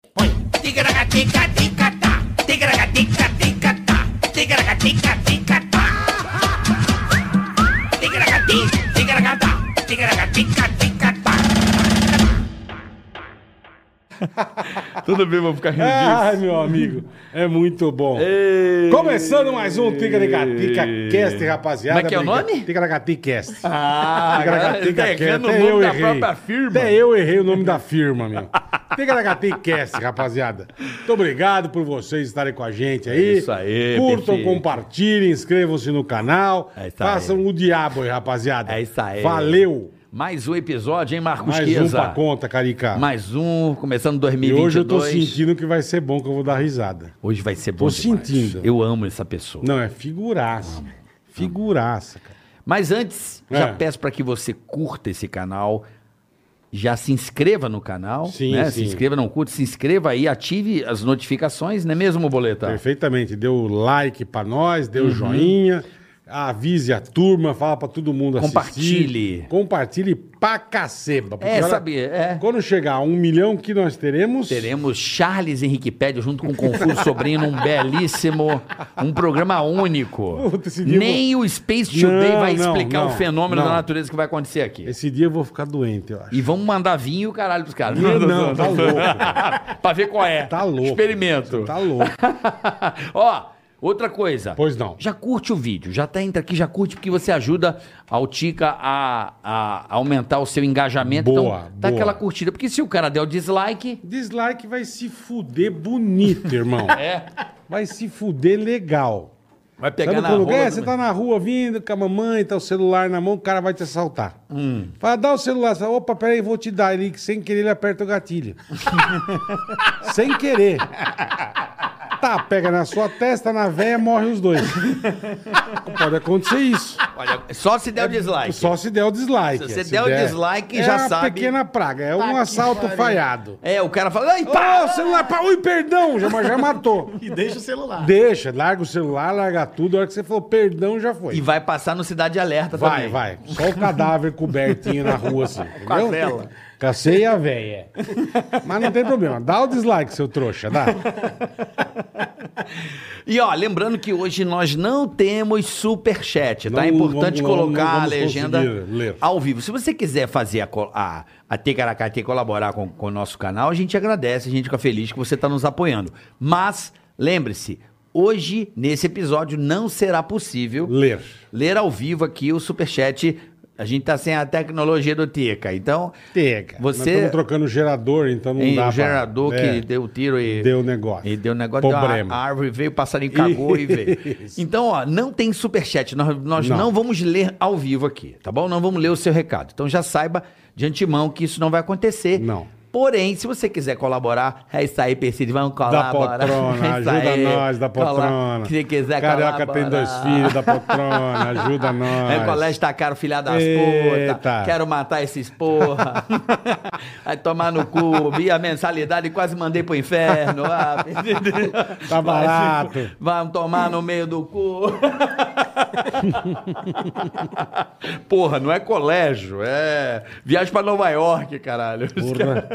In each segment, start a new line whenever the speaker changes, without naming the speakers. tá. tá. tá. Tudo bem, vou ficar rindo
Ai,
disso.
meu amigo, é muito bom.
Ei.
Começando mais um Tica de Gatica Cast, rapaziada.
Como é que é o nome?
Tica de Gatica Cast.
Ah, agora
Tica
tá
Cast.
errando o
Até
nome
eu
da
errei.
própria firma.
Até eu errei o nome da firma, meu. Tica de Gatica Cast, rapaziada. Muito obrigado por vocês estarem com a gente aí.
É isso aí,
Curtam,
perfeito.
compartilhem, inscrevam-se no canal.
É isso
façam
aí.
o diabo aí, rapaziada.
É isso aí.
Valeu.
Mais um episódio, hein, Marcos
Mais um
Queza?
pra conta, Carica.
Mais um, começando
E
2022.
hoje eu tô sentindo que vai ser bom que eu vou dar risada.
Hoje vai ser bom
Tô
demais.
sentindo.
Eu amo essa pessoa.
Não, é figuraça.
Uhum.
Figuraça,
Tá.
cara.
Mas antes,
É.
já peço para que você curta esse canal, já se inscreva no canal,
Sim,
né?
sim.
Se inscreva, não curte, se inscreva aí, ative as notificações, não é mesmo, Boleta?
Perfeitamente. Deu like pra nós, deu
Uhum.
joinha. Avise a turma, fala pra todo mundo assistir.
Compartilhe.
Compartilhe pra caceba. porque
É,
olha,
sabe, é.
Quando chegar a um milhão que nós teremos...
Teremos Charles Henrique Pédio junto com Confuso Sobrinho num belíssimo, um programa único.
Puta, esse dia eu
Nem o Space
Não,
Today vai
não,
explicar o
não,
fenômeno
não.
da natureza que vai acontecer aqui.
Esse dia eu vou ficar doente, eu acho.
E vamos mandar vinho e o caralho pros caras.
Não, não, tá
pra ver qual é.
Tá louco.
Experimento.
Você Tá louco.
Ó, outra coisa.
Pois não.
Já curte o vídeo, já tá, entra aqui, já curte, porque você ajuda ao Tica a, a aumentar o seu engajamento.
Boa,
então, dá
boa.
aquela curtida. Porque se o cara der o dislike,
Dislike vai se fuder bonito, irmão.
é.
Vai se fuder legal.
Vai pegar
Sabe
na
quando
rola
é,
do-
você tá na rua vindo com a mamãe, tá o celular na mão, o cara vai te assaltar.
Hum.
Fala, dá o celular. Você fala, Opa, peraí, vou te dar. Ele, sem querer, ele aperta o gatilho. sem querer. Tá, pega na sua testa, na véia, morre os dois. Pode acontecer isso.
Olha, só se der o dislike.
Só se der o dislike.
Se você der o dislike, já
É uma
sabe.
pequena praga, é um
Tá que
assalto
pariu.
falhado.
É, o cara fala, ai,
Ô,
pá!
celular, pá, ui, perdão, já, já matou.
E deixa o celular.
Deixa, larga o celular, larga tudo. A hora que você falou perdão, já foi.
E vai passar no Cidade Alerta
Vai,
também.
vai. Só o cadáver cobertinho na rua, assim.
Com a
entendeu?
vela.
Cacei a véia. Mas não tem problema. Dá o dislike, seu trouxa. Dá.
E ó, lembrando que hoje nós não temos superchat, tá?
Não,
É importante
vamos-
colocar
não
a
vamos
legenda
conseguir ler.
ao vivo. Se você quiser fazer a, col- a, a Tecaracate colaborar com, com o nosso canal, a gente agradece, a gente fica feliz que você está nos apoiando. Mas, lembre-se, hoje, nesse episódio, não será possível
Ler.
ler ao vivo aqui o superchat. A gente tá sem a tecnologia do Tica, então...
Teca. Nós
Você...
estamos trocando gerador, então não
Hein,
dá
o
pra-
gerador
É.
que deu o tiro e.
Deu negócio.
E deu um negócio, deu a,
Problema.
a árvore veio, o passarinho cagou e veio.
Isso.
Então, ó, não tem superchat. Nós, nós não.
Não.
vamos ler ao vivo aqui, tá bom? Não vamos ler o seu recado. Então já saiba de antemão que isso não vai acontecer.
Não.
Porém, se você quiser colaborar, é isso aí, Persílio, vamos colaborar.
Da
É
poltrona,
isso
ajuda
aí.
nós, da
Colar-
poltrona.
Se quiser
Carioca
colaborar.
tem dois filhos, da poltrona, ajuda nós.
É, o colégio tá caro, filha das
Eita.
putas. Quero matar esses porra. Vai tomar no cu. Vi a mensalidade e quase mandei pro inferno. Ah,
Tá barato.
Vai tomar no meio do cu. porra, não é colégio. É viagem pra Nova York, caralho.
Porra.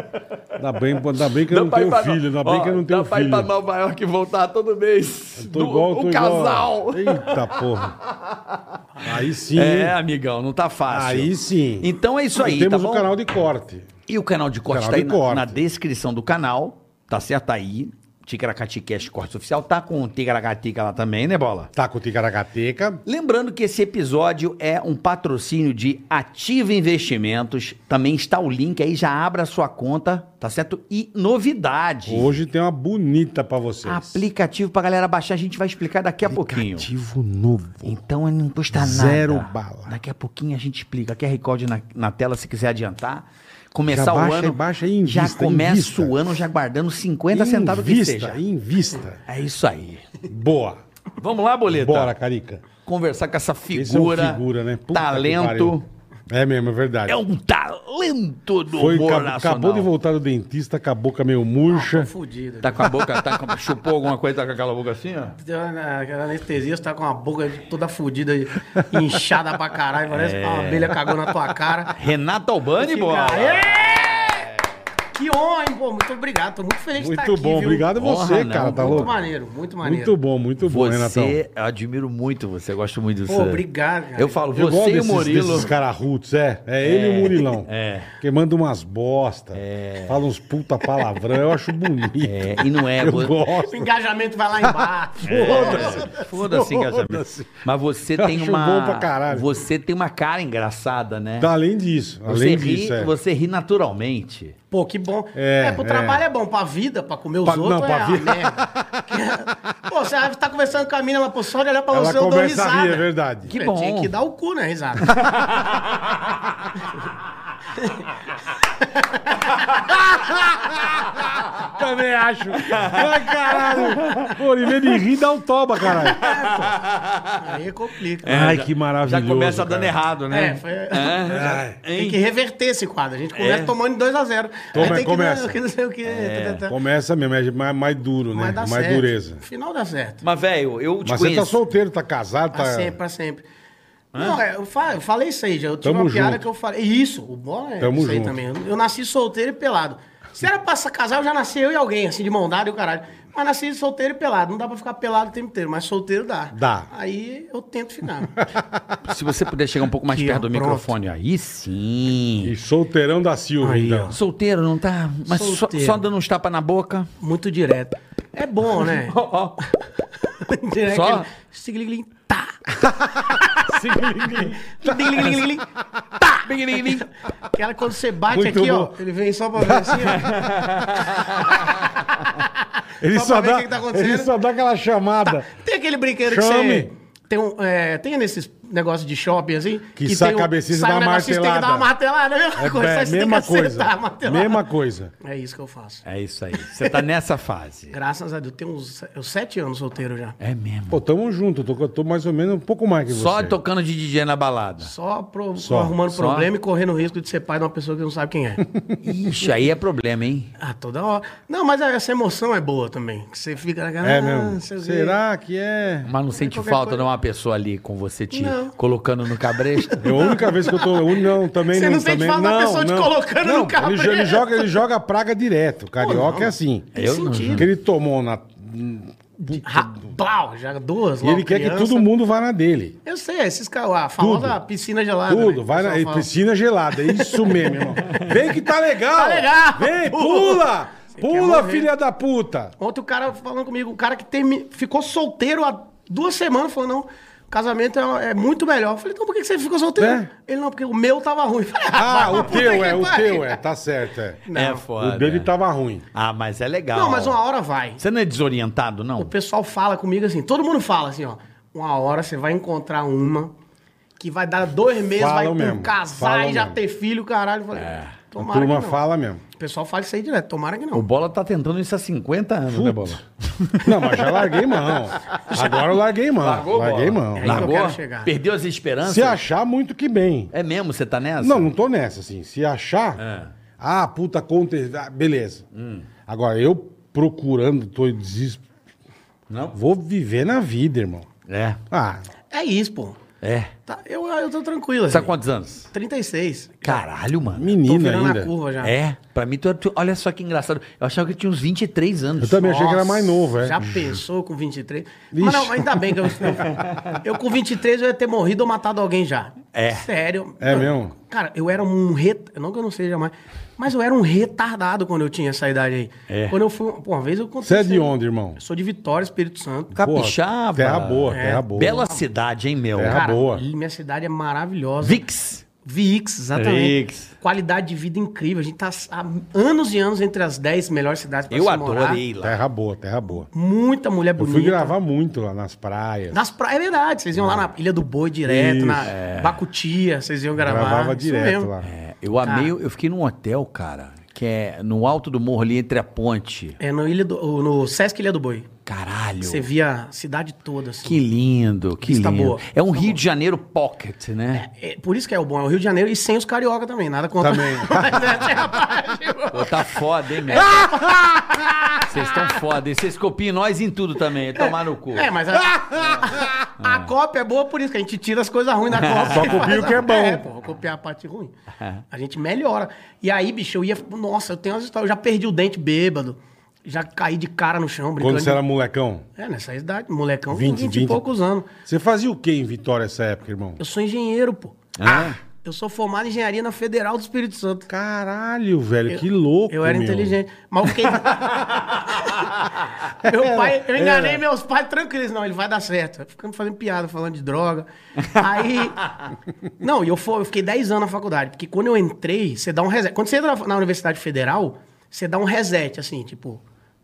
Ainda bem, ainda bem que eu não
pra ir
tenho
pra-
um filho, ainda bem
Ó,
que eu não tenho
Dá pra ir pra
filho.
Nova York e voltar todo mês.
Tô
Do-
igual, tô
o
igual-
casal.
Eita porra. Aí sim.
É,
hein?
amigão, não tá fácil.
Aí sim.
Então é isso
E
aí,
Temos
tá
o
bom?
canal de corte.
E o canal de corte
Canal
tá aí
de
na,
corte.
na descrição do canal, tá certo? Tá aí. Ticaracati Cash Corte Oficial. Tá com o Ticaracatica lá também, né, Bola?
Tá com o Ticaracateca.
Lembrando que esse episódio é um patrocínio de Ativa Investimentos. Também está o link aí, já abra a sua conta, tá certo? E novidade.
Hoje tem uma bonita pra vocês.
Aplicativo pra galera baixar, a gente vai explicar daqui a pouquinho.
Aplicativo novo.
Então não custa nada.
Zero bala.
Daqui a pouquinho a gente explica. QR Code na, na tela se quiser adiantar. Começar
Já
o
baixa
ano.
e baixa e invista,
já começa
invista.
o ano já guardando 50 centavos que
invista,
seja.
invista.
É isso aí.
Boa.
Vamos lá, boleta.
Bora, Carica.
Conversar com essa
Esse é um
figura.
figura, né? Puta que
talento.
pariu. É mesmo, é verdade.
É um talento do
Foi,
humor
acabou,
nacional.
acabou de voltar do dentista, com a boca meio murcha.
Fudido.
Tá com a boca, tá com- chupou alguma coisa, tá com aquela boca assim, ó?
Deu uma- Aquela anestesia, você tá com a boca toda fudida, inchada pra
É.
caralho, parece que uma abelha cagou na tua cara.
é
Renato Albani, bola.
Fica- Que honra, hein? Pô, muito obrigado. Tô muito feliz de estar
Muito
aqui,
bom,
viu?
obrigado a
tá Porra,
você,
não,
cara, tá
muito
Muito
louco?
maneiro, muito maneiro.
Muito bom, muito bom, Renatão.
Você, eu admiro muito você, eu gosto muito do
Pô,
seu-
obrigado, cara.
Eu falo,
Eu gosto
você e o
desses,
Murilo.
desses cara roots, é. É ele e o Murilão.
é.
Que manda umas bosta, fala uns puta palavrão, eu acho bonito.
É, e não é.
eu
vo-
O
gosto.
engajamento vai lá embaixo.
É.
Foda-se. Foda-se, engajamento.
Foda-se.
Mas você
Eu
tem
acho
uma.
bom pra caralho.
Você tem uma cara engraçada, né?
Então, Além disso,
Você
além
ri,
disso, é.
você ri naturalmente.
Pô, que bom.
É,
É, pro
é.
trabalho é bom, pra vida, pra comer os
Pra-
outros
não,
é
pra
a
vida.
merda. Pô, você vai estar conversando com a mina, ela pô, só de olhar pra
Ela
você, eu dou
começa a
risada.
rir, é verdade.
Que
Eu
bom.
Tinha que dar o cu na risada.
Também acho. Ah, caralho. Pô, em vez de rir, dá um toba, caralho.
Aí complica.
Ai, que
É, Já
maravilhoso.
começa
cara.
dando errado, né?
É, foi-
Ai.
Tem que reverter esse quadro. A gente começa
É.
tomando de 2x0.
Toma,
tem que
começa.
Que não sei o que.
Começa mesmo, é mais, mais duro, né?
tá. Mas dá
Mais
certo.
dureza.
No final dá certo.
Mas, velho, eu te
Mas você
conheço.
tá solteiro, tá casado, tá.
Pra sempre, pra sempre. Não, é, eu, fa- eu falei isso aí já. Eu tive
Tamo
uma piada
junto.
que eu falei. Isso, o bola é
Tamo
isso aí
junto.
também. Eu, eu nasci solteiro e pelado. Se era pra sa- casar, eu já nasci eu e alguém, assim, de mão dada e o caralho. Mas nasci solteiro e pelado. Não dá pra ficar pelado o tempo inteiro, mas solteiro dá.
Dá.
Aí eu tento ficar.
Se você puder chegar um pouco mais
Aqui,
perto
ó,
do
pronto.
microfone, aí sim.
E solteirão da Silva,
Aí,
então.
ó.
Solteiro, não tá? Mas só,
Solteiro.
só dando uns tapas na boca.
Muito direto. É bom, né?
Ó, ó.
direto.
Só?
aquele Sigliglilim, tá.
Sigliglilim.
Sigliglilim, tá. Sigliglilim. Aquela quando você bate
Muito
aqui,
bom.
ó. Ele vem só pra ver assim, ó.
Ele
Só
só,
pra ver o
dá,
que que tá acontecendo. Tá.
ele só dá aquela chamada.
Tem aquele brinquedo
Chame.
que você. Tem, um, é, tem nesses negócios de shopping assim.
Que sai
tem
a cabecinha e dá uma
negocinho, Tem que dar uma martelada, é a mesma
É,
coisa.
é,
só que você tem
mesma
que acertar
coisa.
a martelada.
Mesma coisa.
É isso que eu faço.
É isso aí. Você tá nessa fase.
Graças a Deus. Tenho uns eu, sete anos solteiro já.
É mesmo.
Pô, tamo junto. Eu tô, eu tô mais ou menos um pouco mais que você.
Só tocando de DJ na balada.
Só, pro,
Só.
arrumando
Só.
problema e correndo o risco de ser pai de uma pessoa que não sabe quem é.
Ixi, aí é problema, hein?
ah, toda hora. Não, mas essa emoção é boa também. Que você fica naquela.
É
ah,
mesmo.
não sei o quê.
Será que é?
Mas não sente
qualquer
falta
coisa.
de uma pessoa ali com você te
Não.
colocando no cabresto?
É a única vez que eu tô. eu Não, também
Você
não.
não sente
também...
falta da pessoa te colocando no
ele jo- Ele
cabresto.
joga, ele joga a praga direto. Carioca
não.
é assim.
Tem
Eu não-
sentido.
Que ele tomou na.
Rabau, já duas
E ele quer que todo mundo vá na dele.
Eu sei, é esses caras, a famosa
Tudo.
piscina gelada.
Tudo, vai
né, que o
na
pessoal fala.
piscina gelada, é isso mesmo, irmão. Vem que tá legal.
Tá legal.
Vem, pula.
Pula. quer
Pula,
morrer.
filha da puta.
Ontem o cara falando comigo, o cara que termi- ficou solteiro há duas semanas, falou, não, o casamento é, é muito melhor. Eu falei, então por que que você ficou solteiro?
É.
Ele, não, porque o meu tava ruim. Eu falei,
Ah,
vai
o
pra puta
teu
que
é, o
pariu.
teu é, tá certo, é.
Não. tá-
É foda.
O dele tava ruim.
Ah, mas é legal.
Não, mas uma hora vai.
Você não é desorientado, não?
O pessoal fala comigo assim, todo mundo fala assim, ó, uma hora você vai encontrar uma que vai dar dois meses,
Falam
vai
mesmo,
pum, casar
falam
e já
mesmo. É.
ter filho, caralho. Eu falei,
A
tomara que
turma
não.
fala mesmo.
O pessoal fala isso aí direto, tomara que
O
não.
Bola tá tentando isso há 50 anos, né, Bola?
Não, mas já larguei mão. Agora eu larguei mão.
Largou,
larguei
Bola?
mão.
É aí que eu
Largou?
quero chegar.
Perdeu as esperanças?
Se achar, muito que bem.
É mesmo, você tá nessa?
Não, não tô nessa, assim. Se achar.
É. Hum.
Ah, puta, conta. ah, Beleza. Agora, eu procurando, tô des...
Não?
Vou viver na vida, irmão.
É,
Ah,
É isso, pô.
é.
Tá, eu, eu tô tranquilo.
Você tá
assim.
quantos anos?
36.
Caralho, mano.
Tô
menina
virando
ainda.
a curva já.
É, pra mim, tu, tu- olha só que engraçado. Eu achava que eu tinha uns 23 anos.
Eu também achei que era mais novo, é.
Já pensou com 23?
Vixe.
Mas não, ainda bem que eu. Eu com 23 eu ia ter morrido ou matado alguém já.
É.
Sério.
É
Eu-
mesmo?
Cara, eu era um retardado. Não que eu não seja mais. Mas eu era um retardado quando eu tinha essa idade aí.
É.
Quando eu fui. um- Pô, uma vez eu contei.
Você é
isso
de
aí.
onde, irmão?
Eu sou de Vitória, Espírito Santo.
Capixaba.
Pô, terra boa,
É.
terra boa.
Bela cidade, hein, meu?
Terra- Ah, boa.
E minha cidade é maravilhosa.
Vix.
VIX, exatamente.
VIX.
Qualidade de vida incrível. A gente tá há anos e anos entre as 10 melhores cidades pra
Eu
se morar.
adorei lá.
Terra boa, terra boa.
Muita mulher
Eu
bonita.
fui gravar muito lá nas praias.
Nas praias, é verdade. Vocês iam lá na Ilha do Boi direto,
Isso. é.
na Bacutia, vocês iam gravar.
Gravava
Isso
direto
mesmo.
lá.
É, eu amei, eu fiquei num hotel, cara, que é no alto do morro ali entre a ponte.
É no, Ilha do, no Sesc Ilha do Boi.
Caralho.
Você via a cidade toda, assim.
Que lindo, que
Vista
lindo.
boa.
É um
Vista
Rio
boa.
de Janeiro pocket, né?
É, por isso que é o bom, é o Rio de Janeiro e sem os carioca também, nada contra.
Também.
Mas essa é a parte, mano.
Pô, tá foda, hein, meu? Vocês estão foda, hein? Vocês copiam nós em tudo também, é tomar no cu.
É, mas a, a Copa é boa por isso, que a gente tira as coisas ruins da Copa.
Só
e
copia
faz
o que
a-
é bom.
pô, vou copiar a parte ruim. A gente melhora. E aí, bicho, eu ia... Nossa, eu tenho umas histórias. Eu já perdi o dente bêbado. Já caí de cara no chão, brincando.
Quando você
de-
era molecão?
É, nessa idade, molecão,
20,
20,
20,
e poucos anos.
Você fazia o que em Vitória essa época, irmão?
Eu sou engenheiro, pô.
Hã?
Eu sou formado em engenharia na Federal do Espírito Santo.
Caralho, velho, que louco.
Eu era
meu.
inteligente. Mas eu fiquei. meu pai, eu enganei
era.
meus pais tranquilos. Não, ele vai dar certo. Eu Ficando fazendo piada, falando de droga. Aí. não, e eu, fo- eu fiquei 10 anos na faculdade. Porque quando eu entrei, você dá um reset. Quando você entra na, na Universidade Federal, você dá um reset, assim, tipo,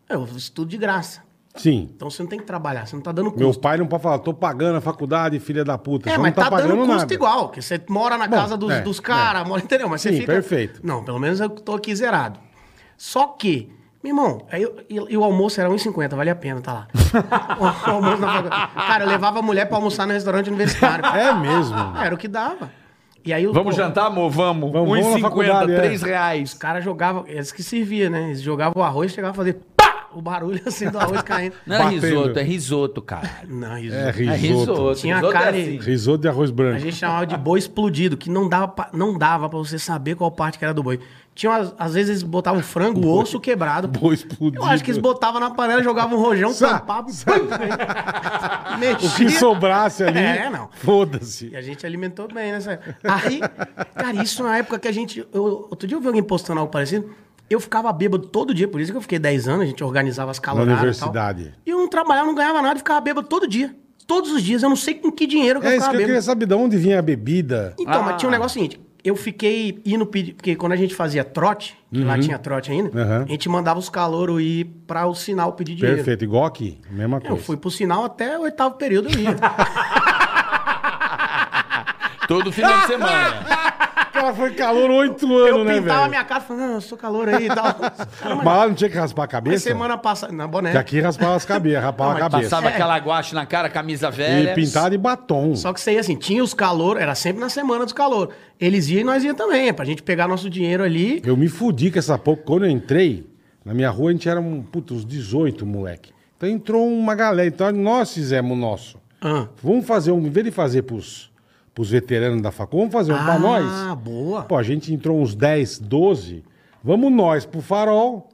eu estudo de graça.
Sim.
Então você não tem que trabalhar, você não tá dando
Meu
custo.
pai não pode falar, tô pagando a faculdade, filha da puta.
É,
Só
mas
não tá,
tá,
pagando
dando custo
nada.
igual, porque você mora na
Bom,
casa dos,
é,
dos caras, mora, entendeu? Mas você
Sim,
fica.
perfeito.
Não, pelo menos eu tô aqui zerado. Só que, meu irmão, aí eu- e, e o almoço era 1,50, vale a pena, tá lá. o, o almoço na faculdade. Cara, eu levava a mulher pra almoçar no restaurante universitário.
É mesmo.
Era o que dava. E aí eu,
Vamos
pô,
jantar, amor? Vamos.
Vamos, vamos na
1,50,
faculdade, é.
3
Os
reais.
caras jogavam, eles que servia, né? Eles jogavam o arroz, chegavam a fazer pá! O barulho assim do arroz caindo.
Não era
Batendo.
risoto, é risoto, cara.
Não, isso.
É
É
risoto.
risoto.
Tinha
risoto
cara
é assim.
Risoto de arroz
A
branco.
gente chamava de boi explodido, que não dava pra, não dava pra você saber qual parte que era do boi. Tinha umas- às vezes eles botavam o frango, o osso quebrado.
Boi explodido.
Eu acho que eles botavam na panela, jogavam um rojão,
Sa-
tampavam.
sa-
pum,
O que
mexia.
sobrasse ali.
É, não.
Foda-se.
E a gente alimentou bem, né? sabe? Aí, cara, isso na época que a gente. eu- outro dia eu vi alguém postando algo parecido. Eu ficava bêbado todo dia, por isso que eu fiquei 10 anos, a gente organizava as
Na
caloradas. E,
universidade.
tal. e eu não trabalhava, não ganhava nada, eu ficava bêbado todo dia. Todos os dias, eu não sei com que dinheiro que eu
É isso
ficava
que eu queria
bêbado.
saber, de onde vinha a bebida?
Então,
Ah.
mas tinha um negócio seguinte. Eu fiquei indo pedir... Porque quando a gente fazia trote, que lá tinha trote ainda,
Uhum.
a gente mandava os calouros ir pra o sinal pedir dinheiro.
Perfeito, igual aqui, mesma
Eu
coisa.
fui pro sinal até o oitavo período eu ia.
Todo final de semana.
O cara foi calor oito
eu
anos, né,
pintava
velho?
a minha né? cara falando, não, eu sou calor aí e tal. Cara,
Mas
mas
lá não tinha que raspar a
na
cabeça?
semana passada... Na boné.
Que aqui raspava as cabeças, rapava a cabeça.
Passava aquela guache na cara, camisa velha.
É. E pintar de batom.
Só que isso aí, assim, tinha os calor, era sempre na semana dos calor. Eles iam e nós ia também, é pra gente pegar nosso dinheiro ali.
Eu me fudi com essa pouco. Quando eu entrei, na minha rua a gente era um, puta, uns 18, moleque. Então entrou uma galera. Então nós fizemos o nosso.
Ah,
Vamos fazer um. Em vez de fazer pros, pros veteranos da facu, vamos fazer um pra
Ah,
nós.
boa.
Pô, a gente entrou uns 10, 12. Vamos nós pro farol.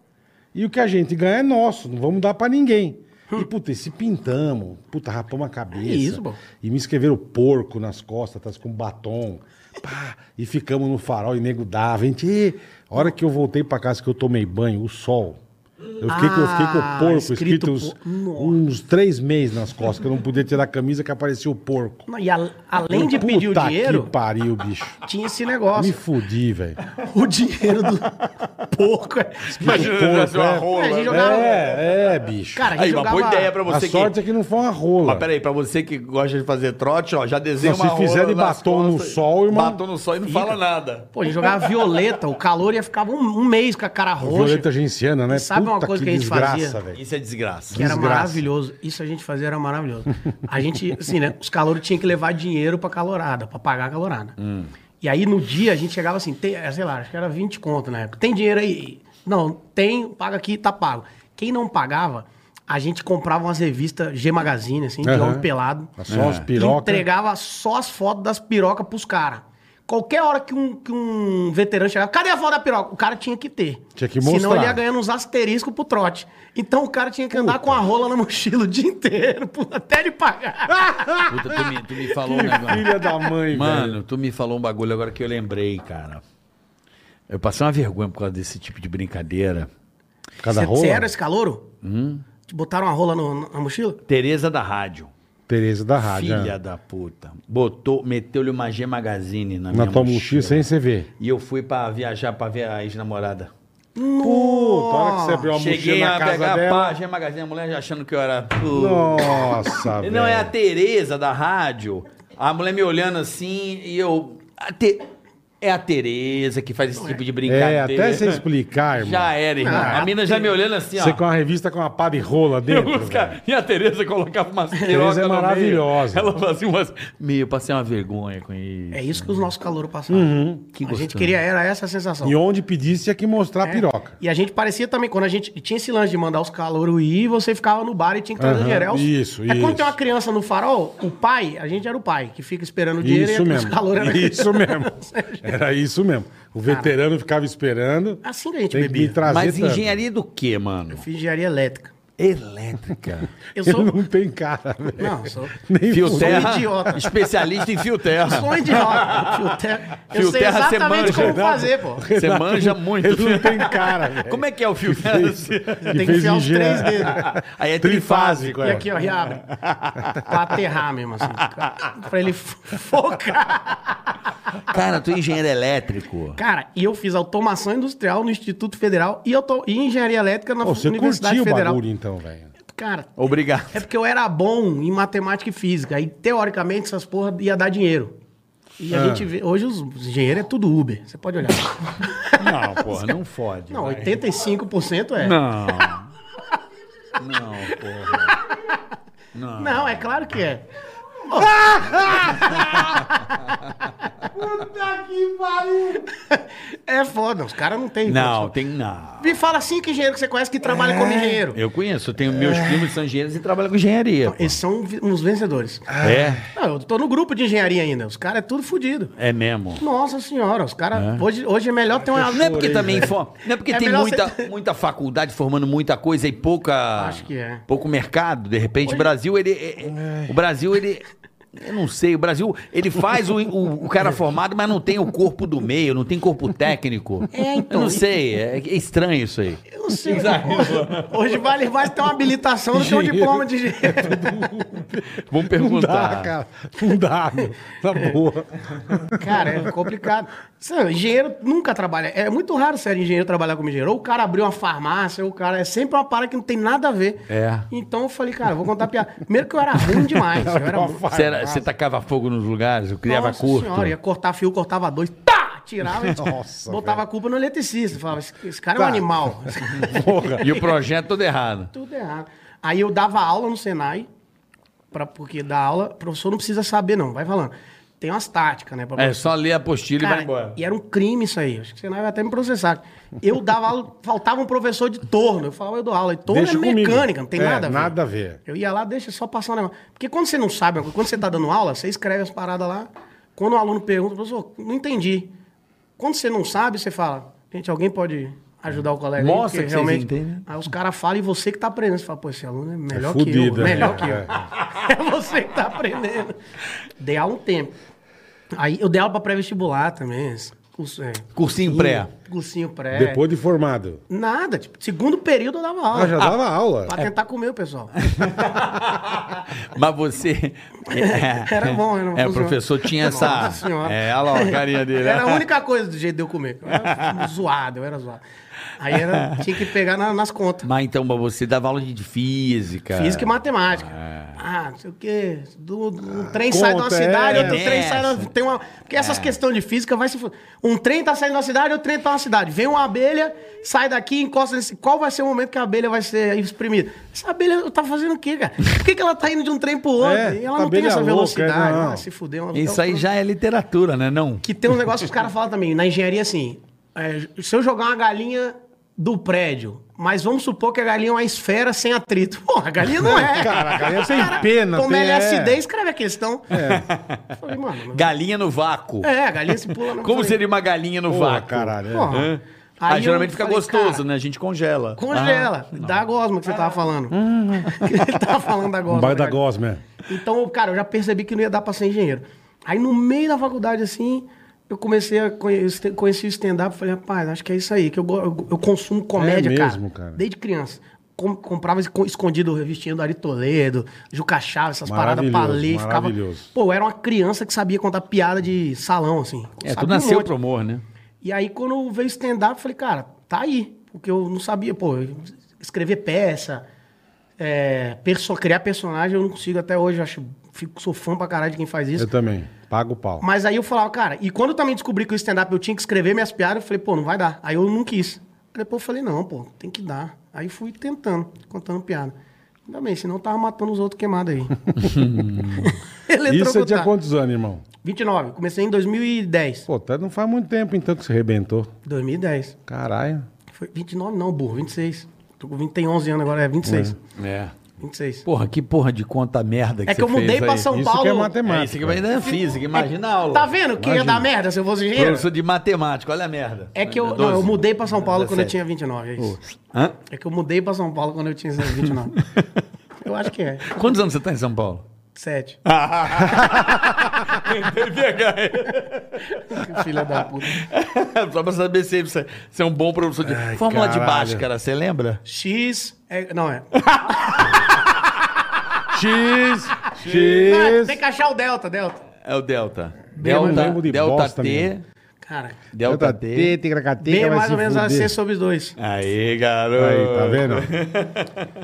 E o que a gente ganha é nosso, não vamos dar pra ninguém. E, puta, e se pintamos, puta, rapamos a cabeça.
Hum. É isso, pô.
E me escreveram porco nas costas, tá com batom. Pá, e ficamos no farol e nego dava. Gente, e a hora que eu voltei pra casa que eu tomei banho, o sol. Eu fiquei, com, eu fiquei com o
Ah,
porco escrito,
escrito
uns,
por- Nossa.
uns três meses nas costas, que eu não podia tirar a camisa que aparecia o porco.
não, e a- além de
Puta
pedir o
Que
dinheiro,
pariu, bicho.
tinha esse
Me
negócio.
fudi, velho.
O dinheiro do porco.
Imagina
Porco,
nasceu uma
é.
rola.
É, a gente
né?
jogava-
É, é, bicho.
Cara, a gente
Aí, uma
jogava...
boa ideia pra
a
você que...
sorte é que não foi uma rola.
Mas peraí, pra você que gosta de fazer trote, ó, já desenha
Não, se
uma rola
fizer de
nas
batom no
costas.
sol, irmão.
Batom no sol e não fala nada.
Pô, a gente jogava violeta, o calor ia ficar um, um mês com a cara roxa.
Violeta genciana, né?
E sabe uma coisa que a gente fazia?
velho.
Isso é desgraça.
Que era
desgraça.
maravilhoso. Isso a gente fazia era maravilhoso. A gente, assim, né? Os calouros tinham que levar dinheiro pra calorada, pra pagar a calorada.
Hum.
E aí no dia a gente chegava assim, tem, eh, sei lá, acho que era 20 conto na época. Tem dinheiro aí? Não, tem, paga aqui, tá pago. Quem não pagava, a gente comprava umas revistas G Magazine, assim, de
Aham.
homem pelado.
Só umas pirocas.
Entregava só as fotos das pirocas pros caras. Qualquer hora que um, que um veterano chegava, cadê a foto da piroca? O cara tinha que ter.
Tinha que
Senão
mostrar.
ele ia ganhando uns asteriscos pro trote. Então o cara tinha que andar com a rola na mochila o dia inteiro, pô, até ele
Ah,
pagar.
Puta, tu me, tu me falou um negócio.
Filha da mãe, velho.
Mano, tu me falou um bagulho agora que eu lembrei, cara. Eu passei uma vergonha por causa desse tipo de brincadeira.
Cada tá rola? Hum.
era esse calouro? Te botaram a rola no- na mochila?
Tereza da Rádio.
Tereza da Rádio.
Filha
né?
da puta. Botou, meteu-lhe uma G Magazine na,
Na
minha
tua
mochila.
mochila um sem você ver.
E eu fui pra viajar pra ver a ex-namorada.
Puta, a hora que você abriu a
Cheguei
mochila
a
na casa
pegar pá,
dela.
a G Magazine, a mulher já achando que eu era. uh,
Nossa, velho.
Não, é a Tereza da rádio. A mulher me olhando assim e eu. a Te- É a Tereza que faz esse tipo de
É,
brincadeira.
até você explicar, irmão.
Já era, irmão.
Ah,
a mina já me olhando assim,
Você
ó.
com a revista com uma pá de rola dentro.
Os caras- E a Tereza colocava umas pirocas
é
no meio.
maravilhosa.
Ela fazia umas... Meu, eu passei uma vergonha com isso.
É isso que os nossos calouros passaram.
Uhum.
que
a gente
gostoso.
queria era essa a sensação.
velho. E onde pedisse tinha que mostrar
É.
a piroca.
E a gente parecia também, quando a gente tinha esse lance de mandar os calouros ir, você ficava no bar e tinha que trazer
Aham,
dinheiro. É os-
isso,
é quando
isso.
tem uma criança no farol, o pai, a gente era o pai, que fica esperando o dinheiro
isso
e
mesmo.
os calouros eram-
Isso mesmo. Era isso mesmo. O veterano ficava esperando.
Assim que a gente
Tem que
bebia.
me trazer
Mas
tanto.
engenharia do quê, mano?
Eu fiz engenharia elétrica.
Elétrica.
Eu
Ele
sou...
não tem cara, velho.
Não, eu sou...
Nem
Fio
fudeu.
terra,
idiota.
especialista em fio terra.
Sou um idiota. Fio terra. Eu
Fio
sei
terra, você
exatamente
manja,
como
Renato.
fazer, pô.
Você manja muito.
Ele não tem cara, velho.
Como é que é o fio terra?
Tem que enfiar os três dedos.
Aí é trifásico.
Trifásico,
E
é.
aqui, ó, reabre. pra aterrar mesmo, assim. Pra ele fo- focar.
Cara, tu é engenheiro elétrico.
Cara, e eu fiz automação industrial no Instituto Federal e, eu tô, e engenharia elétrica na
Pô,
F-
você
Universidade
curtia o
Federal.
bagulho, então, velho.
Cara,
Obrigado.
é porque eu era bom em matemática e física. E, teoricamente, essas porra ia dar dinheiro. E
Ah.
a gente vê... Hoje, os os engenheiros é tudo Uber. Você pode olhar.
Não, porra, não fode.
Não,
vai.
85% é.
Não. Não, porra.
Não, é claro que é. É foda, os caras não têm.
Não, tem. Não.
Me fala cinco engenheiros que você conhece que trabalham como engenheiro.
Eu conheço, eu tenho meus primos que são engenheiros e trabalham com engenharia. pô.
Eles são vi- uns vencedores.
É,
Não, eu tô no grupo de engenharia ainda. Os caras é tudo fudido.
é mesmo.
Nossa senhora, os caras. Hoje, hoje é melhor ter uma.
Não é porque também for- não é porque
É
tem
melhor
muita,
você-
muita faculdade formando muita coisa e pouca
Acho que é.
pouco mercado. De repente, o Brasil ele é- é- o Brasil ele eu não sei, o Brasil ele faz o, o, o cara formado, mas não tem o corpo do meio, não tem corpo técnico.
É, então.
Eu não sei, é, é estranho isso aí.
Eu não sei. Hoje vale mais ter uma habilitação do que um
Engenheiro.
diploma de engenheiro.
Vamos
Não dá,
perguntar.
cara. Não dá, meu.
É.
Na boa.
Cara, é complicado. Sabe, engenheiro nunca trabalha. É muito raro ser engenheiro trabalhar como engenheiro. Ou o cara abriu uma farmácia, ou o cara. É sempre uma parada que não tem nada a ver.
É.
Então eu falei, cara, eu vou contar piada. Primeiro que eu era ruim demais. Eu era
Tá Uma
muito-
Você,
farmácia.
era- você tá- tacava fogo nos lugares, eu criava
Nossa
curto.
senhora, ia cortar fio, cortava dois, tá! Tirava e
Nossa,
botava a culpa no eletricista. Falava, esse, esse cara é um
Tá.
animal.
Porra.
E o projeto todo errado.
Tudo errado. Aí eu dava aula no Senai, pra, porque dar aula, o professor não precisa saber, não, vai falando. Tem umas táticas, né? pra-
É só ler a apostila e
Cara,
vai embora.
E era um crime isso aí. Acho que o Senai vai até me processar. Eu dava aula, faltava um professor de torno. Eu falava, eu dou aula. E torno
Deixa
é
comigo.
mecânica, não tem
É,
nada a ver.
nada a ver.
Eu ia lá, deixa só passar um negócio. Porque quando você não sabe, quando você tá dando aula, você escreve as paradas lá. Quando o aluno pergunta, professor, não entendi. Quando você não sabe, você fala, gente, alguém pode ajudar o colega aí?
Mostra
Porque
que vocês entendem.
Aí os caras falam e você que tá aprendendo. Você fala, pô, esse aluno é melhor que
fudido,
eu.
né?
Melhor que eu.
É.
É você que tá aprendendo. Dei aula um tempo. Aí eu dei aula pra pré-vestibular também. esse Curso, é,
Cursinho pré.
Cursinho pré.
Depois de formado.
Nada, tipo, segundo período eu dava aula.
Ah, já dava aula.
Pra tentar comer o pessoal.
Mas você. É,
Era bom, era bom.
É, o professor tinha essa.
Nossa senhora.
É, olha lá a carinha dele.
Era a única coisa do jeito de eu comer. Eu era zoado, eu era zoado. Aí era, tinha que pegar na- nas contas.
Mas então, mas você dava aula de física.
Física e matemática.
É.
Ah, não sei o quê. Do, do- um trem
conta,
sai de uma cidade,
é.
outro trem sai da,
Essa.
tem uma Porque essas questões de física vai se. fu- Um trem tá saindo de uma cidade, outro trem tá na cidade. Vem uma abelha, sai daqui, encosta nesse. Qual vai ser o momento que a abelha vai ser exprimida? Essa abelha tá fazendo o quê, cara? Por que, que ela tá indo de um trem pro outro?
É,
e ela
a
não tem
abelha
essa
louca,
velocidade.
não.
Ah, se fuder, uma-
Isso aí já é literatura, né? Não.
que tem uns negócios que os caras falam também. Na engenharia, assim, é, se eu jogar uma galinha do prédio, mas vamos supor que a galinha é uma esfera sem atrito. Porra, a galinha não é.
Cara, a galinha
Os
tem
cara
pena,
Toma
tem-
LSD
é.
e escreve a questão. É. Falei, mano.
Galinha no vácuo.
É, a galinha se pula no
Como
falei,
seria uma galinha no
Porra,
vácuo?
caralho. é.
Porra.
Ah,
eu
geralmente fica
falei,
gostoso,
cara,
né? Ah. A gente congela.
Congela, dá a gosma que você tava falando. Que ele tava falando da gosma.
Vai da
né, cara.
gosma.
Então, cara, eu já percebi que não ia dar pra ser engenheiro. Aí, no meio da faculdade, assim, eu comecei a conhecer, conheci o stand-up. Falei, rapaz, acho que é isso aí, que eu, go- eu, eu consumo comédia,
É mesmo,
cara,
cara.
Desde criança. Com- comprava esco- escondido revistinha do Ari Toledo, Juca Chaves, essas paradas pra
Maravilhoso,
ler. Ficava...
maravilhoso.
Pô, eu era uma criança que sabia contar piada de salão, assim.
É, tu
Sabia um
nasceu
monte.
pro humor, né?
E aí, quando veio stand-up, eu falei, cara, tá aí. Porque eu não sabia, pô, escrever peça, é, perso- criar personagem, eu não consigo até hoje. eu Acho, fico, sou fã pra caralho de quem faz isso.
Eu também. Paga o pau.
Mas aí eu falava, cara, e quando eu também descobri que o stand-up eu tinha que escrever minhas piadas, eu falei, pô, não vai dar. Aí eu não quis. Aí depois eu falei, não, pô, tem que dar. Aí fui tentando, contando piada. Ainda bem, senão eu tava matando os outros queimados aí.
Isso você tinha
Eletrocutado.
quantos anos, irmão?
29, comecei em 2010.
Pô, tá- não faz muito tempo então que você arrebentou.
2010.
Caralho.
Foi 29 não, burro, 26. Tô com 20, tem 11 anos agora, é 26.
É.
26
Porra, que porra de conta merda que
É que eu
você fez
mudei pra
aí.
São
Isso
Paulo.
que é
É, isso
matemática.
aqui ainda é física, imagina a aula.
Tá vendo que ia dar merda se eu fosse engenheiro?
Professor de matemática, olha a merda.
É que eu, não,
12.
eu mudei pra São Paulo quando eu
17.
tinha 29, é isso.
Hã?
É que eu mudei pra São Paulo quando eu tinha 29. eu acho que é.
Quantos anos você tá em São Paulo?
Sete.
PH.
Filha da puta.
Só pra saber se você você é um bom professor de.
Ai,
Fórmula de
caralho.
Bhaskara, você lembra?
X. é- não, é.
X,
Não, é,
X.
tem que achar o Delta, Delta.
É o Delta.
eu
Delta,
lembro de
Delta
bosta
T.
mesmo.
Cara,
Delta T.
B é
Bem
mais ou menos a C sobre 2.
Aí, garoto.
Aí, tá vendo?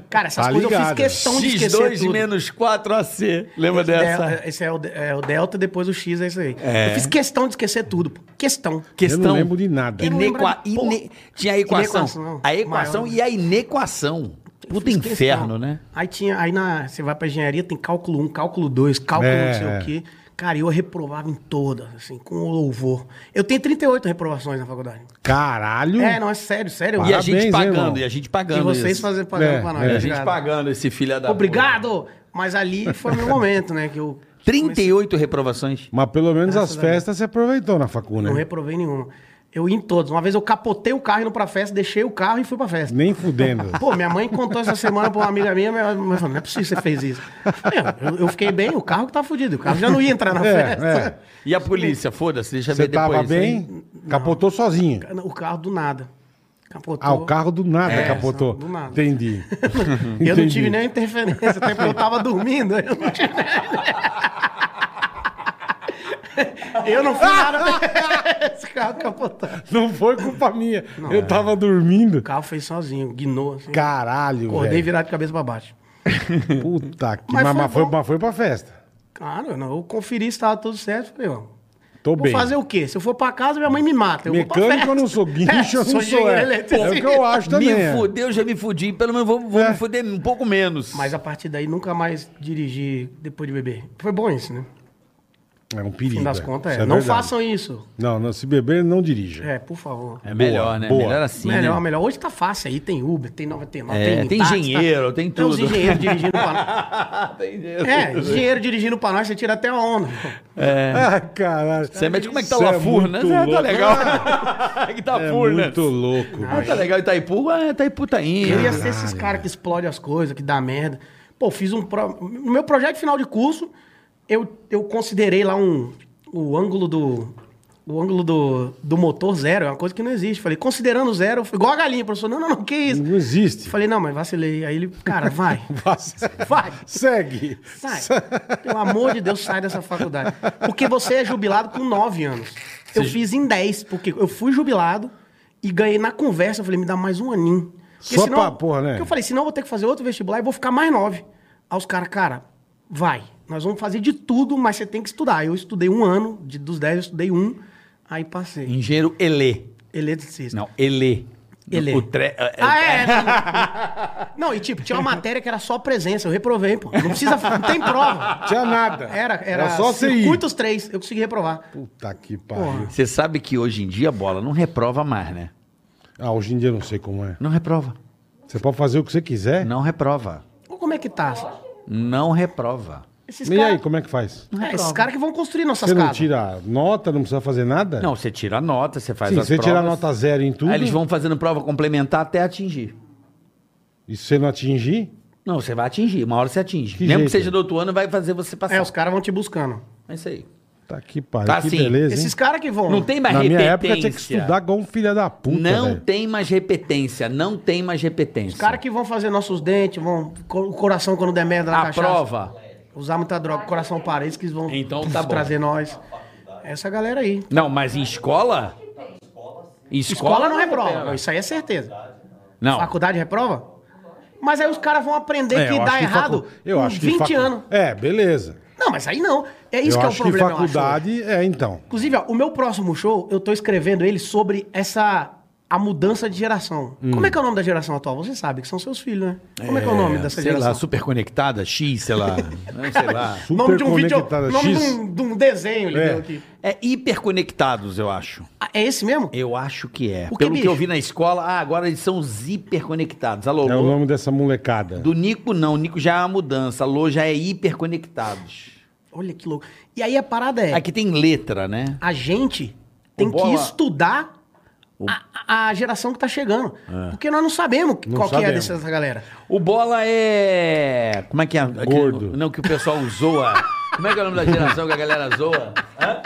Cara, essas
Tá
coisas eu fiz
ligado.
questão de Então esquecer
X2
tudo.
menos 4AC. Lembra dessa?
Del- Esse é o, de- é o Delta, depois o X é isso aí.
É.
Eu fiz questão de esquecer tudo. pô. Questão.
Eu não lembro de nada.
Eu não lembro
Inequa-
de porra.
ine- Tinha a equação.
Inequação,
A equação
maior.
e a inequação. Puta
Fiz questão.
inferno, né?
é Aí tinha, aí na, você vai pra engenharia, tem cálculo 1, cálculo 2, cálculo
É,
não sei
é.
o quê. Cara, eu reprovava em todas, assim, com louvor. Eu tenho 38 reprovações na faculdade.
Caralho.
É, não, é sério, sério.
Hum. E a
Parabéns,
gente
hein,
pagando,
irmão?
e a gente
E
pagando.
vocês
isso.
fazem pagando
É,
pra
é.
nós. tá
A gente pagando esse filho da.
Obrigado! Mas ali foi meu momento, né? Que eu
puta. 38 reprovações.
Mas pelo menos
Graças
as
a Deus.
festas você aproveitou na facu, né?
não reprovei nenhuma. Eu ia em todos. Uma vez eu capotei o carro indo pra festa, deixei o carro e fui pra festa.
Nem fudendo.
Pô, minha mãe contou essa semana pra uma amiga minha, minha mãe falou, não é possível que você fez isso. Eu, eu fiquei bem, o carro que tá fudido, o carro já não ia entrar na
É,
festa.
E a polícia, foda-se, deixa
Você
ver depois.
tava
hein?
bem, capotou sozinho.
O carro do nada. Capotou.
Ah, o carro do nada
É,
capotou.
do nada.
Entendi.
E eu não
Entendi.
tive nenhuma interferência, até porque eu tava dormindo. Eu não tive Eu não fui nada. Esse carro capotou. O
Não foi culpa minha.
é.
eu tava dormindo.
carro fez sozinho, guinou. Assim.
Caralho,
Acordei
velho.
virado de cabeça pra baixo.
Puta que... Mas,
Mas foi
mas foi,
bom.
mas foi pra festa.
Claro, eu não, eu conferi se tava tudo certo. Falei, ó.
Tô
Vou
bem.
fazer o quê? Se eu for pra casa, minha mãe me mata. Eu vou pra
Mecânico
festa.
eu não sou, guincho eu não sou.
engenheiro
É.
eletricista.
é o que eu acho também. é.
Me fudeu, já me fudi. Pelo menos vou, vou
É.
me fuder um pouco menos.
Mas a partir daí nunca mais dirigi depois de beber. Foi bom isso, né?
É um
No
perigo.
fim das
é.
contas, é.
Isso
não
verdade.
façam isso.
Não, não, se beber, não dirija.
É, por favor.
é melhor,
Boa,
né?
boa.
Melhor assim.
melhor,
né?
melhor. Hoje tá fácil aí, tem Uber, tem 99,
É, tem
táxi, tá?
engenheiro, tem
Tem
tudo.
os engenheiros dirigindo pra nós.
Entendeu?
É, engenheiro dirigindo pra nós, você tira até a onda. É.
Ah, caralho.
Você mete como é que tá
Cê
o
é
Afur, né?
muito
Cê Tá
louco.
legal. É que tá
É
Afur, né?
muito louco.
Ah, tá legal Itaipu, ah, Itaipu tá indo.
Eu ia ser esses caras que explodem as coisas, que dá merda. Pô, fiz um. Pro... No meu projeto final de curso, eu, eu considerei lá um. O ângulo do. O ângulo do, do motor zero é uma coisa que não existe. Falei, considerando zero, eu fui igual a galinha, professor. Não, não, não, que isso?
Não existe.
Falei, não, mas vacilei. Aí ele, cara, vai. Vai.
Segue.
Sai. Pelo amor de Deus, sai dessa faculdade. Porque você é jubilado com 9 anos. Eu fiz em 10, porque eu fui jubilado e ganhei na conversa. Eu falei, me dá mais um aninho. Porque
Só pra porra, né?
Porque eu falei, senão eu vou ter que fazer outro vestibular e vou ficar mais 9. Aí os caras, cara, vai. Nós vamos fazer de tudo, mas você tem que estudar. Eu estudei um ano, de, dos 10 eu estudei um, aí passei.
Engenheiro Elê.
Eletricista.
Não, Elê.
Elê.
O tre... é-
Ah, é? é. Não, e tipo, tinha uma matéria que era só presença, eu reprovei, pô. Não precisa, não tem prova.
Tinha nada.
Era, era,
só você ir.
circuitos três, eu consegui reprovar.
Puta que pariu.
Você sabe que hoje em dia a bola não reprova mais, né?
Ah, hoje em dia eu não sei como é.
Não reprova.
Você pode fazer o que você quiser.
Não reprova.
Olha como é que tá. assim.
Não reprova.
Esses
e aí,
caras
como é que faz?
é, esses caras que vão construir nossas
Você não
casas.
tira nota, não precisa fazer nada?
Não, você tira a nota, você faz
Sim,
as
você
provas.
tirar nota zero em tudo
Aí eles vão fazendo prova complementar até atingir.
e se você não atingir,
Não, você vai atingir. Uma hora você atinge.
Que
Mesmo que
jeito.
seja do outro ano, vai fazer você passar.
É, os caras vão te buscando.
É isso aí.
tá que pariu,
Tá
que
sim.
beleza, hein?
Esses caras que vão.
Não tem mais
Na minha
repetência.
época tinha que estudar igual um filho da puta,
não
velho.
tem mais repetência. Não tem mais repetência.
Os caras que vão fazer nossos dentes, vão. co- O coração quando der merda na
A
cachaça.
prova.
Usar muita droga, coração parede, que eles vão
Então tá bom.
trazer nós. Essa galera aí.
Não, mas em escola? Em
Escola, não reprova.
pega.
Isso aí é certeza.
Não.
Faculdade reprova? Mas aí os caras vão aprender
É,
que
eu
dá
acho
errado
facu- eu
com
acho que
20
facu-
anos.
É, beleza.
Não, mas aí não. É isso
eu
que é o
acho
problema. eu
que
acho.
faculdade é, então.
Inclusive, ó, o meu próximo show, eu tô escrevendo ele sobre essa. a mudança de geração.
Hum.
Como é que é o nome da geração atual? Você sabe que são seus filhos, né? Como é, que é o nome dessa
sei
geração?
lá, super conectada, X, sei lá. não sei lá.
nome de um vídeo.
Superconectada
Nome de
X.
um, de um desenho, ele
É.
deu aqui.
É hiperconectados, eu acho.
Ah, É esse mesmo?
Eu acho que é.
Porque,
Pelo que eu
bicho-
vi na escola, ah, agora eles são os hiperconectados. Alô,
É o
Lô?
nome dessa molecada.
Do Nico, não. O Nico já é uma mudança. Alô já é hiperconectados.
Olha que louco. E aí a parada é.
Aqui tem letra, né?
a gente tem
O Bola-
que estudar a, a geração que tá chegando.
É.
Porque nós não sabemos
Não
qual que é
sabemos.
dessa galera.
O Bola é. Como é que é?
Gordo.
Que- Não, que o pessoal zoa. Como é que é o nome da geração que a galera zoa? Hã?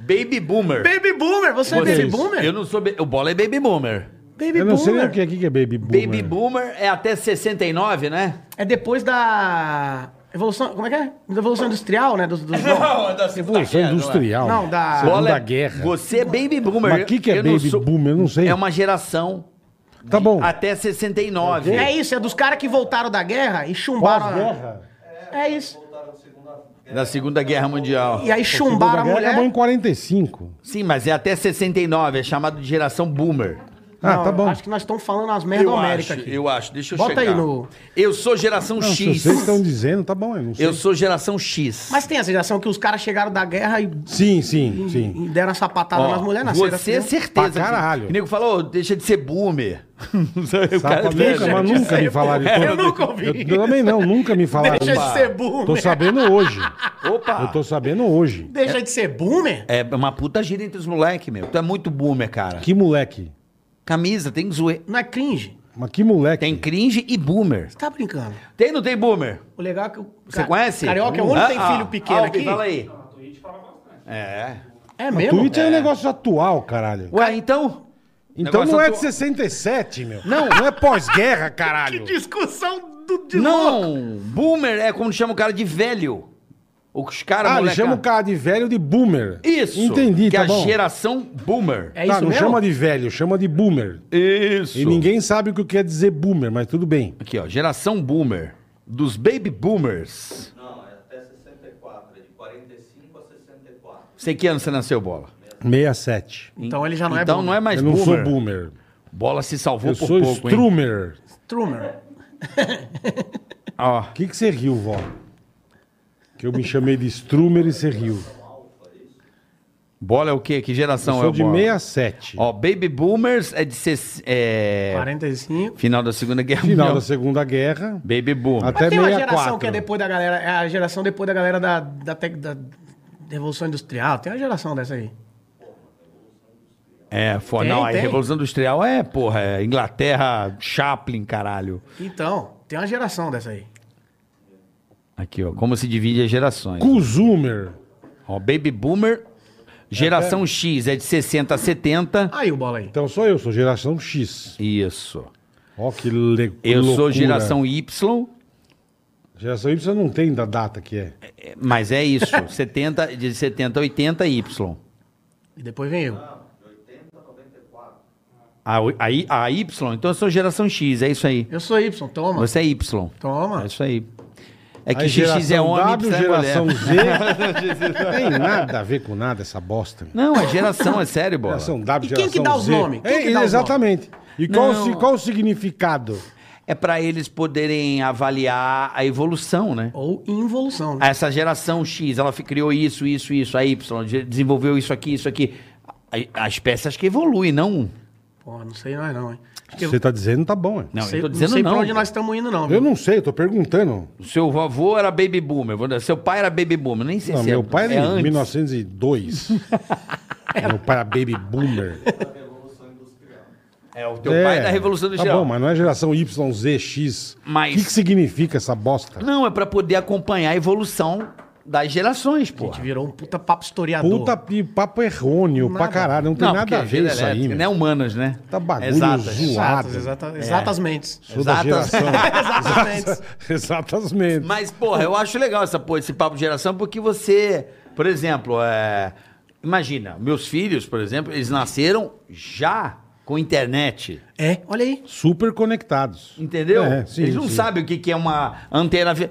Baby Boomer.
Baby Boomer, você é Baby
Vocês.
Boomer?
Eu não sou. be- O Bola é Baby Boomer.
Baby
Eu não sei nem
Boomer
o que é, o que que é Baby Boomer.
Baby Boomer é até 69, né?
é depois da Evolução. Como é que é? Da Evolução Industrial, né? Dos, dos- não.
Evolução industrial.
Não, da-
Ah, Segunda
Bola é-
Guerra.
Você é Baby Boomer.
Mas o que, que é
Eu não
Baby
sou-
Boomer? Eu não sei.
É uma geração
Tá bom.
até 69.
É isso, é dos caras que voltaram da guerra e chumbaram. a-
Pós-guerra.
É isso.
Da Segunda Guerra Mundial.
E aí
Segunda
chumbaram a
Guerra
mulher.
acabou em 45.
Sim, mas é até 69, é chamado de geração boomer.
Ah,
Não,
tá bom.
Acho que nós estamos falando as merdas homéricas
acho,
aqui.
eu acho. Deixa eu
Bota
checar.
aí no-
Eu sou geração
Não, se
X.
vocês estão dizendo, tá bom. Eu não sei.
Eu sou geração X.
Mas tem essa geração que os caras chegaram da guerra e,
Sim,
Hum,
sim, sim.
e deram a sapatada
Ó,
nas mulheres nasceram. assim.
você é
filho.
certeza.
Pra caralho.
Que, o nego falou, "Ô, deixa de ser boomer. O cara-
Sabe, nunca, mas
gente,
nunca
isso
me
aí,
falaram.
pô,
tô-
eu nunca ouvi.
Eu, eu também não, nunca me falaram.
Deixa de
Opa.
ser né? boomer.
Tô sabendo hoje.
Opa!
Eu tô sabendo hoje.
Deixa de ser boomer?
É uma puta gira entre os moleques, meu. Tu é muito boomer, cara.
Que moleque.
Camisa, tem zoe.
Não é cringe?
Mas que moleque.
Tem cringe e boomer.
Você tá brincando.
Tem ou não tem boomer?
O legal é que o.
Você
ca-
conhece?
Carioca é o único que tem
Ah,
filho
ah,
pequeno
Alves,
aqui.
Fala aí. É.
É
A
mesmo?
Twitch é. um negócio atual, caralho.
Ué, então?
então
negócio
não é de
atual.
67, meu. Não, não é pós-guerra, caralho.
discussão do de louco.
Não! Boomer é quando chama o cara de velho. Os caras,
Ah, ele
moleca-
chama o cara de velho de boomer.
Isso!
Entendi,
Que
tá
é
bom.
a geração boomer.
É
Tá,
isso
não
mesmo?
chama de velho, chama de boomer.
Isso!
E ninguém sabe o que quer dizer boomer, mas tudo bem.
Aqui, ó. Geração boomer. Dos baby boomers.
Não, é até 64, é de 45 a 64.
Sei que ano você nasceu, Bola?
67.
Então ele já não é
Então
boomer.
não é mais
Eu não sou
boomer.
boomer.
Bola se salvou
Eu
por
sou
pouco, hein?
stroomer.
é-
Trumer.
Ó.
O que, que você riu, vó? Que eu me chamei de stroomer e você riu.
Bola é o quê? Que
Eu
geração é
sou
o
de
Bola?
67.
Ó, baby boomers é de... ses- É...
45.
Final da Segunda Guerra
Final
Mundial.
da Segunda Guerra.
Baby boomer.
Até
Mas tem uma
64.
geração que é depois da galera. É a geração depois da galera da, da, tec- da Revolução Industrial. Tem uma geração dessa aí.
É, foda.
Tem,
Não, aí
tem.
Revolução Industrial é, porra, é Inglaterra, Chaplin, caralho.
Então, tem uma geração dessa aí.
Aqui, ó, como se divide as gerações.
Cuzumer.
Ó, Baby Boomer, geração X é de 60 a 70.
Aí o bola aí.
Então sou eu, sou geração X.
Isso.
Ó que le...
Eu sou
loucura.
geração Y,
Geração Y não tem da data que é.
é, mas é isso. 70, de 70 a 80 Y.
E depois vem eu.
A, o- a, I- a Y, então eu sou geração X, é isso aí.
Eu sou Y, toma.
Você é Y.
Toma.
É isso aí. É que
Aí
XX é
geração
homem,
W,
Y é
geração
mulher.
Z. Não tem nada a ver com nada essa bosta. meu.
Não, é geração, é sério, bola.
Geração W,
E quem
geração
que dá os
Z.
nomes? Quem
É,
que dá os
exatamente. E qual,
Não.
o si- qual o significado?
É pra eles poderem avaliar a evolução, né?
Ou involução. né?
Essa geração X, ela fi- criou isso, isso, isso, a Y, de- desenvolveu isso aqui, isso aqui. A, a espécie acho que evolui, não.
Pô, não sei nós não, hein? Acho que eu-
Você tá dizendo, tá bom. é.
Não,
sei,
eu tô dizendo
sei
não.
pra onde nós estamos indo, não.
Eu
viu?
não sei, eu tô perguntando.
Seu avô era baby boomer, vou dizer, seu pai era baby boomer, nem sei
Não,
se é-
meu pai
é,
era em
antes.
1902. meu pai era baby boomer.
É, o teu pai é da Revolução
do
Industrial.
Tá bom, mas não é geração Y, Z, X.
Mas-
O que, que significa essa bosta?
Não, é pra poder acompanhar a evolução das gerações,
A
pô.
gente virou um puta papo historiador.
Puta p- papo errôneo pra
Nada.
caralho. Não tem nada a
porque
ver isso
elétrica,
aí, meu.
Né, humanas, né?
Tá bagulho
Exatas.
zoado.
Exatas,
zoado.
É.
exata, exatas mentes.
Sou da
Exatas.
geração.
Exatamente.
Exatamente.
Mas, porra, eu acho legal essa, porra, esse papo de geração, porque você, por exemplo, é, imagina, meus filhos, por exemplo, eles nasceram já com internet.
É, olha aí.
Super conectados.
Entendeu?
É, sim,
eles não
sim.
sabem o que que é uma antena. vi-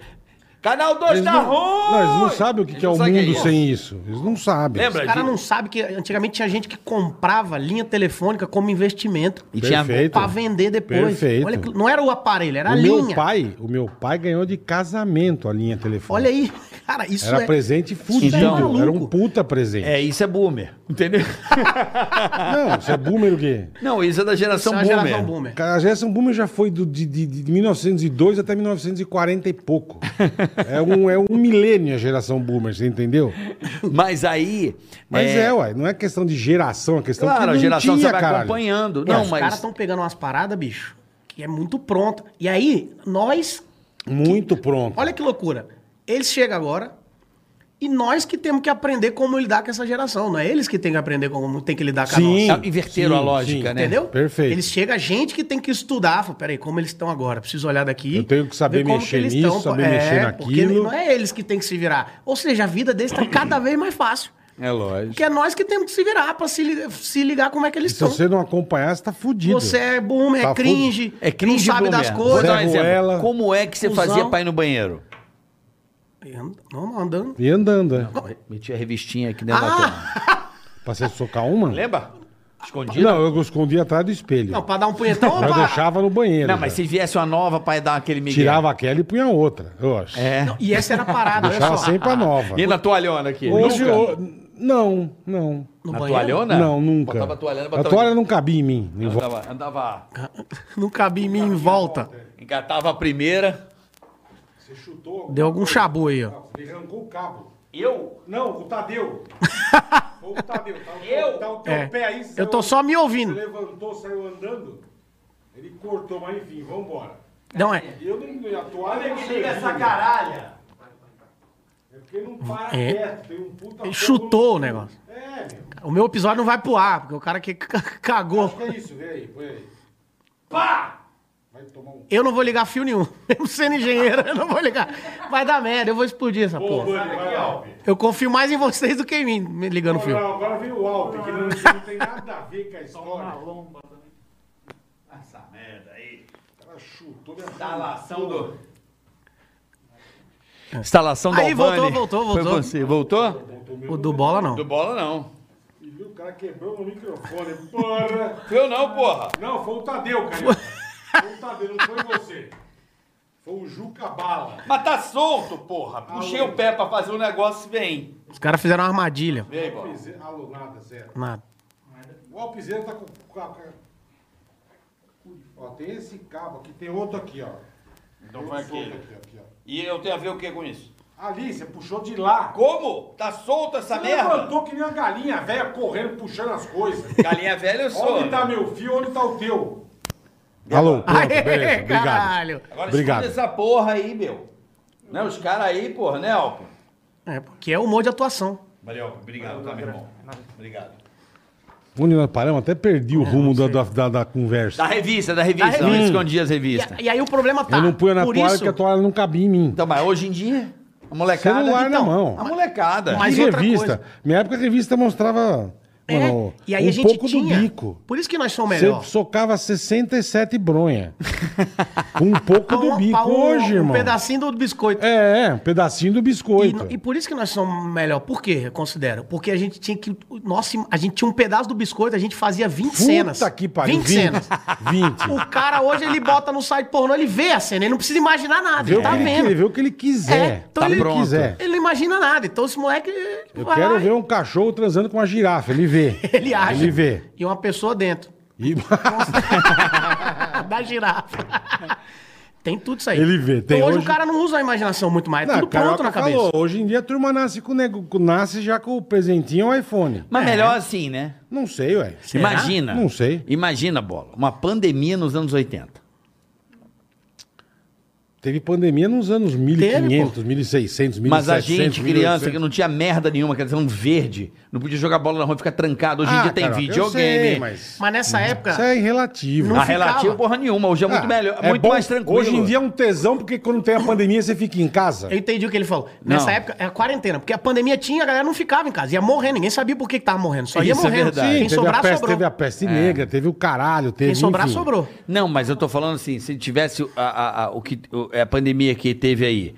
Canal 2
Eles
tá
não,
ruim!
não, eles não sabem o que,
Eles
que é
não
o
sabem
mundo
o que é isso.
sem isso. Eles não sabem.
Lembra?
O cara não sabe que antigamente tinha gente que comprava linha telefônica como investimento
E tinha
Perfeito.
pra vender depois.
Perfeito.
Olha, que- não era o aparelho, era
o
a
meu
linha.
pai, o meu pai ganhou de casamento a linha telefônica.
Olha aí, cara, isso
Era
é...
presente fudido.
Então-
era um puta presente.
É, isso é boomer, entendeu?
Não, você é boomer o quê?
Não, isso é da geração
isso é uma
boomer.
geração boomer.
Cara, A geração boomer já foi do- de, de- de 1902 até 1940 e pouco. É um, é um milênio a geração boomer, você entendeu?
Mas aí.
Mas é, ué, não é questão de geração, é questão
Claro,
que
a
não
geração
tinha,
você vai
caralho. É.
acompanhando.
Não,
Não,
os
mas.
caras estão pegando umas paradas, bicho, que é muito pronto. E aí, nós.
Muito pronto.
Olha que loucura. Eles chegam agora e nós que temos que aprender como lidar com essa geração. Não é eles que têm que aprender como tem que lidar com a
Sim.
nossa.
Ah, Inverteram
Sim,
a lógica,
sim.
né?
Entendeu?
Perfeito.
Eles chegam a gente que tem que estudar. Fala, peraí, como eles estão agora? Preciso olhar daqui.
Eu tenho que saber
ver como
mexer
eles
nisso,
tão. é,
saber mexer
porque
naquilo.
Não é eles que têm que se virar. Ou seja, a vida deles está cada vez mais fácil.
É lógico.
Porque é nós que temos que se virar para se, li- se ligar como é que eles
Se
estão.
você não acompanhar, você tá fudido.
Você é boomer,
Tá
é cringe,
É cringe
não sabe
boomer.
das
Vou
coisas.
dar um
Zé
exemplo.
Ruela.
Como é que você
Cusão.
fazia pra ir no banheiro?
Não, Ah, andando.
E andando, é.
Metia a revistinha aqui dentro
Ah!
da cama.
Pra você socar uma?
Lembra? Escondido?
Não, eu escondia atrás do espelho.
Não, pra dar um punhetão,
eu
opa!
deixava no banheiro.
Não, mas
já.
se viesse uma nova pra dar aquele migué.
Tirava aquela e punha outra, eu acho.
É.
Não, e essa era a parada, olha
Deixava
só.
sempre a nova.
E na toalhona aqui?
Hoje,
Nunca?
eu- não, não.
No
Na
banheiro?
toalhona?
Não, nunca.
Botava a toalhona,
a
botava...
toalha não cabia em mim. em volta.
Andava, andava...
Não cabia em mim em volta.
Engatava a primeira.
Você chutou,
Deu algum chabu aí, ó.
ele arrancou o cabo.
Eu?
Não, o Tadeu. Ou o Tadeu. Tá,
Eu?
Tá o
É, eu tô só me ouvindo.
levantou, saiu andando. Ele cortou, mas enfim, vambora.
Não é.
Eu não. A toalha não
caralha!
É porque não para
É.
quieto, tem um puta.
Ele chutou o negócio.
É, meu.
O meu episódio não vai pro ar, porque o cara que c- cagou.
é isso, vê aí, põe aí.
Pá!
Vai tomar um.
Eu não vou ligar fio nenhum. Mesmo sendo engenheiro, eu não vou ligar. Vai dar merda, eu vou explodir essa porra.
vai lá.
Eu confio mais em vocês do que em mim, me ligando fio.
Agora, agora veio o Alpe, que não, não tem nada a ver com a história.
Essa merda aí.
O cara chutou minha
Instalação Tá do... Instalação do
Aí, voltou,
Albani.
voltou, voltou.
Foi você. Voltou?
O do bola, não.
Do bola, não.
E viu, o cara quebrou o microfone. Porra!
Eu não, porra.
Não, foi o Tadeu, cara. Foi o Tadeu, não foi você. Foi o Juca Bala.
Mas tá solto, porra. Puxei o pé pra fazer um negócio e vem.
Os caras fizeram uma armadilha.
Vem,
O
bola.
Alpizeira- Alô, nada, zero.
Nada.
O Alpizeira tá com. com a- com a- Ó, tem esse cabo aqui, tem outro aqui, ó.
Então foi
Outro solto
aquele.
Aqui, aqui, ó.
E eu tenho a ver o que com isso?
Ali, você puxou de lá.
Como? Tá solta essa
Você
merda?
levantou que nem uma galinha velha correndo, puxando as coisas.
Galinha velha eu sou.
Onde tá meu fio, onde tá o teu?
Alô,
pronto, beleza, obrigado. caralho.
Agora esconde essa porra aí, meu. Né, os caras aí, porra, né, Alpo?
É, porque é humor de atuação.
Valeu, Alpo. Obrigado, tá, meu irmão? Obrigado.
Onde nós paramos? Até perdi o rumo da, da, da- da conversa.
Da revista, da revista.
Da
Eu
revista.
escondia as
E,
revistas.
e aí o problema tá.
eu não punha na
por
toalha
isso,
porque a toalha não cabia em mim.
Então, mas hoje em dia, a molecada...
Celular na
então,
mão.
A molecada.
Mas
e
outra
revista? Minha época a revista mostrava
É,
mano,
e aí
um
a gente
pouco
tinha.
do bico.
Por isso que nós somos
Você
melhor.
socava 67 bronha. Com um pouco
Pra
do
um-
bico
pra um-
hoje,
um
irmão.
pedacinho do biscoito.
É, é, um pedacinho do biscoito.
E, e por isso que nós somos melhor. Por quê, eu considero? Porque a gente tinha que. Nossa, a gente tinha um pedaço do biscoito, a gente fazia 20
Puta
cenas.
que pariu.
20 cenas.
20.
O cara hoje ele bota no site pornô, ele vê a cena, ele não precisa imaginar nada,
Vê
ele
o
tá
que ele,
vendo.
ele vê o que ele quiser.
É, então ele-
pronto. quiser.
Ele não imagina nada. Então esse moleque. ele
Eu
vai lá
quero
e-
ver um cachorro transando com uma girafa. Ele vê.
Ele acha. tá
Ele vê.
E uma pessoa dentro.
E-
da girafa. tem tudo isso aí.
Ele vê, tem
então, hoje,
hoje-
o cara não usa a imaginação muito mais. É
Não,
tudo
Carioca
pronto na cabeça.
falou, hoje em dia a turma nasce com o nego, com- nasce já com o presentinho o iPhone.
Mas melhor assim, né?
Não sei, ué.
Será?
Imagina.
Não sei.
Imagina, bola. Uma pandemia nos anos 80.
Teve pandemia nos anos 1500, 1600, 1700.
Mas a gente, criança, que
1800.
não tinha merda nenhuma, quer dizer, um verde, não podia jogar bola na rua, ficar trancado. Hoje em
Ah,
dia tem
Carioca, eu
videogame.
sei, mas
Mas nessa época.
isso é relativo.
Na
Não ficava.
relativa, porra nenhuma. Hoje é muito
Ah,
melhor,
é
muito
bom-
mais tranquilo.
Hoje em dia é um tesão, porque quando tem a pandemia você fica em casa.
Eu entendi o que ele falou. Nessa
Não.
época, é a quarentena. Porque a pandemia tinha, a galera não ficava em casa. Ia morrendo. Ninguém sabia por que, que tava morrendo. Só ia
Isso é
morrendo.
verdade.
Sim,
Quem
teve,
sobrar,
a peste,
sobrou.
teve a
É.
peste negra, teve o caralho, teve.
Quem sobrar,
enfim.
sobrou.
é Não, mas eu tô falando assim, se tivesse a, a- a- o que, o- a pandemia que teve aí,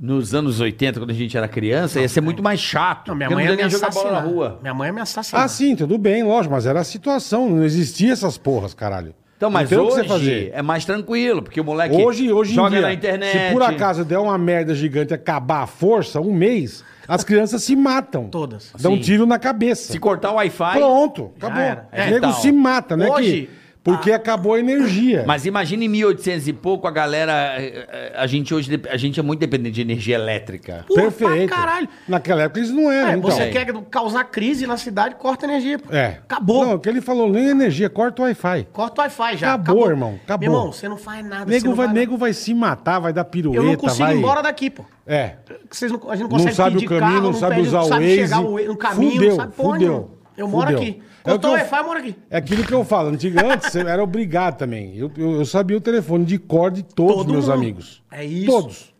nos anos 80, quando a gente era criança, ia ser muito mais chato.
Não, minha
porque
mãe ia
não
me
podia nem jogar bola na
assassinar.
rua.
Minha mãe ia me assassinar.
Ah, sim, tudo bem, lógico, mas era a situação, não existia essas porras, caralho.
Então, mas
não tem o que você
hoje
fazer.
é mais tranquilo, porque o moleque
Hoje, hoje em
joga
dia,
na internet.
se por acaso der uma merda gigante e acabar a força, um mês, as crianças se matam.
Todas.
Dão um
Sim.
tiro na cabeça.
Se cortar o Wi-Fi.
Pronto, acabou.
era.
O nego
É, então,
se mata, né?
hoje-
que- porque acabou a energia.
Mas imagina em 1800 e pouco a galera. eh, eh, A gente hoje a gente é muito dependente de energia elétrica.
Pô, pra caralho.
Naquela época eles não eram,
É,
então.
você quer causar crise na cidade, corta a energia. pô.
É.
Acabou.
Não, o que ele falou, nem energia, corta o Wi-Fi.
Corta o Wi-Fi já.
Acabou, irmão, acabou.
Meu irmão, você não faz nada. você
Nego
não
vai,
vai-
nego vai se matar, vai dar pirueta,
Eu não consigo
vai...
ir embora daqui, pô.
É.
Vocês não, a gente não
Não
consegue
sabe o
pedir
caminho, não sabe usar o
sabe
Waze.
chegar o, Waze no caminho,
Fudeu,
não sabe porra
fudeu,
nenhuma. Eu moro
fudeu.
aqui.
É o que
Cortou o
eu-
Wi-Fi, eu moro aqui.
É aquilo que eu falo. antigo- Antes eu era obrigado também. Eu, eu- eu sabia o telefone de cor de todos os
Todo
meus
mundo.
amigos.
É isso.
Todos.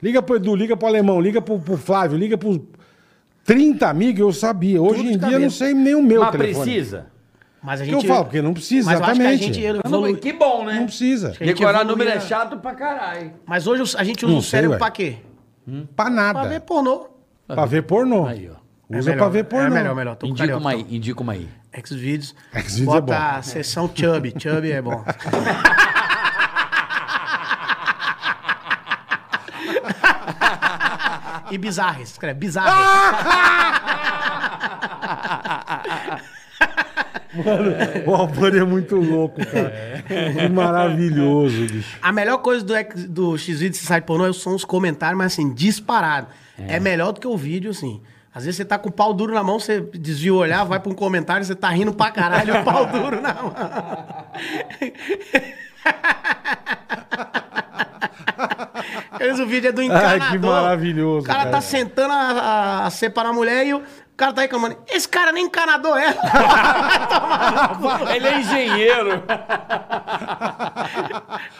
Liga pro Edu, liga pro Alemão, liga pro, pro Flávio, liga pros 30 amigos, eu sabia. Hoje
Tudo de
em dia eu
cabeça.
não sei nem o meu
Mas
telefone.
precisa.
Mas a
que eu
gente...
falo, porque não precisa,
Mas eu acho que a
exatamente.
gente
Mas não-
evolui-
que bom, né?
Não precisa.
gente
Decorar
evoluía-
né?
número é chato pra caralho.
Mas hoje os- a gente usa
Não
o
sei,
cérebro
ué.
pra quê?
Pra nada.
Pra ver pornô.
Pra ver pornô.
Aí, ó.
Usa
melhor,
pra ver pornô.
É melhor, melhor. Tô com
Indica
carioca.
uma aí, indica uma aí.
Xvideos.
Xvideos é
Bota
bom.
a sessão Chubby. Chubby é bom. e bizarres, escreve.
Ah!
Bizarres.
O Albani é muito louco, cara.
É.
Que maravilhoso, bicho.
A melhor coisa do, X- do Xvideos esse site pornô são os comentários, mas assim, disparado. É. melhor do que o vídeo, assim. Às vezes você tá com o pau duro na mão, você desvia o olhar, vai pra um comentário, você tá rindo pra caralho, o pau duro na mão. Eles, o vídeo é do encanador.
Ai, que maravilhoso,
O cara,
cara.
tá sentando a, a, a separar a mulher e o cara tá reclamando. Esse cara nem encanador é.
Ele é engenheiro.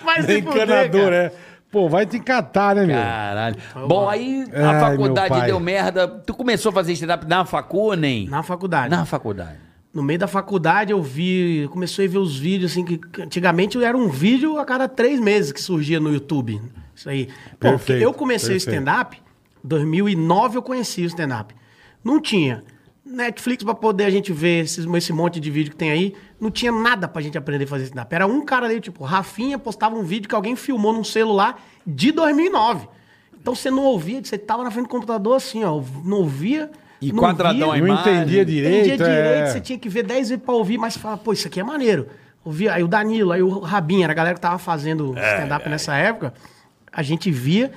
Mas tipo,
É encanador, é. Pô, vai te catar, né, meu?
Caralho. Bom, aí
Ai,
a
meu
faculdade
pai.
deu merda. Tu começou a fazer stand-up na facu ou nem?
é.
Na faculdade.
Na faculdade.
No meio da faculdade eu vi, comecei a ver os vídeos assim que que antigamente era um vídeo a cada três meses que surgia no YouTube. Isso aí. Pô,
Perfeito,
eu comecei o
perfeito.
stand-up, 2009 eu conheci o stand-up. Não tinha Netflix pra poder a gente ver esses- esse monte de vídeo que tem aí. Não tinha nada pra gente aprender a fazer stand-up. Era um cara ali, tipo, Rafinha postava um vídeo que alguém filmou num celular de 2009. Então você não ouvia, você tava na frente do computador assim, ó, não ouvia.
E
não
quadradão
via.
a
Não
imagem.
entendia direito.
Entendia
é.
direito, você tinha que ver 10 vezes pra ouvir, mas fala, pô, isso aqui é maneiro. Ouvi, aí o Danilo, aí o Rabinho, era a galera que tava fazendo
É,
stand-up nessa época, a gente via,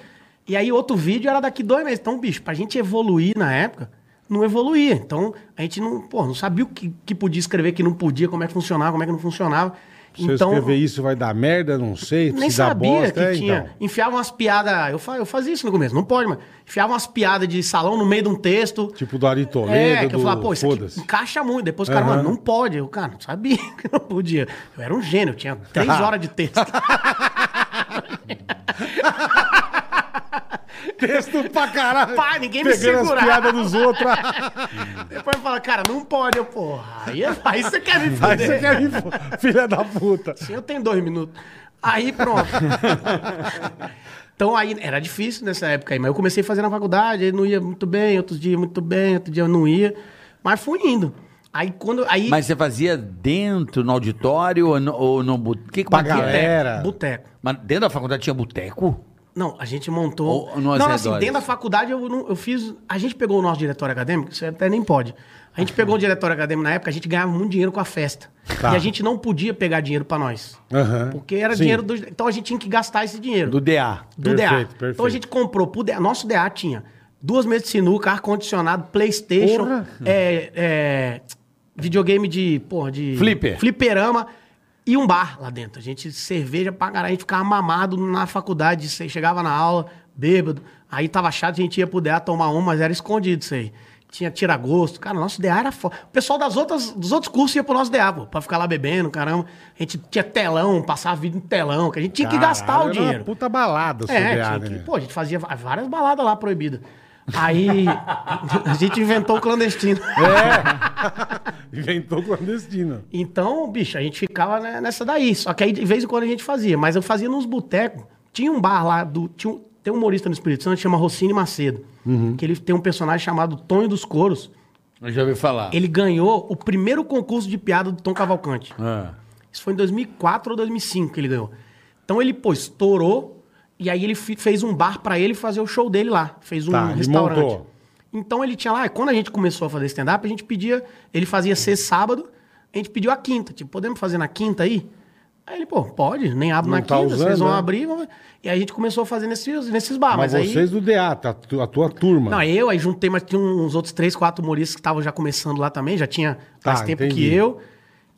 e aí outro vídeo era daqui dois meses. Então, bicho, pra gente evoluir na época, não evoluía. Então, a gente não, pô, não sabia o que, que podia escrever, que não podia, como é que funcionava, como é que não funcionava.
Se eu escrever isso vai dar merda, não sei.
então, Nem
se dá
sabia
bosta,
que
é,
tinha.
então.
Enfiava umas piadas. Eu, fa- eu fazia isso no começo, não pode, mas. Enfiava umas piadas de salão no meio de um texto.
Tipo do Ari Toledo,
É, que
do-
eu falava, pô, isso aqui
foda-se.
encaixa muito. Depois o cara,
Aham.
mano, não pode. Eu, cara, não sabia que não podia. Eu era um gênio, eu tinha três horas de texto.
Texto pra caralho.
Pá, ninguém me
Pegando
segura.
as piadas dos outros.
Depois fala, cara, não pode. Eu, porra, aí, é, aí você quer me
Aí você
fazer.
quer me... fo- Filha da puta.
Assim, eu tenho dois minutos. Aí pronto. então aí era difícil nessa época aí, mas eu comecei a fazer na faculdade, aí não ia muito bem, outros dias muito bem, outro dia eu não ia. Mas fui indo. Aí quando. Aí,
Mas você fazia dentro, no auditório ou no, ou no bu- que que
Pra
boteco?
galera.
boteco.
Mas dentro da faculdade tinha boteco?
Não, a gente montou.
Ou
não,
nos
assim,
arredores.
dentro da faculdade eu, não- eu fiz. A gente pegou o nosso diretório acadêmico, isso até nem pode. A gente pegou o diretório acadêmico na época, a gente ganhava muito dinheiro com a festa.
Tá.
E a gente não podia pegar dinheiro pra nós.
Aham.
Porque era
Sim.
dinheiro do. Então a gente tinha que gastar esse dinheiro.
Do DA.
Do DA.
Perfeito, perfeito.
Então a gente comprou pro DA. Nosso DA tinha duas mesas de sinuca, ar-condicionado, Playstation,
Porra.
é, é, videogame de. Porra, de.
Flipper.
Fliperama e um bar lá dentro. A gente cerveja pra caralho, a gente ficava mamado na faculdade. Você chegava na aula, bêbado. Aí tava chato, a gente ia pro DA tomar um, mas era escondido isso aí. Tinha tira-gosto. Cara, nosso DA era foda. O pessoal das outras, dos outros cursos ia pro nosso DA, pô, pra ficar lá bebendo, caramba. A gente tinha telão, passava vídeo no telão, que a gente tinha que gastar o
Caralho, era
dinheiro.
uma puta balada,
É,
sobre a
tinha
área,
que-
né?
pô, a gente fazia va- várias baladas lá proibidas. Aí a gente inventou o clandestino.
Inventou clandestino.
Então, bicho, a gente ficava né, nessa daí. Só que aí de vez em quando a gente fazia, mas eu fazia nos botecos. Tinha um bar lá do. Tinha um- Tem um humorista no Espírito Santo que chama Rossini Macedo, que ele tem um personagem chamado Tonho dos Coros.
Eu já ouvi falar.
Ele ganhou o primeiro concurso de piada do Tom Cavalcante.
Ah.
Isso foi em 2004 ou 2005 que ele ganhou. Então ele, pô, estourou. E aí ele fi- fez um bar pra ele fazer o show dele lá. Fez um
Tá, ele
restaurante.
montou.
Então ele tinha lá... Quando a gente começou a fazer stand-up, a gente pedia... Ele fazia sexta, sábado. A gente pediu a quinta. Tipo, podemos fazer na quinta aí? Aí ele, pô, pode. Nem abro
Não
na
tá
quinta.
usando,
vocês vão
né?
abrir. vamos ver. E aí a gente começou a fazer nesses, nesses
Ah,
bar.
mas
Mas, aí...
vocês do DEATA, a, tá, tu- a tua turma.
Não, eu aí juntei, mas tinha uns outros três, quatro humoristas que estavam já começando lá também, já tinha
Tá,
mais tempo
entendi.
que eu.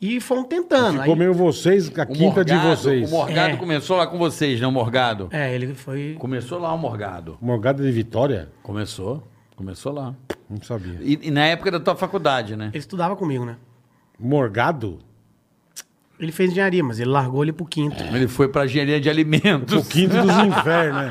E foram tentando.
Ficou
Aí-
meio vocês, a
O
quinta de
Morgado- O
vocês.
Morgado
É.
começou lá com vocês, não, Morgado?
É, ele foi.
Começou lá o Morgado.
Morgada de Vitória?
Começou. Começou lá.
Não sabia.
E, e na época da tua faculdade, né?
Ele estudava comigo, né?
Morgado?
Ele fez engenharia, mas ele largou ele pro quinto.
Ele foi pra engenharia de
É. O
alimentos.
quinto dos infernos, né?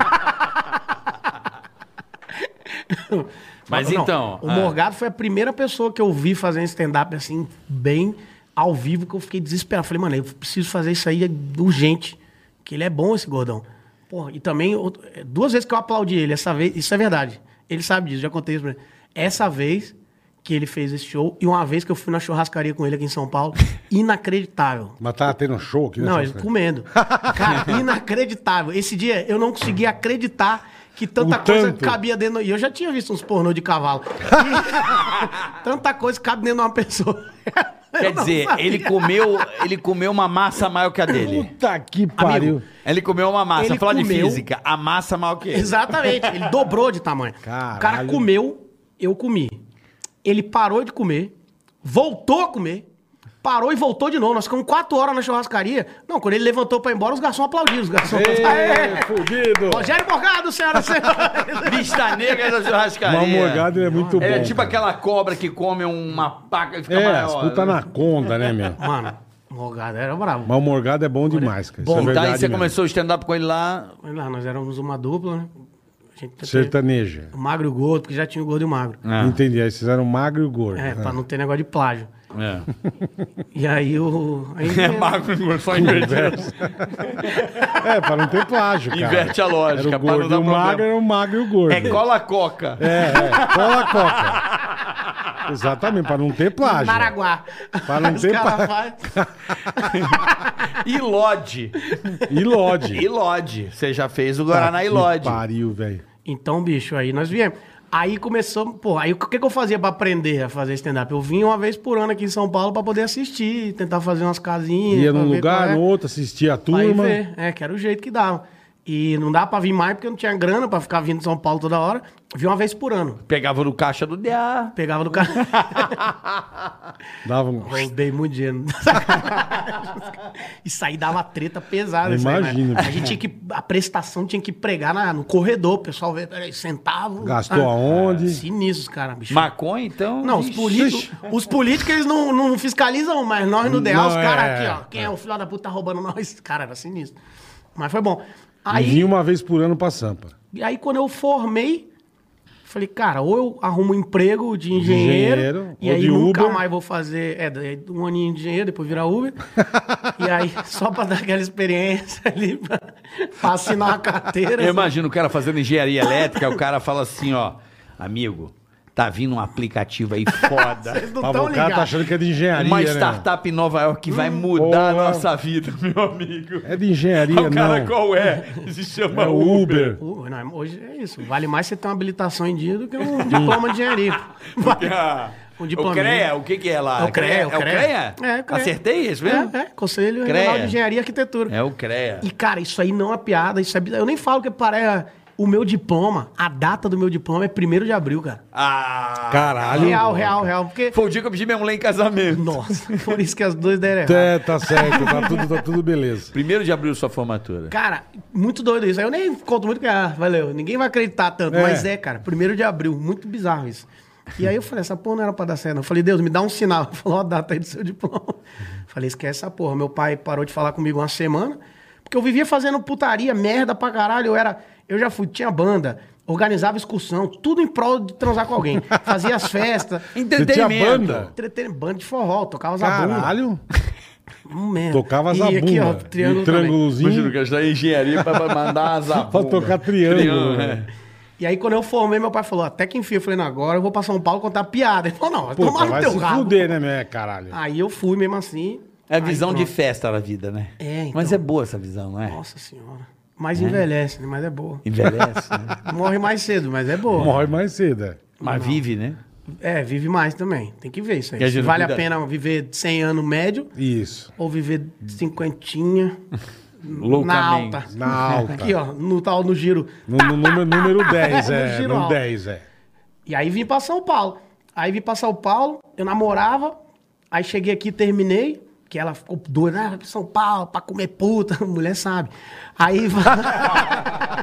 Mas
Não,
então.
O
ah,
Morgado foi a primeira pessoa que eu vi fazendo stand-up assim, bem ao vivo, que eu fiquei desesperado. Falei, mano, eu preciso fazer isso aí é urgente. Que ele é bom, esse gordão. Porra, e também, outro- duas vezes que eu aplaudi ele, essa vez, isso é verdade. Ele sabe disso, já contei isso pra ele. Essa vez que ele fez esse show, e uma vez que eu fui na churrascaria com ele aqui em São Paulo, inacreditável.
Mas tava tendo show aqui, né?
Não, ele comendo. Cara, inacreditável. Esse dia eu não conseguia acreditar que tanta
O
coisa
tanto.
cabia dentro. E eu já tinha visto uns pornô de cavalo. E tanta coisa cabe dentro de uma pessoa.
Quer
Eu não
dizer,
sabia.
ele comeu, ele comeu uma massa maior que a dele.
Puta que pariu.
Ele comeu uma massa.
Ele
Falar de
comeu-
física, a massa maior que ele.
Exatamente. Ele dobrou de tamanho. O cara
Caralho.
comeu, eu comi. Ele parou de comer, voltou a comer, parou e voltou de novo. Nós ficamos quatro horas na churrascaria. Não, quando ele levantou pra ir embora, os garçons aplaudiram. Os garçons É.
Ê, fudido!
Rogério Morgado, senhoras e senhores.
Vista negra da churrascaria.
Mas o Morgado é muito bom.
É tipo
cara.
aquela cobra que come uma paca e fica
É, as
maior.
puta anaconda, né, meu?
Mano, Morgado era bravo.
Mas o Morgado é bom demais, cara.
Bom,
Isso é
tá,
verdade
aí você
mesmo.
começou o stand-up com ele lá.
Mas lá, nós éramos uma dupla, né? A gente teve
tá- Sertaneja.
o magro e o gordo, porque já tinha o gordo e o magro.
Ah. Entendi. Aí vocês eram magro e gordo.
É,
né?
pra não ter negócio de plágio.
É.
E aí o. Aí,
É magro, só inverte.
É, pra não ter plágio, cara.
Inverte a lógica,
Era
pra
o
não
gordo
dar
e o
problema.
magro era o magro e o gordo.
É cola coca.
É, é. Cola a coca. Exatamente, pra não ter plágio.
Maraguá.
Pra não
Os
ter
cara
pá-
faz-
E Lodge.
E lode.
E Lodge. Você já fez o Guaraná e Lodge.
Tá pariu, velho.
Então, bicho, aí nós viemos. Aí começou, pô, aí o que, que eu fazia pra aprender a fazer stand-up? Eu vinha uma vez por ano aqui em São Paulo pra poder assistir, tentar fazer umas casinhas.
Ia
pra
num
ver qual
lugar,
é.
no outro, assistia a
Pra ir
turma.
ver. É, que era o jeito que dava. E não dava pra vir mais porque eu não tinha grana pra ficar vindo de São Paulo toda hora. Vi uma vez por ano.
Pegava no caixa do DA.
Pegava do cara.
Dava um...
Roubei muito dinheiro. Isso aí dava treta pesada.
Eu
isso aí, né?
imagino,
A
bicho.
gente tinha que. A prestação tinha que pregar na- no corredor. O pessoal veio, peraí, centavo. Ah,
Gastou aonde?
Sinistros, cara, bicho.
Maconha, então?
Não, os
Ixi.
políticos, os políticos eles não, não fiscalizam, mas nós no DEA, os
Não,
caras
é,
aqui, ó. Quem é. o filho da puta tá roubando nós? Cara, era sinistro. Mas foi bom.
E
Aí,
vinha uma vez por ano pra Sampa.
E aí, quando eu formei, falei, cara, ou eu arrumo um emprego de engenheiro,
engenheiro,
e
ou
aí
de
nunca
Uber.
mais vou fazer é, daí um aninho de engenheiro, depois virar Uber. e aí, só pra dar aquela experiência ali, pra, pra assinar uma carteira. assim.
Eu
sabe?
imagino o cara fazendo engenharia elétrica, o cara fala assim, ó, amigo, tá vindo um aplicativo aí foda.
Vocês não
Pra o cara
estão
tá
ligados.
achando que é de engenharia,
Uma
né?
startup em Nova York que vai mudar
boa.
a nossa vida, meu amigo.
É de engenharia,
o cara
não.
qual é? Se chama
É o Uber.
Uh, não, hoje é isso. Vale mais você ter uma habilitação em dia do que um diploma de engenharia.
Porque a-
O
o
Um diplominha.
CREA, o que que é lá?
É o CREA,
É o CREA?
É, o CREA.
Acertei isso mesmo?
É, é, Conselho
CREA.
Regional de Engenharia e Arquitetura.
É o CREA.
E, cara, isso aí não é piada. Isso é... bizarro. Eu nem falo que para o meu diploma, a data do meu diploma é 1 de abril, cara.
Ah,
Caralho.
Real, real, real. Porque.
Foi o dia que eu pedi minha mulher em casamento.
Nossa, por isso que as duas deram errado.
É, tá certo, tá tudo, tá tudo beleza.
Primeiro de abril sua formatura.
Cara, muito doido isso. Aí Eu nem conto muito que, ah, valeu, ninguém vai acreditar tanto.
É.
Mas é, cara, primeiro de abril, muito bizarro isso. E aí eu falei, essa porra não era pra dar certo. não. Eu falei, Deus, me dá um sinal. Ele falou a data aí do seu diploma. Eu falei, esquece essa porra. Meu pai parou de falar comigo uma semana, porque eu vivia fazendo putaria, merda pra caralho. Eu era, eu já fui, tinha banda, organizava excursão, tudo em prol de transar com alguém. Fazia as festas,
Você tinha
Entretenimento.
banda?
entretenimento, banda de forró, tocava zabumba.
Caralho.
Um merda.
Tocava as
E aqui, ó,
abumas.
triângulo
um
também.
Imagina
triângulozinho.
que eu estudei engenharia pra pra mandar as
Pra
abundas.
tocar triângulo, né?
é.
E aí, quando eu formei, meu pai falou: até que enfim, eu falei, não, agora eu vou pra São Paulo contar piada. Ele falou, não, vai
Puta,
tomar no
vai
teu
se
rabo.
fuder, né, meu? Caralho.
Aí eu fui mesmo assim.
É a
Aí
visão de
pronto.
festa da vida, né?
É, então.
Mas é boa essa visão, não é?
Nossa senhora. Mas envelhece, né? Mas é boa.
Envelhece, né?
Morre mais cedo, mas é boa.
Morre mais cedo. é.
Mas vive, né?
É, vive mais também. Tem que ver isso aí.
Quer dizer,
Se vale
cuidado.
a pena viver 100 anos médio
Isso.
ou viver cinquentinha na
Loucamente.
alta.
Na alta.
Aqui, ó, no tal, no giro.
No, no número, número 10,
No
é.
giro
No
alto.
10, é.
E aí vim pra São Paulo. Aí vim pra São Paulo, eu namorava, aí cheguei aqui, terminei, que ela ficou doida, ah, vai pra São Paulo pra comer puta, mulher sabe. Aí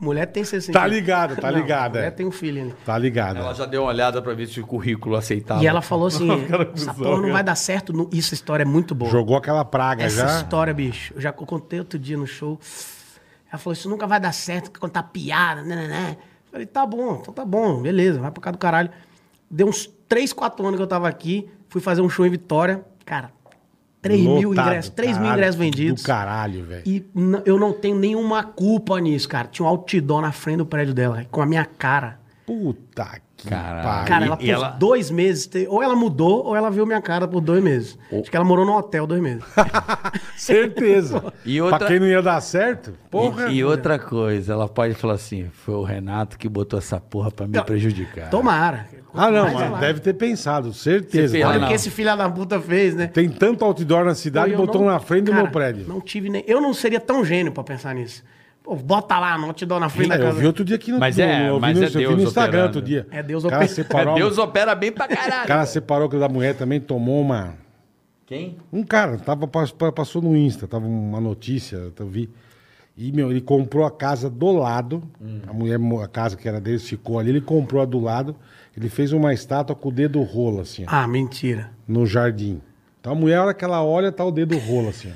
mulher tem 60.
Tá ligado, tá
Não,
ligado, é.
Mulher tem um filho ainda.
Tá ligado.
Ela já deu uma olhada pra ver se o currículo aceitava.
E ela falou assim,
cara,
essa
cuzão,
porra não
cara.
vai dar certo, não- isso a história é muito boa.
Jogou aquela praga
Essa
já.
história, bicho, eu já contei outro dia no show. Ela falou, isso nunca vai dar certo, que contar piada, né, né, né. Eu Falei, tá bom, então tá bom, beleza, vai pra casa do caralho. Deu uns 3, 4 anos que eu tava aqui, fui fazer um show em Vitória, cara, 3 mil
Lotado,
ingressos, 3 mil
caralho,
ingressos vendidos.
Do caralho, velho.
E n- eu não tenho nenhuma culpa nisso, cara. Tinha um outdoor na frente do prédio dela, com a minha cara.
Puta que
Caralho.
pariu.
Cara, ela
e
por
ela-
dois meses, te- ou ela mudou, ou ela viu minha cara por dois meses. Acho que ela morou num hotel dois meses.
Certeza.
E outra-
Pra quem não ia dar certo, porra.
E, e outra coisa, ela pode falar assim: foi o Renato que botou essa porra pra me
Não.
prejudicar.
Tomara.
Ah, não,
Mas
mas
ela-
deve ter pensado, certeza.
Você fez
Olha,
lá
Olha o que esse filho da puta fez, né?
Tem tanto outdoor na cidade,
Eu
botou
não-
na frente do
Cara,
meu prédio.
Não tive nem. Eu não seria tão gênio pra pensar nisso. Pô, bota lá, não te dou na frente
É,
da
eu
casa.
vi outro dia aqui no
Mas
no-
é-
eu vi
mas
no,
é
eu vi no
Deus
Instagram
operando.
outro dia.
É Deus
o cara
operando.
separou,
Deus
O
opera bem pra caralho.
cara separou que da mulher também tomou uma.
Quem?
Um cara, tava, pass- passou no Insta, tava uma notícia, eu vi. E, meu, ele comprou a casa do lado. A mulher, mo- a casa que era deles, ficou ali. Ele comprou a do lado. Ele fez uma estátua com o dedo rolo, assim, ó,
Ah, mentira.
no jardim. Então a mulher, a hora que ela olha, tá o dedo rolo, assim,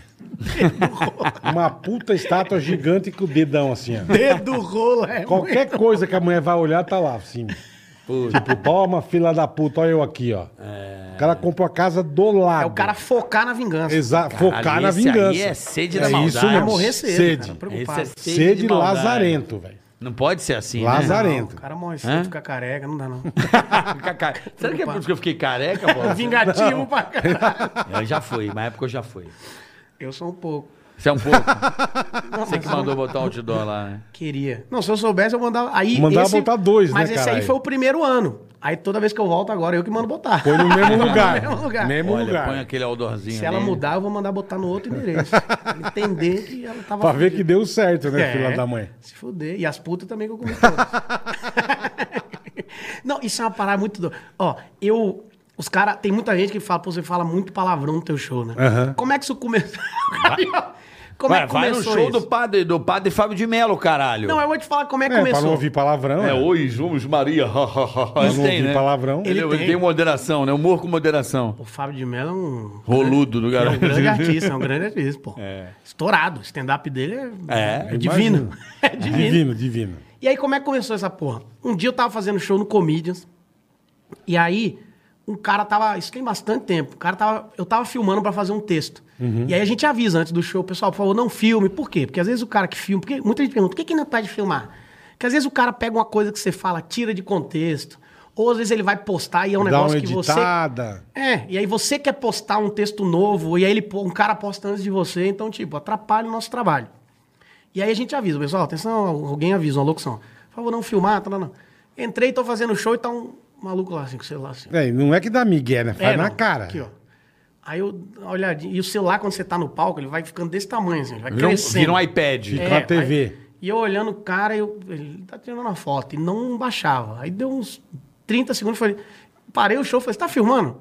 ó. uma puta estátua gigante com o dedão, assim, ó.
Dedo rolo é.
Qualquer coisa que a mulher vai olhar, tá lá, assim. Tipo, toma, fila da puta, olha eu aqui, ó. O cara comprou a casa do lado.
É o cara focar na vingança.
Exato, focar
Caralho,
na
esse
vingança.
aí é sede da
É
maldade.
isso
Vai
mesmo.
morrer cedo.
Sede.
Cara, preocupado.
Esse é
Sede,
Sede de maldade.
lazarento, velho.
Não pode ser assim, né?
Lazarento.
Não, o cara morre cedo, fica careca, não dá não.
Fica ca- Será que é por isso que eu fiquei careca, pô?
Vingativo pra caralho.
Eu já fui, na época eu já fui.
Eu sou um pouco.
Você é um pouco. Você que mandou botar um outdoor lá, né?
Queria. Não, se eu soubesse, eu mandava. Aí,
Mandava botar dois, né,
Mas esse aí
caralho?
foi o primeiro ano. Aí toda vez que eu volto agora, eu que mando botar.
Foi no mesmo lugar.
mesmo lugar.
Mesmo
Olha,
lugar.
põe aquele aldorzinho
Se ela
ali.
mudar, eu vou mandar botar no outro endereço. Pra ela entender que ela tava.
Pra ver que deu certo, né,
É,
fila da mãe?
Se fuder. E as putas também que eu comi todas. Não, isso é uma parada muito doida. Ó, eu. Os caras. Tem muita gente que fala, pô, você fala muito palavrão no teu show, né?
Aham.
Como é que isso começou? Como
Vai,
é que
vai no
começou?
show
isso?
do padre, do padre Fábio de Melo, caralho.
Não, eu vou te falar como é que
É, pra não
começou.
ouvir palavrão.
É,
É,
oi, Jumos Maria.
Pra não ouvir palavrão.
Ele,
Ele
ele tem.
tem.
moderação, né? Humor com moderação.
O Fábio de Mello é um.
Roludo do
É
garoto.
um grande artista, é um grande artista, pô. Estourado. O stand-up dele é,
É,
é divino.
É. imagino.
É divino.
Divino, divino.
E aí, como é que começou essa porra? Um dia eu tava fazendo show no Comedians. E aí, um cara tava. Isso tem bastante tempo. O cara tava. Eu tava filmando pra fazer um texto. E aí a gente avisa antes do show, pessoal, por favor, não filme. Por quê? Porque às vezes o cara que filma. Porque muita gente pergunta, por que, que não tá de filmar? Porque às vezes o cara pega uma coisa que você fala, tira de contexto. Ou às vezes ele vai postar e é um
Dá uma
negócio que você.
editada.
É, e aí você quer postar um texto novo, e aí ele, po- um cara posta antes de você, então, tipo, atrapalha o nosso trabalho. E aí a gente avisa, pessoal, atenção, alguém avisa, uma locução. Por favor, não filmar, tá, não, não. Entrei, tô fazendo show e tá um maluco lá, assim, com o celular, assim.
É, não é que dá migué, né? Faz
É,
na
não,
cara.
Aqui, ó. Aí eu, dou uma olhadinha, e o celular, quando você tá no palco, ele vai ficando desse tamanho, assim, ele vai
Vira um,
crescendo.
vira um iPad.
Fica uma
É, aí-
TV.
e eu olhando o cara, eu, ele tá tirando uma foto e não baixava. Aí deu uns 30 segundos, falei, parei o show, falei, você tá filmando?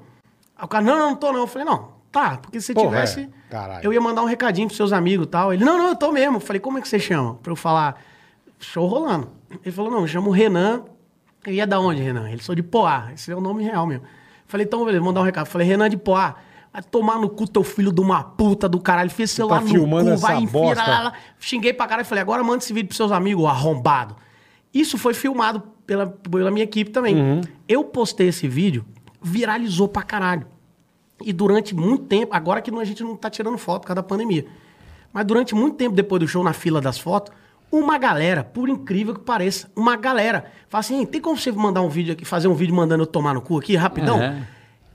Aí o cara, não, não, não tô não. Eu falei, não, tá, porque se
Porra,
tivesse,
é, caralho.
eu ia mandar um recadinho pros seus amigos e tal. Ele, não, não, eu tô mesmo. Eu falei, como é que você chama? Pra eu falar, show rolando. Ele falou, não, eu chamo o Renan. Eu ia da onde, Renan? Ele, sou de Poá. Esse é o nome real mesmo. Eu falei, então, beleza, vou mandar um recado. Eu falei, Renan de Poá. Vai tomar no cu teu filho de uma puta do caralho. Fez celular no
tá filmando
cu,
essa
vai
bosta.
enfiar lá. Xinguei pra caralho e falei, agora manda esse vídeo pros seus amigos, ô arrombado. Isso foi filmado pela, pela minha equipe também. Eu postei esse vídeo, viralizou pra caralho. E durante muito tempo, agora que não- a gente não tá tirando foto por causa da pandemia, mas durante muito tempo depois do show, na fila das fotos, uma galera, por incrível que pareça, uma galera, fala assim, "Ei, tem como você mandar um vídeo aqui, fazer um vídeo mandando eu tomar no cu aqui, rapidão?
É.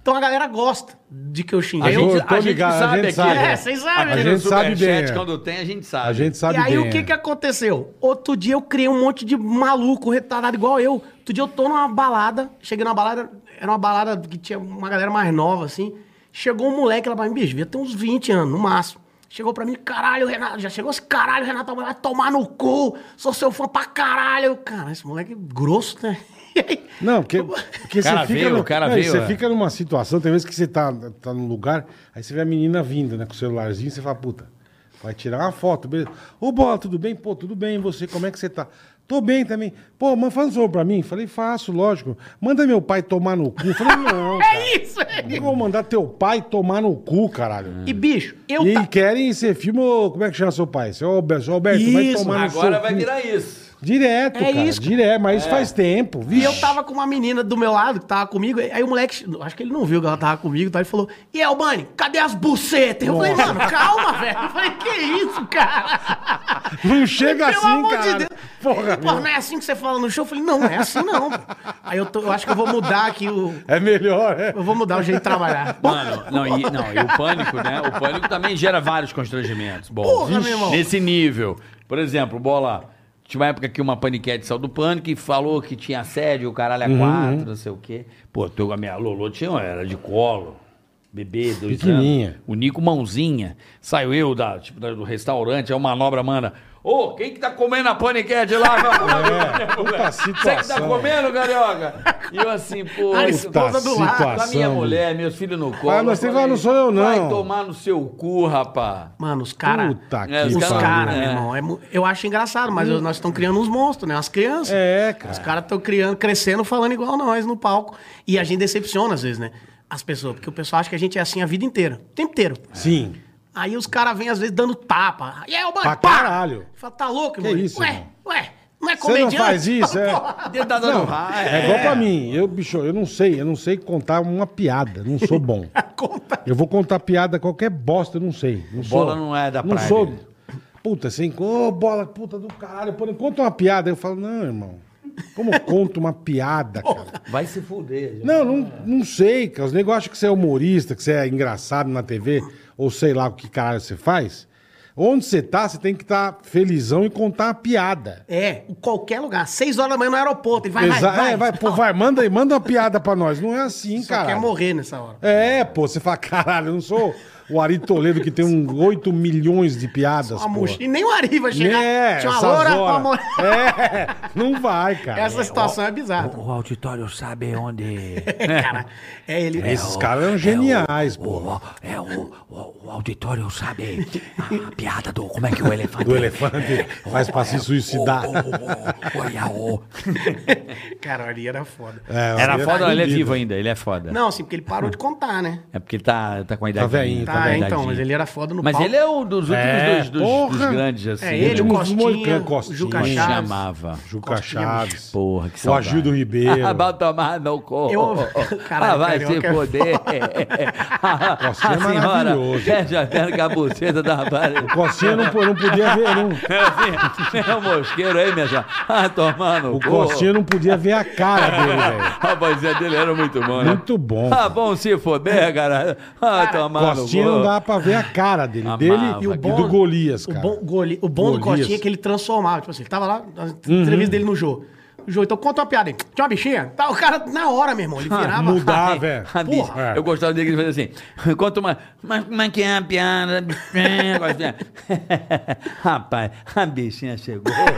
Então a galera gosta de que eu xinguei.
gente-
Eu-
tô ligado, a gente sabe.
É, vocês sabem,
Aqui
A
né?
no
gente sabe
Superchat,
bem, é.
Quando tem, a gente sabe.
A gente sabe
e aí,
bem. é.
o que que aconteceu? Outro dia eu criei um monte de maluco, retardado, igual eu. Outro dia eu tô numa balada, cheguei numa balada, era uma balada que tinha uma galera mais nova, assim. Chegou um moleque lá pra mim, bicho, devia ter uns 20 anos, no máximo. Chegou pra mim, caralho, Renato, já chegou esse caralho, Renato, vai tomar no cu, sou seu fã pra caralho. Cara, esse moleque é grosso, né?
Não, porque, porque
O cara
você fica.
veio,
no-
o cara
não, e
veio,
Você
é.
fica numa situação, tem vezes que você tá, tá num lugar, aí você vê a menina vindo, né, com o celularzinho, você fala, puta, vai tirar uma foto, beleza. Ô, Bola, tudo bem? Pô, tudo bem, e você, como é que você tá? Tô bem também. Pô, mas faz um favor pra mim? Falei, faço, lógico. Manda meu pai tomar no cu. Falei, não, cara.
É isso, é.
Como que eu vou mandar teu pai tomar no cu, caralho?
E, bicho, É. eu
E
ta-
aí querem ser filme, ô, como é que chama seu pai? Seu Alberto, seu Alberto vai
Isso,
tomar no seu
Agora vai
cu.
virar isso.
Direto,
É
cara,
isso, cara.
direto, mas isso faz tempo.
E eu
vixe.
tava com uma menina do meu lado, que tava comigo, aí o moleque, acho que ele não viu que ela tava comigo, tá? Ele falou, e aí, Albani, cadê as bucetas? Eu falei, mano, calma, velho. Eu falei, que isso, cara?
Não chega
Pelo
assim,
amor
cara.
de Deus.
Porra,
Ele, Pô, não é assim que você fala no show? Eu falei, não, não é assim não. Aí eu, tô- eu acho que eu vou mudar aqui o...
É melhor, é.
Eu vou mudar o jeito de trabalhar.
Mano, não, e, não, e o pânico, né? O pânico também gera vários constrangimentos. Bom,
Porra, meu irmão.
Nesse nível. Por exemplo, bola. Tinha uma época que uma paniquete saiu do pânico e falou que tinha assédio, o caralho
Uhum.
é quatro, não sei o quê. Pô, teu, a minha Lolo tinha, era de colo. Bebê, dois
Pequenininha.
anos. O Nico Mãozinha. Saiu eu da, tipo, da- do restaurante, é uma manobra, mana. Ô, quem que tá comendo a paniquete lá?
É, puta
Você que tá
situação.
comendo, carioga? E eu assim, pô...
Ah,
isso-
puta do lado,
Com a minha
situação,
mulher, meus filhos no colo.
Ah, mas você
eu
fala, não sou eu, não.
Vai tomar no seu cu, rapá.
Mano, os caras...
Puta que
É,
Os
pariu.
caras,
cara,
meu
é.
irmão, é mu- eu acho engraçado, mas eu- nós estamos criando uns monstros, né? Umas crianças.
É, cara.
Os caras estão criando, crescendo, falando igual nós no palco. E a gente decepciona, às vezes, né? As pessoas, porque o pessoal acha que a gente é assim a vida inteira, o tempo inteiro.
Sim.
Aí os caras vêm, às vezes, dando tapa. E aí, ô, mano,
Pra
pá!
caralho.
Fala, tá louco,
Que
irmão?
isso,
ué,
irmão?
ué, não é
Você não
comediante?
faz isso, é.
Dedada no
Não,
raio.
é igual pra mim. Eu, bicho, eu não sei, eu não sei contar uma piada, não sou bom.
Conta.
Eu vou contar piada qualquer bosta, eu não sei. Não sou-
Bola não é da
Não
praia
sou.
dele.
Puta, assim, ô bola, puta do caralho. Pô, conta uma piada. Eu falo, não, irmão. Como eu conto uma piada, cara?
Vai se fuder.
Não, não, não sei, cara. Os negros acham que você é humorista, que você é engraçado na TV, ou sei lá o que caralho você faz. Onde você tá, você tem que estar felizão e contar uma piada.
É, em qualquer lugar. Seis horas da manhã no aeroporto. Ele vai,
Exa-
vai, vai.
é, vai, pô, vai, manda aí, manda uma piada pra nós. Não é assim,
Só
cara.
quer morrer nessa hora.
É, pô, você fala, caralho, eu não sou o Ari Toledo que tem um 8 milhões de piadas,
Uma
pô.
mochila. E nem o Ari vai chegar.
É,
Tinha uma
essas
loura,
horas.
uma mo-
É, não vai, cara.
Essa situação é bizarra.
O auditório sabe onde.
É, cara. É ele.
Esses caras são geniais, pô.
é, o, o, o auditório sabe a piada do. Como é que o elefante. É,
Do elefante faz pra se suicidar.
Olha, o.
Cara, o Ari era foda.
É, o
Era
Ari
foda, ele é
fudido.
vivo ainda, ele é foda.
Não, assim, porque ele parou de contar, né?
É porque ele tá, tá com a idade.
velhinho,
dele,
tá
Tá,
com a idade
então,
dele.
mas ele era foda no
Mas
palco.
ele é um dos últimos
É,
dois, dos, dos
porra.
grandes, assim.
É ele, o
né?
Últimos
Costinha,
Moicano, Costinha.
o Juca
Como
Chaves.
chamava.
Juca
é
Chaves.
Porra, que
O
saudade.
Agildo Ribeiro.
Ah, Vai tomar no corpo.
Eu- Caralho,
ah, vai se
carioca é
foder. a
Costinha é
senhora
maravilhoso.
quer jantar com a buceta da rapariga.
Costinha não, po- não podia ver, não.
É o mosqueiro aí, minha senhora. Ah, tomando
O Costinha não podia ver a cara dele, velho.
A vozinha dele era muito boa, né?
Muito bom.
Ah, bom se foder, cara. Ah, tomar no
Costinha não
cu.
dava pra ver a cara dele,
Amava,
dele e,
E o
e
Ah, bom-
do Golias,
O
cara.
bom, gole- o bom do
Golias. Uhum.
Cotinha é que ele transformava. Tipo assim, ele tava lá, na entrevista dele no Jô. O Jô, então conta uma piada aí. Tinha uma bichinha? Tá, o cara, na hora, meu irmão, ele virava.
mudava. Ah, velho.
Ah, bicho,
Porra.
Eu gostava dele que ele fazia assim. Conta uma. Mas como é que é a piada? bichinha? Gostinha. Rapaz, a bichinha chegou.
assim,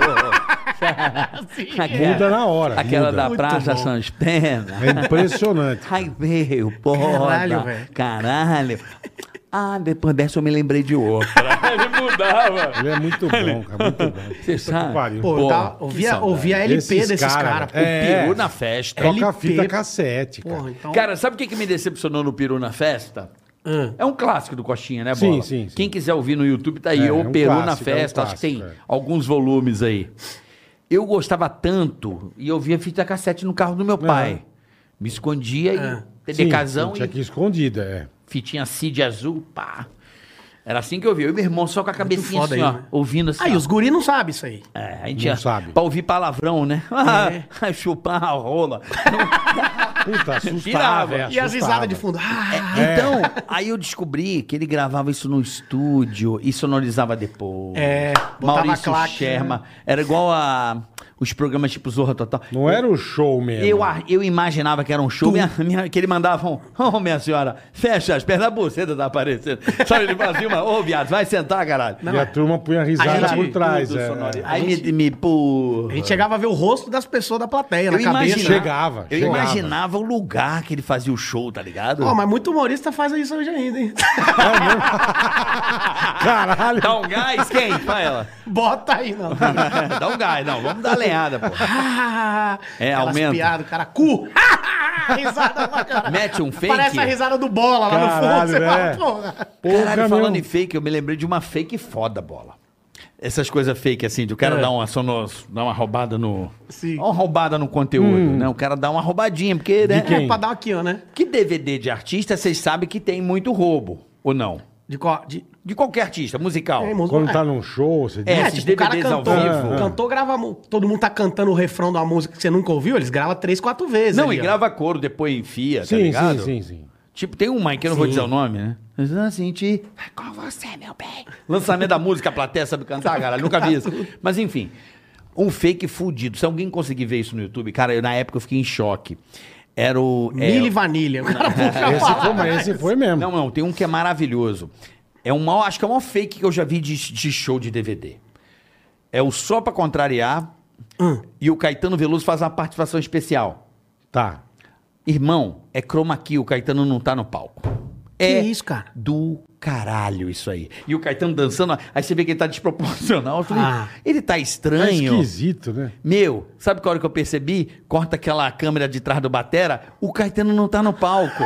é.
Aquela-
É. Muda na hora,
Aquela
muda.
da
Muito
Praça
bom.
Sans Pena.
É impressionante.
Ai, veio, porra.
Caralho, velho.
Caralho. Ah, depois dessa eu me lembrei de outra. Ele mudava.
Ele é muito bom, cara. Muito bom.
Você sabe?
pariu.
Pô, eu
Porra,
tava-
que
ouvia,
saudade.
ouvia LP
Esses
desses
cara,
caras. pô.
é. Então-
Peru na festa.
É.
Toca a fita
LP.
cassete, cara.
Porra, então.
Cara, sabe o que, que me decepcionou no Peru na festa?
Hum.
É um clássico do Coxinha, né,
Ah. Sim,
Bola?
sim, sim.
Quem quiser ouvir no YouTube, tá aí.
É,
o
é um
Peru na
clássico, é um
festa, acho que tem
clássico, é.
alguns volumes aí. Eu gostava tanto e eu via fita cassete no carro do meu pai. Me escondia
É.
e
Ah. Sim,
TDKzão
Tinha
e
que ir escondida, é.
fitinha CID azul, pá. Era assim que eu vi. Eu e meu irmão só com a cabecinha
foda
assim,
aí,
ó,
né?
ouvindo assim.
Aí
ó.
os guri não sabem isso aí.
É, a gente
Não
ia-
sabe.
Pra ouvir palavrão, né?
É.
Ah, Chupar a rola.
Puta, assustava.
Pirava.
é,
E as
assustava.
risadas de fundo. Ah,
Então, aí eu descobri que ele gravava isso no estúdio e sonorizava depois.
É, botava
Maurício
claque,
Sherman. Era igual a os programas tipo Zorra Total.
Não era o show mesmo.
Eu, ar- eu imaginava que era um show, minha- minha- que ele mandava um, ô minha senhora, fecha as pernas, a buceta tá aparecendo. Sabe, ele fazia uma, ô viado, vai sentar, caralho.
E a turma punha risada
gente-
por trás.
Tudo
é.
sonori-
A
Aí me-
gente-
me, pô...
a gente chegava a ver o rosto das pessoas da plateia,
Eu
na cabeça. né?
imaginava,
Chegava,
eu
chegava.
imaginava o lugar que ele fazia o show, tá ligado?
Ó, mas muito humorista faz isso hoje ainda, hein?
Caralho.
Dá um gás, quem? Vai ela.
Bota aí, não.
Dá um gás, não, vamos dar lenhada, pô. É,
Aquelas
aumenta.
piadas, o cara, cu. risada pra caralho.
Mete um fake.
Parece a risada do Bola lá
Caralho, é.
no fundo. Você fala,
velho.
porra.
Porra,
Caralho,
meu.
falando em fake, eu me lembrei de uma fake foda, bola. Essas coisas fake, assim, de o cara
É.
dar, uma sonor, dar uma roubada no.
Sim. Hum.
Uma roubada no conteúdo, né? O cara dá uma roubadinha, porque. Né?
É pra dar aqui, ó, né?
Que DVD de artista vocês sabem que tem muito roubo, ou não?
De qual? De...
De qualquer artista, musical.
É, música-
Quando tá num show, você
É,
diz.
É,
esses
tipo, o cara
DVDs ao
cantou,
vivo.
cantou, grava. mu- Todo mundo tá cantando o refrão de uma música que você nunca ouviu, eles gravam três, quatro vezes.
não,
ali,
e
ó.
grava couro, depois enfia, tá
Sim,
ligado?
sim, sim, sim.
Tipo, tem uma aí que eu não vou dizer o nome, né? Mas não senti. Vai com você, meu bem. Lançamento da música, a plateia sabe cantar, cara. Nunca vi isso. Mas enfim, um fake fudido. Se alguém conseguir ver isso no YouTube, cara, eu, na época eu fiquei em choque. Era o. é,
Milho e vanilha. O cara puxa a
Esse foi,
palavra.
mas esse foi mesmo.
Não, não, tem um que é maravilhoso. É um maior, acho que é o maior fake que eu já vi de, de show de DVD. É o Só Pra Contrariar
Hum.
e o Caetano Veloso faz uma participação especial.
Tá.
Irmão, é chroma key, o Caetano não tá no palco. É
isso, cara?
do caralho isso aí. E o Caetano dançando, aí você vê que ele tá desproporcional. Eu falei,
Ah.
ele tá
É
estranho.
esquisito, né?
Meu, sabe qual hora que eu percebi? Corta aquela câmera de trás do Batera, o Caetano não tá no palco.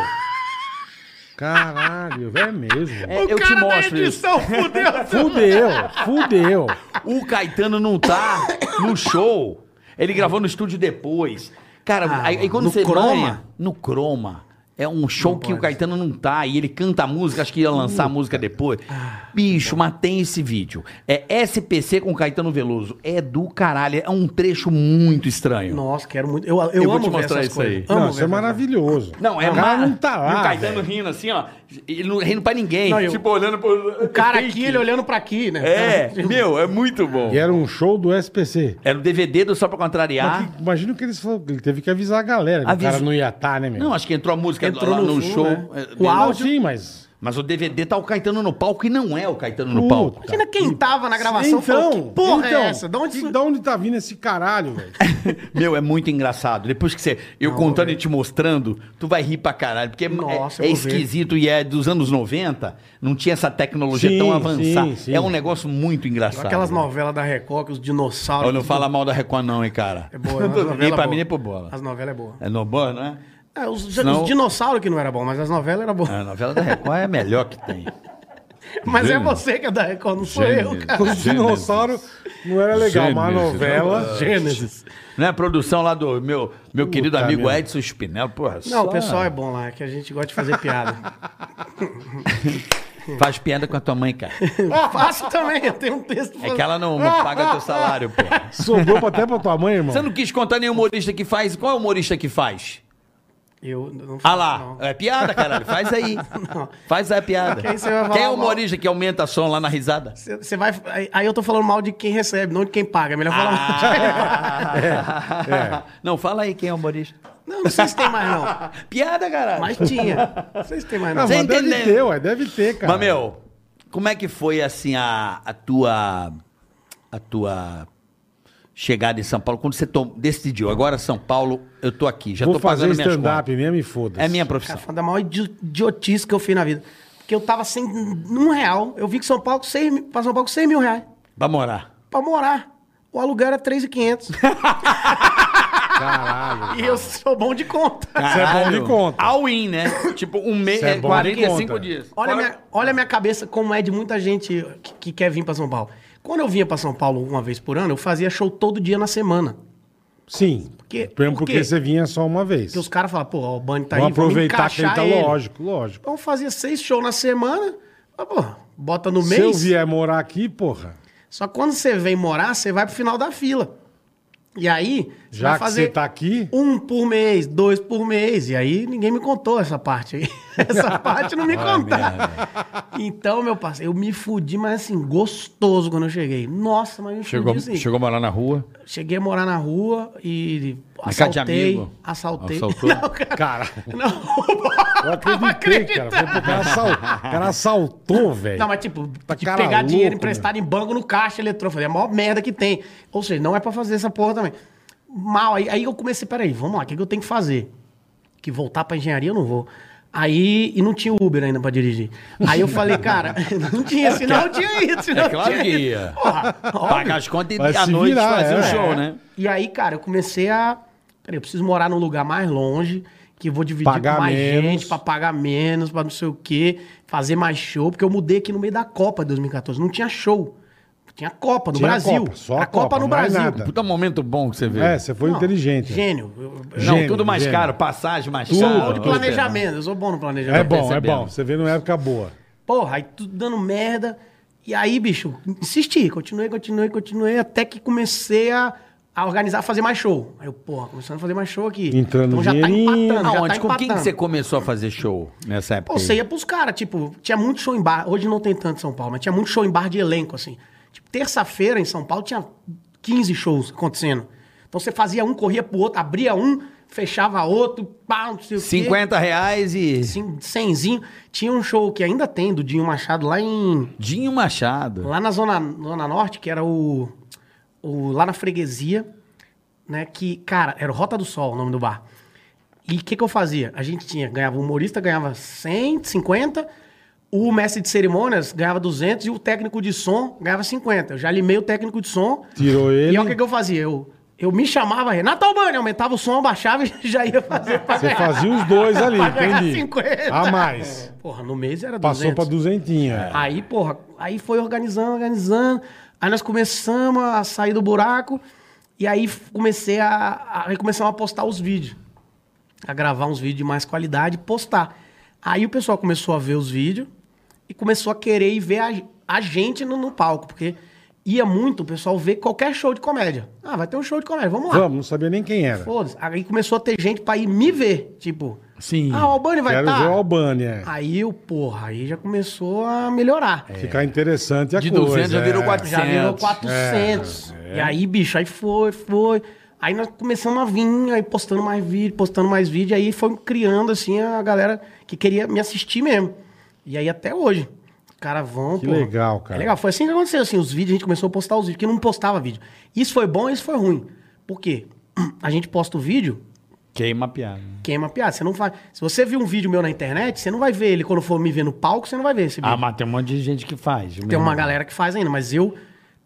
Caralho, é mesmo.
É, eu te mostro isso.
fudeu.
Fudeu, fudeu.
O Caetano não tá no show. Ele gravou no estúdio depois. Cara,
Ah,
aí, aí quando
no
você
Chroma?
banha- no Chroma. É um show que o Caetano não tá e ele canta a música, acho que ia lançar a música depois. Bicho, mas tem esse vídeo. É SPC com Caetano Veloso. É do caralho, é um trecho muito estranho.
Nossa, quero muito. Eu, eu,
Eu vou
amo
te
ver
mostrar
essas
isso
coisas.
aí.
Amo
Não,
ver
isso é
essas
maravilhoso.
né? Não, é
O cara
ma-
não tá
E o
lá.
Caetano
velho.
rindo assim, ó. Ele não rindo pra ninguém.
Não, eu-
Tipo, olhando pro.
O cara aqui, ele olhando pra aqui, né?
É, meu, é muito bom.
E era um show do SPC.
Era o DVD do Só Pra
Mas
Contrariar.
que- imagina o que eles falaram. Ele teve que avisar a galera. que O
Ah. Aviso.
cara não ia estar, né, meu?
Não, acho que entrou a música
É. Entrou
lá
no
no,
fundo,
show.
né?
é,
O
dele.
áudio.
Sim, mas.
Mas o DVD tá o Caetano no palco e não é o Caetano no
Puta.
palco.
Imagina quem tava na gravação e falou, que porra é essa? De onde
então, que-
isso-
de onde tá vindo esse caralho, velho?
Meu, é muito engraçado. Depois que você. Eu contando e te mostrando, tu vai rir pra caralho. Porque é-
é. Nossa,
é,
eu vou ver.
esquisito e é dos anos 90, não tinha essa tecnologia
Sim,
tão avançada.
sim, sim.
É um negócio muito engraçado.
Aquelas novelas da Record, que os dinossauros...
Eu não fala mal da Record, não, hein, cara.
É boa, é uma novela
nem pra
boa.
mim, nem pro bola.
As novelas é boa.
É no boa, não é?
É, os,
Senão- Ah,
os dinossauros que não era bom, mas as novelas era boa.
A novela da Record é a melhor que tem.
Mas
Gênero.
é você que é da Record, não sou
Gênero.
eu, cara.
O dinossauro não era legal. Uma
Gênesis.
novela.
Gênesis.
Não é a produção lá do meu, meu querido
Puta
amigo
merda.
Edson Spinello, porra.
Não,
só
o pessoal é bom lá, é que a gente gosta de fazer piada.
Faz piada com a tua mãe, cara.
Faço também, eu tenho um texto
É que ela não, não paga teu salário, pô.
Sobrou pra- até pra tua mãe, irmão.
Você não quis contar nenhum humorista que faz. Qual é o humorista que faz?
Eu não
Ah
faço,
lá,
não.
é piada, caralho. Faz aí. Faz aí a piada.
Porque aí você vai falar
Quem é o
mal.
humorista que aumenta som lá na risada?
Você você vai. aí- Aí eu tô falando mal de quem recebe, não de quem paga. É melhor falar mal de
Ah.
quem É,
Ah. Não, fala aí quem é o humorista.
Não, não sei se tem mais, não.
Piada, caralho.
Mas tinha. Não sei se tem mais,
Ah,
não.
Você
mas deve
entendeu?
ter, ué. Deve ter, cara.
Mas, meu, como é que foi, assim, a, a tua... A tua chegada em São Paulo? Quando você tom- decidiu, agora São Paulo, eu tô aqui, já
Vou
tô
fazer um
pagando minhas contas.
stand-up mesmo e foda-se.
É minha profissão.
Cara, foi uma da maior idi- idiotice que eu fiz na vida. Porque eu tava sem um real. Eu vim com São Paulo com seis, mi- pra São Paulo com 6 mil reais.
Pra morar.
Pra morar. O aluguel era 3,500.
Caralho.
e eu sou bom de conta.
Caralho. Você é bom de conta.
All in, né? Tipo, um mês,
Você é
é
bom de
45
conta.
dias.
Olha a minha, olha a minha cabeça, como é de muita gente que, que quer vir pra São Paulo. Quando eu vinha pra São Paulo uma vez por ano, eu fazia show todo dia na semana.
Sim.
Porque-
Mesmo
por quê?
porque você vinha só uma vez.
Porque os caras falam, pô, ó, o Bunny tá aí,
Vamos aproveitar
vamos
que ele
encaixar
tá,
ele.
lógico, lógico.
Vamos fazer Então, seis shows na semana, mas, pô, bota no
Se eu
um mês.
vier morar aqui, porra,
Só que quando você vem morar, você vai pro final da fila. E aí, você
já
vai
que
fazer
você tá aqui,
um por mês, dois por mês. E aí ninguém me contou essa parte aí. Essa parte não me contaram. Então, meu parceiro, eu me fudi, mas assim, gostoso quando eu cheguei. Nossa, mas eu me
Chegou,
fudi assim.
chegou a morar na rua.
Cheguei a morar na rua e
Na casa de
assaltei.
amigo.
Assaltei.
Assaltou?
Não, cara.
cara,
Não,
eu acreditei, cara. Foi porque o cara, assal- o cara assaltou, velho.
Não, mas tipo,
Tá
de
cara
pegar
louco,
dinheiro
meu.
emprestado em banco no caixa eletrônico. Falei, É a maior merda que tem. Ou seja, não é pra fazer essa porra também. Mal, aí, aí eu comecei, peraí, vamos lá, o que, que eu tenho que fazer? Que voltar pra engenharia eu não vou. Aí, e não tinha Uber ainda pra dirigir. Aí eu falei, cara, não tinha, senão eu tinha ido. Senão
É claro
eu tinha
que
ido.
ia.
Porra, óbvio.
Pagar as contas
Vai
e à
se
noite
virar,
fazer o
é.
show, né?
E aí, cara, eu comecei a. Peraí, eu preciso morar num lugar mais longe, que eu vou dividir
Pagar
com mais
menos.
gente, pra pagar menos, pra não sei o quê, fazer mais show, porque eu mudei aqui no meio da Copa de 2014. Não tinha show. Tinha Copa no
Tinha
Brasil.
Copa, só a
Era
Copa,
no
mais
Brasil.
nada.
Puta momento bom que você vê.
É, você foi
Não,
inteligente.
Gênio. Eu- eu-
Não,
Gênio,
tudo mais
gênio.
caro, passagem mais
Tudo,
cara.
Não, de planejamento. Eu né? sou bom no planejamento.
É bom, é
percebendo.
bom. Você vê numa época boa.
Porra, aí tudo dando merda. E aí, bicho, insisti, continuei, continuei, continuei, até que comecei a, a organizar, fazer mais show. Aí eu, porra, começando a fazer mais show aqui.
Entrando
então já tá
dinheirinho.
empatando, já
Não,
tá
antes, com quem que
empatando.
você começou a fazer show nessa época?
Pô, você
aí?
ia pros caras, tipo, tinha muito show em bar. Hoje não tem tanto em São Paulo, mas tinha muito show em bar de elenco, assim. Tipo, terça-feira em São Paulo tinha 15 shows acontecendo. Então você fazia um, corria pro outro, abria um, fechava outro, pá, não sei o quê.
50 reais e.
Cin- Cenzinho. Tinha um show que ainda tem, do Dinho Machado, lá em.
Dinho Machado.
Lá na Zona, zona Norte, que era o, o. Lá na freguesia, né? Que, cara, era o Rota do Sol o nome do bar. E o que, que eu fazia? A gente tinha, ganhava o humorista, ganhava 150, o mestre de cerimônias ganhava 200 e o técnico de som ganhava 50. Eu já limei o técnico de som.
Tirou ele.
E aí o que, que eu fazia? Eu, eu me chamava Renato Albani, aumentava o som, baixava e já ia fazer. pra
Você
ganhar.
fazia os dois ali,
Pra ganhar
entendi.
50.
A mais.
Porra, no mês era 200.
Passou pra duzentinha.
Aí, porra, aí foi organizando, organizando. Aí nós começamos a sair do buraco. E aí f- comecei a. Aí começamos a postar os vídeos. A gravar uns vídeos de mais qualidade e postar. Aí o pessoal começou a ver os vídeos e começou a querer ir ver a, a gente no, no palco, porque ia muito o pessoal ver qualquer show de comédia. Ah, vai ter um show de comédia, vamos lá.
Vamos, não sabia nem quem era.
Foda-se. Aí começou a ter gente pra ir me ver. Tipo,
Sim.
ah, o Albani vai Ah,
Quero
estar.
ver o Albani, é.
Aí eu, porra, aí já começou a melhorar.
Ficar interessante a
De
coisa.
200 já virou
é.
400.
é. Já virou 400. E aí, bicho, aí foi, foi. Aí nós começamos a vir, aí postando mais vídeo, postando mais vídeo. Aí foi criando, assim, a galera que queria me assistir mesmo. E aí até hoje. os Cara, vão,
Que legal, cara.
É legal. Foi assim que aconteceu, assim, os vídeos, a gente começou a postar os vídeos, que não postava vídeo. Isso foi bom, isso foi ruim. Por quê? A gente posta o vídeo,
Queima a piada.
queima a piada. Você não faz. Se você viu um vídeo meu na internet, você não vai ver ele quando for me ver no palco, você não vai ver esse vídeo.
Ah, mas tem um monte de gente que faz.
Tem uma galera que faz ainda, mas eu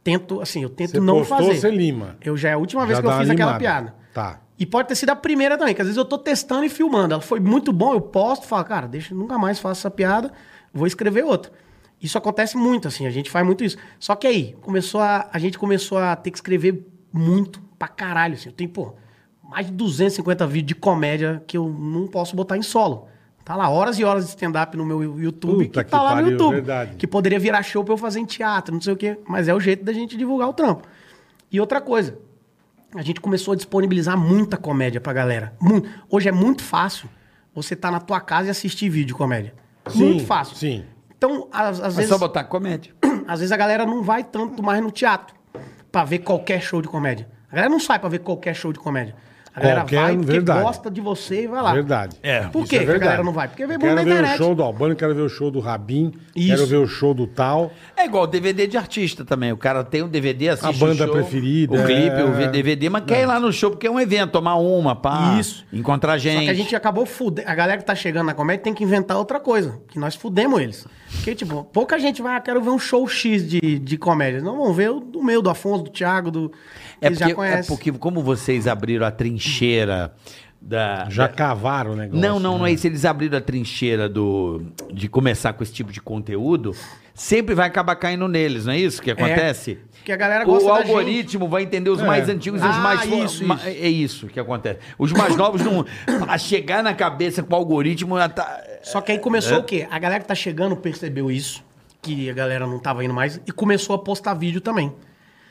tento, assim, eu tento
Ah, Você
não
postou,
fazer.
você lima.
Eu já é a última vez
Já
que eu
dá uma
fiz aquela
limada.
piada.
Tá.
E pode ter sido a primeira também, que às vezes eu tô testando e filmando. Ela foi muito bom, eu posto, falo, cara, deixa, nunca mais faço essa piada, vou escrever outra. Isso acontece muito, assim, a gente faz muito isso. Só que aí, começou a, a gente começou a ter que escrever muito, pra caralho, assim. Eu tenho, pô, mais de 250 vídeos de comédia que eu não posso botar em solo. Tá lá horas e horas de stand-up no meu YouTube,
Puta
que tá
que
lá no
pariu,
YouTube.
verdade.
Que que poderia virar show pra eu fazer em teatro, não sei o quê. Mas é o jeito da gente divulgar o trampo. E outra coisa, a gente começou a disponibilizar muita comédia pra galera. Muito. Hoje é muito fácil você estar na tua casa e assistir vídeo de comédia. muito
Sim,
fácil.
sim.
Então, às, às
É
vezes,
só botar comédia.
às vezes a galera não vai tanto mais no teatro pra ver qualquer show de comédia. A galera não sai pra ver qualquer show de comédia. A galera
Qualquer,
vai porque
verdade.
gosta de você e vai lá.
É Verdade.
Por
Isso
quê
é
que a galera
verdade.
não vai? Porque vê
Eu
muito na
Quero ver o
internet.
show do Albani, quero ver o show do Rabin, quero
Isso.
ver o show do tal.
É igual o DVD de artista também. O cara tem um DVD, assiste
A banda
o show,
preferida,
O clipe,
é.
o DVD, mas quer ir lá no show porque é um evento, tomar uma, pá.
Isso.
Encontrar
Só
gente.
que a gente acabou fudendo. A galera que tá chegando na comédia tem que inventar outra coisa. Que nós fudemos eles. Porque, tipo, pouca gente vai, ah, quero ver um show X de, de comédia. Não vão ver o do meu, do Afonso, do Thiago, do.
É
eles já
porque, é
conhecem.
porque como vocês abriram a trincheira da
É.
Já cavaram o negócio.
não, não, não
né?
é isso. Eles abriram a trincheira do, de começar com esse tipo de conteúdo, sempre vai acabar caindo neles, não é isso que acontece?
porque a galera gosta
O
da
algoritmo vai entender os
É.
mais antigos e os
Ah,
mais... fo-
isso,
ma-
isso.
É isso que acontece. Os mais novos não... A chegar na cabeça com o algoritmo... ela tá-
Só que aí começou o quê? A galera que tá chegando percebeu isso, que a galera não tava indo mais, e começou a postar vídeo também.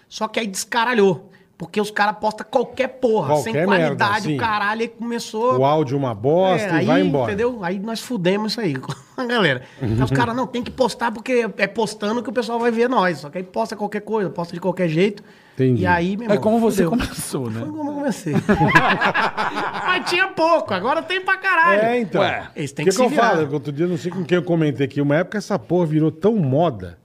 Só que aí descaralhou. Porque os caras postam qualquer porra,
Qualquer
sem qualidade,
merda, sim.
o caralho, aí começou.
O áudio uma bosta
É,
e vai embora.
Entendeu? Aí nós fudemos isso aí, com a galera. Aí os caras, não, tem que postar porque é postando que o pessoal vai ver nós. Só que aí posta qualquer coisa, posta de qualquer jeito.
Entendi.
E aí, meu irmão,
É como você
fudeu.
começou, né?
Foi como eu comecei. Mas tinha pouco, agora tem pra caralho.
É, então.
Ué, eles têm
que,
que,
que
se
eu
virar.
falo? Outro dia, não sei com quem eu comentei aqui, uma época essa porra virou tão moda,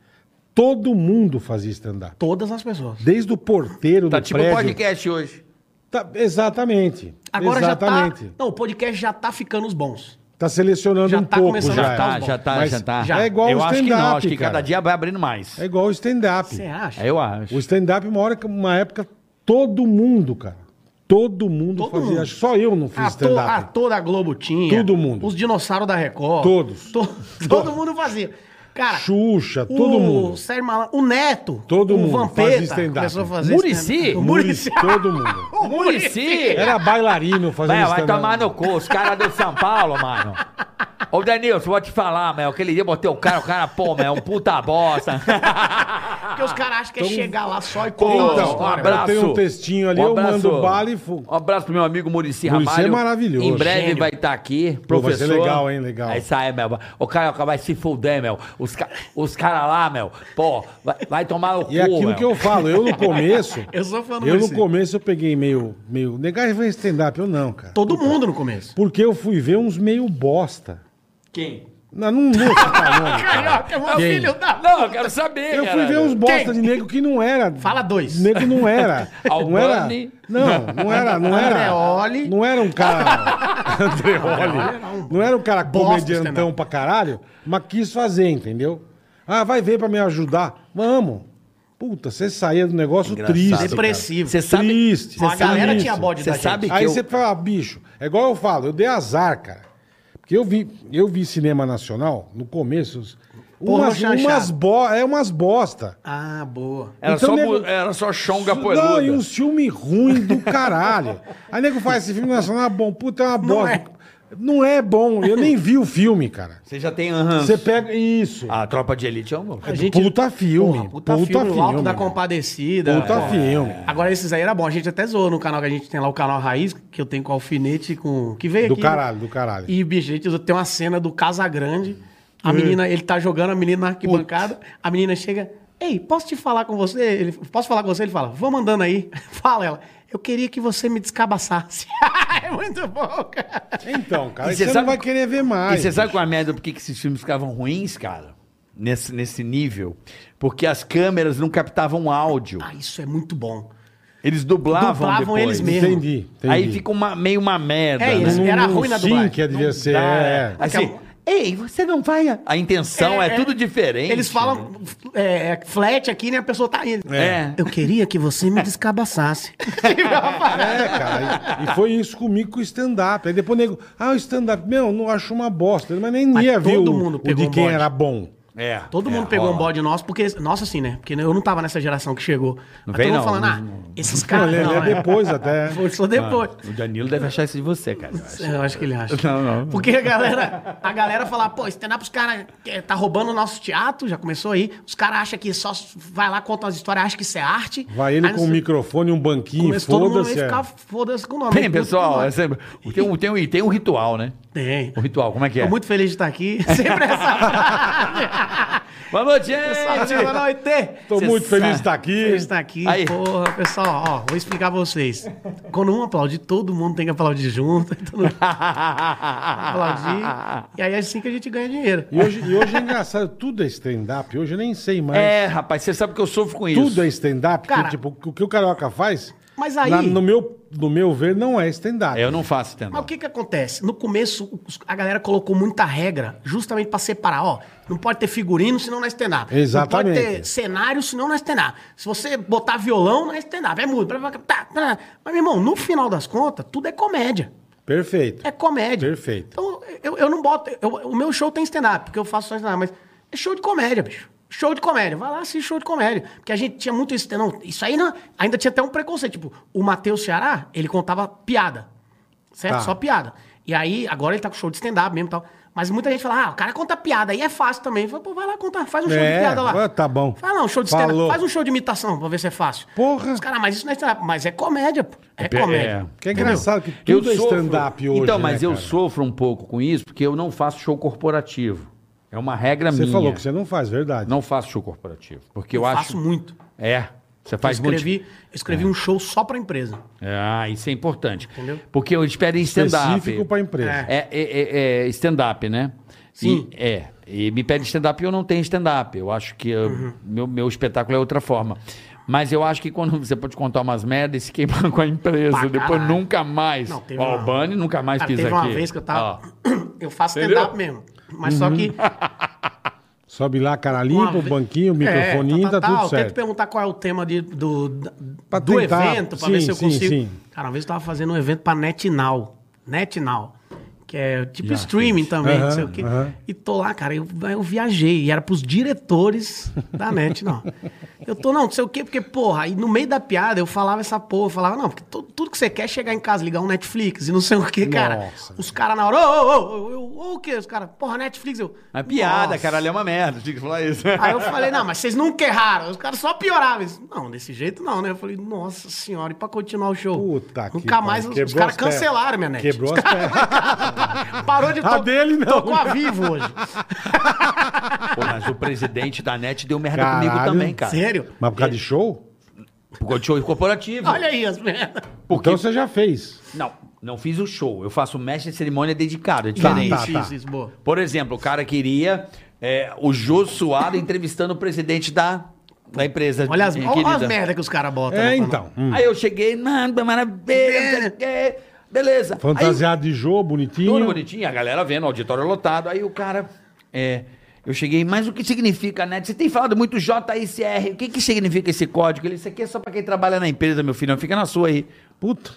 todo mundo fazia stand-up.
Todas as pessoas.
Desde o porteiro
Tá
do
tipo
prédio.
podcast hoje.
Tá- exatamente.
Agora
exatamente.
já tá. Não, o podcast já tá ficando os bons.
Tá selecionando
Já
um
tá
pouco
começando
já.
a
Já
é.
tá, já tá,
Mas
já tá.
já.
É igual
eu
o
acho que
stand-up,
não, acho que
cara.
cada dia vai abrindo mais.
É igual o stand-up.
Você acha?
É, eu acho.
O stand-up, uma hora, que- uma época, todo mundo, cara. Todo mundo
Todo
fazia.
mundo.
Acho que Só eu não fiz
A, to,
stand-up.
a toda a Globo tinha.
Todo mundo.
Os dinossauros da Record.
Todos.
To- todo mundo fazia. Cara,
Xuxa, todo mundo.
O Sérgio Malandro, o Neto.
Todo
o
mundo fazia
Vampeta
stand-up.
começou a fazer
Muricy?
stand-up. O Muricy.
Todo mundo.
O
Muricy!
Era bailarino fazendo
Vai, vai
stand-up.
tomar no cu, os caras do São Paulo, mano. Ô, Denilson, vou te falar, meu. Aquele dia eu botei o cara, o cara, pô, meu, é um puta bosta.
Porque os caras acham que é chegar lá só
um
e contar uma
Então,
história.
eu tenho um textinho ali, eu mando bala e fu-
Um abraço pro meu amigo Murici
Muricy
Ramalho.
é maravilhoso.
Em breve
Gênio.
vai estar aqui,
Pô,
professor.
vai ser legal, hein, legal.
É isso aí, meu. O Carioca vai se fuder, meu. Os, ca... os caras lá, meu, pô, vai, vai tomar o cu,
E é aquilo
meu.
que eu falo, eu no começo.
Eu sou fã do
Eu no
Muricy.
começo eu peguei meio. meio negar e fazer stand-up, eu não, cara.
Todo mundo no começo.
Porque eu fui ver uns meio bosta.
Quem?
Não, não vou citar nome.
Carioca, é meu
Quem?
filho da...
Não, eu quero saber,
Eu fui
caralho.
ver uns bosta
Quem?
de nego que não era.
Fala dois.
Nego não era. não era.
Albani.
Não, não era, não era.
Andreoli.
Não era um cara.
Andreoli
Andreoli.
era um
Não era um cara
bosta
comediantão
stand-up.
pra caralho, mas quis fazer, entendeu? Ah, vai ver pra me ajudar. Vamos. Puta, você saía do negócio
Engraçado,
triste.
Depressivo.
Você sabe...
Triste.
Você
a
sabe
galera
isso?
tinha bode
Você
da gente.
sabe que
Aí
eu-
você fala, bicho, é igual eu falo, eu dei azar, cara. Porque eu vi, eu vi cinema nacional no começo. os-
Porra,
umas,
chanchada.
umas, bo é, umas bosta.
Ah, boa.
Era,
Então,
só,
nego-
bu- era só chonga poeluda.
Não, e um filme ruim do caralho. Aí nego faz esse filme nacional, ah, bom, puta, é uma
Não
bosta.
é.
Não é bom, eu nem vi o filme, cara.
Você já tem aham.
Você pega. Isso.
Ah.
A tropa de elite é um
A gente-
Puta filme.
Porra,
puta,
puta, filme, o Alto da
compadre.
Compadecida.
Puta
É.
filme.
Agora esses aí era bom, a gente até zoou no canal que a gente tem lá, o canal Raiz, que eu tenho com o Alfinete, com... que veio
Do
aqui.
caralho, do caralho.
E, bicho, a gente tem uma cena do Casa Grande, a menina, ele tá jogando a menina na arquibancada, a menina chega, ei, posso te falar com você? Ele, posso falar com você? Ele fala, vou mandando aí. Fala ela, eu queria que você me descabaçasse. é muito bom, cara.
Então, cara,
E
aí
você
você não
sabe-
vai querer ver mais.
E você sabe qual é a merda por que que esses filmes ficavam ruins, cara? Nesse, nesse nível. Porque as câmeras não captavam áudio.
Ah, isso é muito bom.
Eles dublavam,
Dublavam
depois.
eles mesmo.
Entendi, entendi.
Aí fica uma- meio uma merda.
É,
né?
eles- Era ruim na dublagem.
Sim, que devia ser.
Dá,
é.
Assim, ei, você não vai... a-" A intenção é, tudo diferente.
Eles falam é, é, flat aqui, né? A pessoa tá indo.
né? É.
Eu queria que você me descabaçasse.
É, cara. E, e foi isso comigo com o stand-up. Aí depois o nego, ah, o stand-up, meu, não acho uma bosta. Mas nem
Mas
ia ver
todo
o,
mundo
o
pegou
de
um
quem
bode.
era bom.
É,
Todo
é,
mundo pegou
rola.
um bode nosso, porque, nossa, assim, né? Porque eu não tava nessa geração que chegou. Mas
veio,
todo mundo
não.
falando, ah, esses
Não,
caras.
ele,
Não,
ele é
é.
depois até.
Foi só depois. É,
O Danilo deve achar isso de você, cara. eu acho.
Eu acho que ele acha.
Ah. Não, não.
Porque a galera, a galera fala, pô, stand-up, os caras tá roubando o nosso teatro, já começou aí. Os caras acham que só vai lá, conta as histórias, acha que isso é arte.
Vai ele
Aí
com um
não sei-
microfone, um banquinho,
Começou todo mundo a
foda-se. é.
ficar foda-se com o nome.
Bem, pessoal,
Puta,
é sempre- tem, um, tem, um, tem um ritual, né?
Tem.
O ritual, como é que é?
Tô muito feliz de estar aqui. Sempre essa frase.
Boa noite, gente!
Boa noite.
Tô
Cê
muito feliz
sabe.
de estar aqui.
tá Feliz de estar aqui.
Aí.
Porra, pessoal, ó, vou explicar pra vocês. Quando um aplaude, todo mundo tem que aplaudir junto. Todo mundo aplaudir. E aí é assim que a gente ganha dinheiro.
E hoje, e hoje é engraçado, tudo é stand-up. Hoje eu nem sei mais.
É, rapaz, você sabe que eu sofro com isso.
Tudo é stand-up.
Cara-
que, Tipo, o que o Carioca faz,
Mas aí-
na- no, meu, no meu ver, não é stand-up.
Eu não faço
Mas o
stand-up.
que que acontece? No começo, os- a galera colocou muita regra justamente pra separar, ó, não pode ter figurino senão não é stand-up.
Exatamente.
Não pode ter cenário senão não é stand-up. Se você botar violão, não é stand-up, é música. blá, blá, blá, tá, tá. Mas, meu irmão, no final das contas, tudo é comédia.
Perfeito.
É comédia.
Perfeito.
Então, eu, eu não boto. eu- o meu show tem stand-up, porque eu faço só stand-up, mas é show de comédia, bicho. Show de comédia. Vai lá assistir show de comédia. Porque a gente tinha muito isso. Não, isso aí não, ainda tinha até um preconceito. Tipo, o Matheus Ceará, ele contava piada. Certo?
Tá.
Só piada. E aí, agora ele tá com show de stand-up mesmo e tal. Mas muita gente fala, ah, o cara conta piada, aí é fácil também. Fala, Pô, vai lá contar, faz um show
É,
de piada lá.
ah, tá bom.
Faz lá um show de stand-up,
Falou.
faz um show de imitação pra ver se é fácil.
Porra.
Os caras, mas isso não é stand-up, mas é comédia, pô. É,
pe-
comédia.
é.
Que é engraçado que
Eu
tudo é
sofro-
stand-up hoje.
Então, mas
né,
eu
cara?
sofro um pouco com isso, porque eu não faço show corporativo. É uma regra
Você
minha.
falou que você não faz, verdade.
Não faço show corporativo. Porque eu,
Eu
acho.
faço muito.
É. Você faz
eu
muito. É.
escrevi, eu escrevi um show só pra empresa.
Ah, isso é importante.
Entendeu?
Porque eu espero em stand-up.
Específico pra empresa.
É.
É, é- é- é stand-up, né?
Sim.
E- é. E me pede stand-up e eu não tenho stand-up. Eu acho que eu-
Uhum.
meu, meu espetáculo é outra forma. Mas eu acho que quando você pode contar umas merdas e se queimar com a empresa,
Pra
depois
caralho.
nunca mais.
Não, teve
Ó,
uma-
o Bani nunca mais
Cara,
pisa
teve
aqui.
uma vez que eu tava.
Ó. Uhum.
Eu faço
Entendeu?
stand-up mesmo. Mas só que.
Sobe lá, cara
uma
limpa, o
ve-
banquinho, o
É,
microfoninho, tá,
eu
tudo
tento
certo.
perguntar qual é o tema de- do,
Pra
da- do
tentar.
evento, pra
Sim,
ver se eu
sim,
consigo.
sim.
Cara, uma vez eu tava fazendo um evento pra NetNow. NetNow. Que é tipo streaming também, não sei o
Aham,
quê.
aham.
E tô lá, cara, eu, aí eu viajei. E era pros diretores da NET, não. Eu tô, não, não sei o quê, porque, porra, aí no meio da piada eu falava essa porra, eu falava, não, porque tu- tudo que você quer é chegar em casa, ligar um Netflix e não sei o quê, cara.
Nossa.
Os caras na hora, ô, ô, ô, eu, ô, o quê? Os caras, porra, Netflix, eu.
É piada,
nossa.
caralho, é uma merda. Tinha que falar isso.
Aí eu falei, não, mas vocês nunca erraram. Os caras só pioravam. Eles, não, desse jeito não, né? Eu falei, nossa senhora, e pra continuar o show?
Puta que
Nunca
pariu,
mais, os- os
quebrou
caras
as pernas.
cancelaram minha net.
Quebrou
Os
as
caras- Parou de
A dele não.
Tocou a vivo hoje.
Pô, mas o presidente da NET deu merda comigo
Caralho.
também, cara.
Sério?
Mas por causa de show?
Por causa de show corporativo.
Olha aí as merdas.
Porque-
Então você já fez.
Não, não fiz o show. Eu faço mestre de cerimônia dedicado, é diferente.
tá, tá.
isso, isso, boa.
Por exemplo, o cara queria é, o Jô Suado entrevistando o presidente da, da empresa.
Olha as,
eh,
olha
querida.
as merdas que os caras botam.
É,
né, pra
então.
nós.
Hum.
Aí eu cheguei, nada, maravilha, não sei o quê. beleza.
Fantasiado de show,
Aí,
bonitinho.
tudo bonitinho, a galera vendo, o auditório lotado. Aí o cara, é, eu cheguei, mas o que significa, né? Você tem falado muito JICR, o que, que significa esse código? Ele, isso aqui é só pra quem trabalha na empresa, meu filho, não fica na sua aí.
Puta.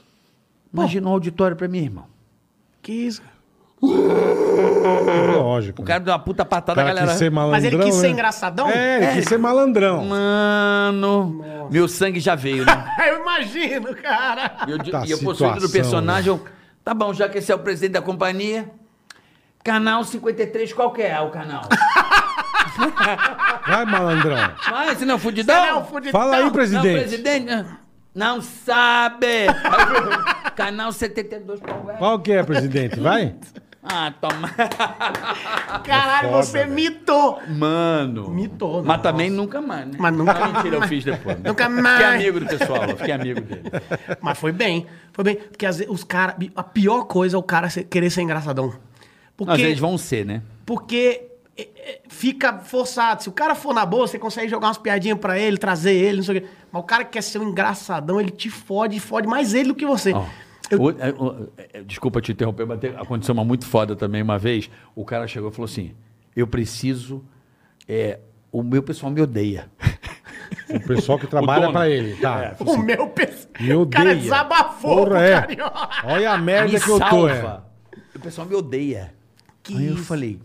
Imagina um auditório pra mim, irmão.
Que isso?
Lógico.
O cara deu uma puta patada, a
cara
galera...
quis ser malandrão.
Mas ele quis ser
né?
engraçadão?
É, ele quis ser malandrão.
Mano, meu sangue já veio, né?
É, Eu imagino, cara.
E eu,
Tá
e eu possuído do
situação, né?
personagem. eu, Tá bom, já que esse é o presidente da companhia. Canal 53, qual que é o canal?
Vai, malandrão.
Mas se "Ah, não é fudidão.
Não, é fudidão.
Fala aí, presidente.
Não, presidente. ah, Não sabe. canal 72, qual é?
Qual que é, presidente? Vai?
Ah, toma.
Caralho,
É foda,
você
velho.
mitou.
Mano.
Mitou, não,
Mas também
nossa.
nunca mais, né?
Mas nunca
Ah, mentira, eu
mais.
fiz depois. né?
Nunca
Fiquei
mais.
amigo do pessoal, eu fiquei amigo dele.
Mas foi bem. Foi bem. Porque às vezes os caras. A pior coisa é o cara ser- querer ser engraçadão. Porque,
Às vezes vão ser, né?
porque é, é, fica forçado. Se o cara for na boa, você consegue jogar umas piadinhas pra ele, trazer ele, não sei o quê. Mas o cara que quer ser um engraçadão, ele te fode, e fode mais ele do que você.
Ó, o- é, o- é, desculpa te interromper, mas te- aconteceu uma muito foda também uma vez. O cara chegou e falou assim: Eu preciso. é, o meu pessoal me odeia.
O pessoal que trabalha
dono. É,
pra ele, tá?
o meu peso.
Me
O cara
odeia.
desabafou
Porra,
pro
é.
carioca.
Olha a merda
me
que eu tô, é.
salva. O pessoal me odeia.
Que
Aí eu
isso?
falei.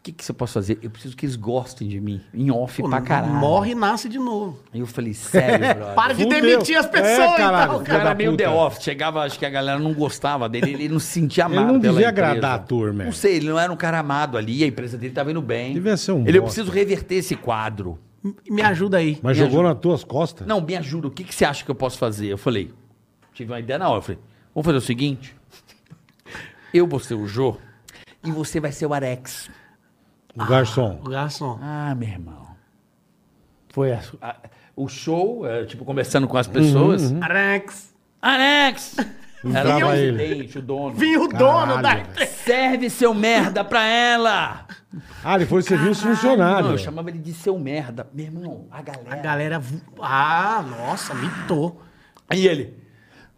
O que, que você posso fazer? Eu preciso que eles gostem de mim. Em off pra caralho.
Morre e nasce de novo.
Aí eu falei, sério, brother.
Para de
Fudeu.
demitir as
É,
pessoas,
caralho.
então,
O
cara.
cara
da
era meio
puta.
The Office, chegava, acho que a galera não gostava dele, ele não se sentia
Ele
amado.
não
pela
devia
empresa.
agradar a turma, é.
Não sei, ele não era um cara amado ali, a empresa dele estava indo bem.
Devia ser um
Ele, eu
bosta.
preciso reverter esse quadro.
Me ajuda aí.
Mas
Me
jogou nas tuas costas?
Não, me ajuda, o que, que você acha que eu posso fazer? Eu falei, tive uma ideia na hora, eu falei, vamos fazer o seguinte, eu vou ser o Jô e você vai ser o Arex.
O garçom.
O garçom.
Ah, meu irmão. Foi a- a- o show, é, tipo, conversando
Uhum,
com as pessoas.
Arex.
Arex! Era o
Entrava ele.
presidente, o dono.
Vinha o dono
Caralho,
da
velho.
Serve seu merda pra ela!
Ah, ele foi servir os
Ah,
funcionários.
Não, eu chamava ele de seu merda. Meu irmão, a galera.
A galera. vu- Ah, nossa, mitou.
Aí ele.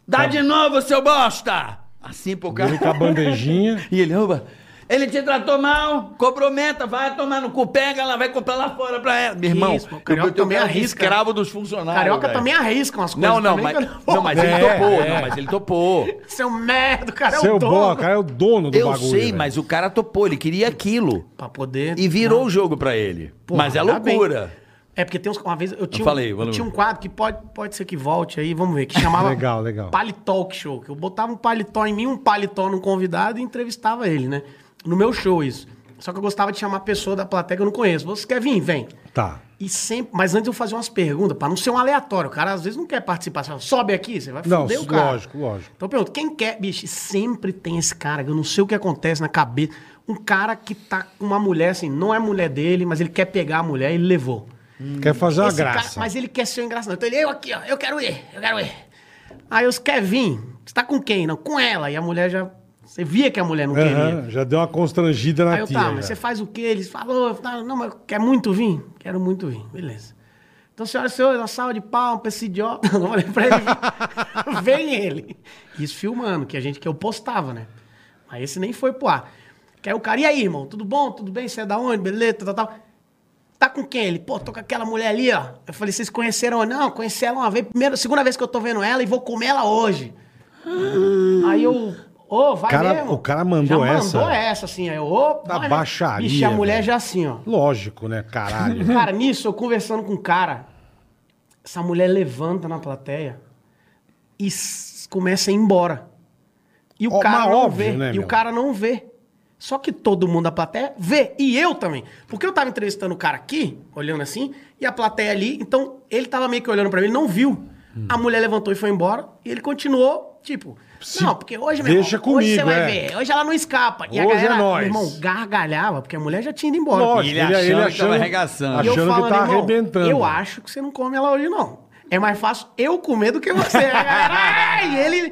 Dá de novo, seu bosta! Assim pro cara.
Ele com a bandejinha.
E ele, oba, Ele te tratou mal, cobrou meta, vai tomar no cu, pega lá, vai comprar lá fora pra ela. Meu irmão,
isso, o carioca
botei o
também
cara de
arrisca.
escravo dos funcionários.
Carioca
velho.
também arrisca umas coisas.
Não, não,
também,
mas,
que eu
não, mas então ele
É,
topou,
é.
não, mas ele topou.
Seu merda, o cara é
Seu
o dono.
boa, cara é o dono do
Eu
bagulho.
sei,
velho.
mas o cara topou, ele queria aquilo.
Pra poder...
E virou o jogo pra ele.
Porra,
mas é
ainda bem.
loucura.
É porque tem uns, uma vez eu tinha, um-
falei,
eu
valeu.
tinha um quadro que pode, pode ser que volte aí, vamos ver, que chamava
Legal, legal.
Palitalk Show, que eu botava um paletó em mim, um paletó num convidado e entrevistava ele, né? No meu show isso. Só que eu gostava de chamar a pessoa da plateia que eu não conheço. Você quer vir? Vem.
Tá.
E sempre, mas antes eu fazia umas perguntas, pra não ser um aleatório. O cara às vezes não quer participar. Você fala, sobe aqui, você vai
Não,
foder o cara.
lógico, lógico.
Então eu pergunto, quem quer, bicho? E Sempre tem esse cara, que eu não sei o que acontece na cabeça. Um cara que tá com uma mulher, assim, não é mulher dele, mas ele quer pegar a mulher e ele levou.
Quer fazer é uma
Esse cara-
graça.
mas ele quer ser um engraçado. Então ele, eu aqui, ó, eu quero ir, eu quero ir. Aí os quer vir. Você tá com quem? Não, com ela. E a mulher já. Você via que a mulher não queria.
Aham, já deu uma constrangida na
Aí eu,
tia. né?
tá, mas
já.
você faz o quê? Eles falou, não, mas quer muito vir? Quero muito vir, beleza. Então, senhoras e senhores, uma salva de palmas pra esse idiota. Eu falei pra ele, vem ele. Isso filmando, que a gente, que eu postava, né? Mas esse nem foi pro ar. Que aí o cara, e aí, irmão, tudo bom? Tudo bem? Você é da onde? Beleza, tal, tal. tal. Tá com quem? Ele, pô, tô com aquela mulher ali, ó. Eu falei, vocês conheceram? ou Não, conheci ela uma vez, primeira, segunda vez que eu tô vendo ela e vou comer ela hoje. Aí eu, ô, vai
Ah. Cara,
mesmo.
o cara mandou
Já
essa?
mandou essa, assim, aí eu, opa.
Da
vai, né?
baixaria,
Vixe, a mulher
velho.
já assim, ó.
Lógico, né? Caralho.
Cara, nisso, eu conversando com o cara, essa mulher levanta na plateia e s- começa a ir embora. E o
Ó,
cara
mas
não
óbvio,
vê.
né,
e
meu?
o cara não vê. Só que todo mundo da plateia vê. E eu também. Porque eu tava entrevistando o cara aqui, olhando assim, e a plateia ali. Então, ele tava meio que olhando pra mim, ele não viu. A mulher levantou e foi embora. E ele continuou, tipo...
Se-
não, porque hoje, meu
deixa
irmão, hoje você
comigo,
vai
é.
ver. Hoje ela não escapa. E
Hoje é
a galera,
nóis.
meu irmão, gargalhava, porque a mulher já tinha ido embora.
Lógico,
Ele achando que tava arregaçando.
E eu
Achando que
falando,
tá
irmão,
arrebentando.
Eu acho que você não come ela hoje, não. É mais fácil eu comer do que você. Aí a galera, "Ai", e ele.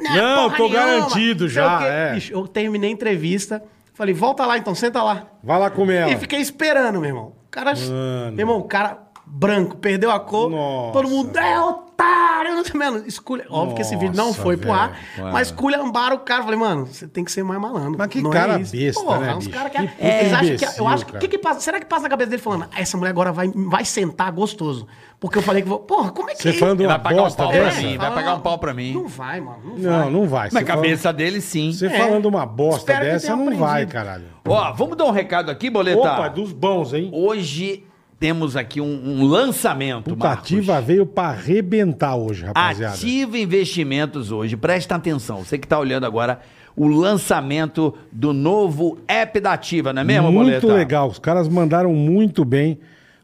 né,
Não,
porra
tô garantido
sei
já,
o quê.
é.
Bicho, eu terminei a entrevista. Falei, volta lá então, senta lá.
Vai lá comer ela.
E fiquei esperando, meu irmão. O cara.
Mano.
Meu irmão, o cara branco, perdeu a cor.
Nossa.
Todo mundo, é otário, não sei, mano. Esculha... Óbvio que esse vídeo não
Nossa,
foi pro
velho,
ar, mas culhambaram o cara. Falei, mano, você tem que ser mais malandro.
Mas que
Não é
cara
isso.
besta, né,
uns
bicho?
cara que,
Que puta
eles acham que- é,
imbecil,
eu acho que,
cara.
que que passa- será que passa na cabeça dele falando, "Ah, essa mulher agora vai, vai sentar gostoso? Porque eu falei que vou. Porra, como é que é?"
Você falando
Ele
uma
vai pagar um
bosta
pau pra
dessa?
mim, vai
Fala,
pagar um pau pra mim.
Não vai, mano. Não,
Não,
vai.
não vai.
Na
Você
cabeça dele, sim.
Falando, você falando uma bosta
É. Espero que
dessa,
tenha
não vai,
aprendido.
caralho.
Ó, vamos dar um recado aqui, Boleta.
Opa, dos bons, hein?
Hoje temos aqui um, um lançamento,
Puta
Marcos. Ah,
ativa veio pra arrebentar hoje, rapaziada.
Ativa Investimentos hoje. Presta atenção. Você que está olhando agora o lançamento do novo app da Ativa, não é mesmo,
muito
Boleta?
legal. Os caras mandaram muito bem.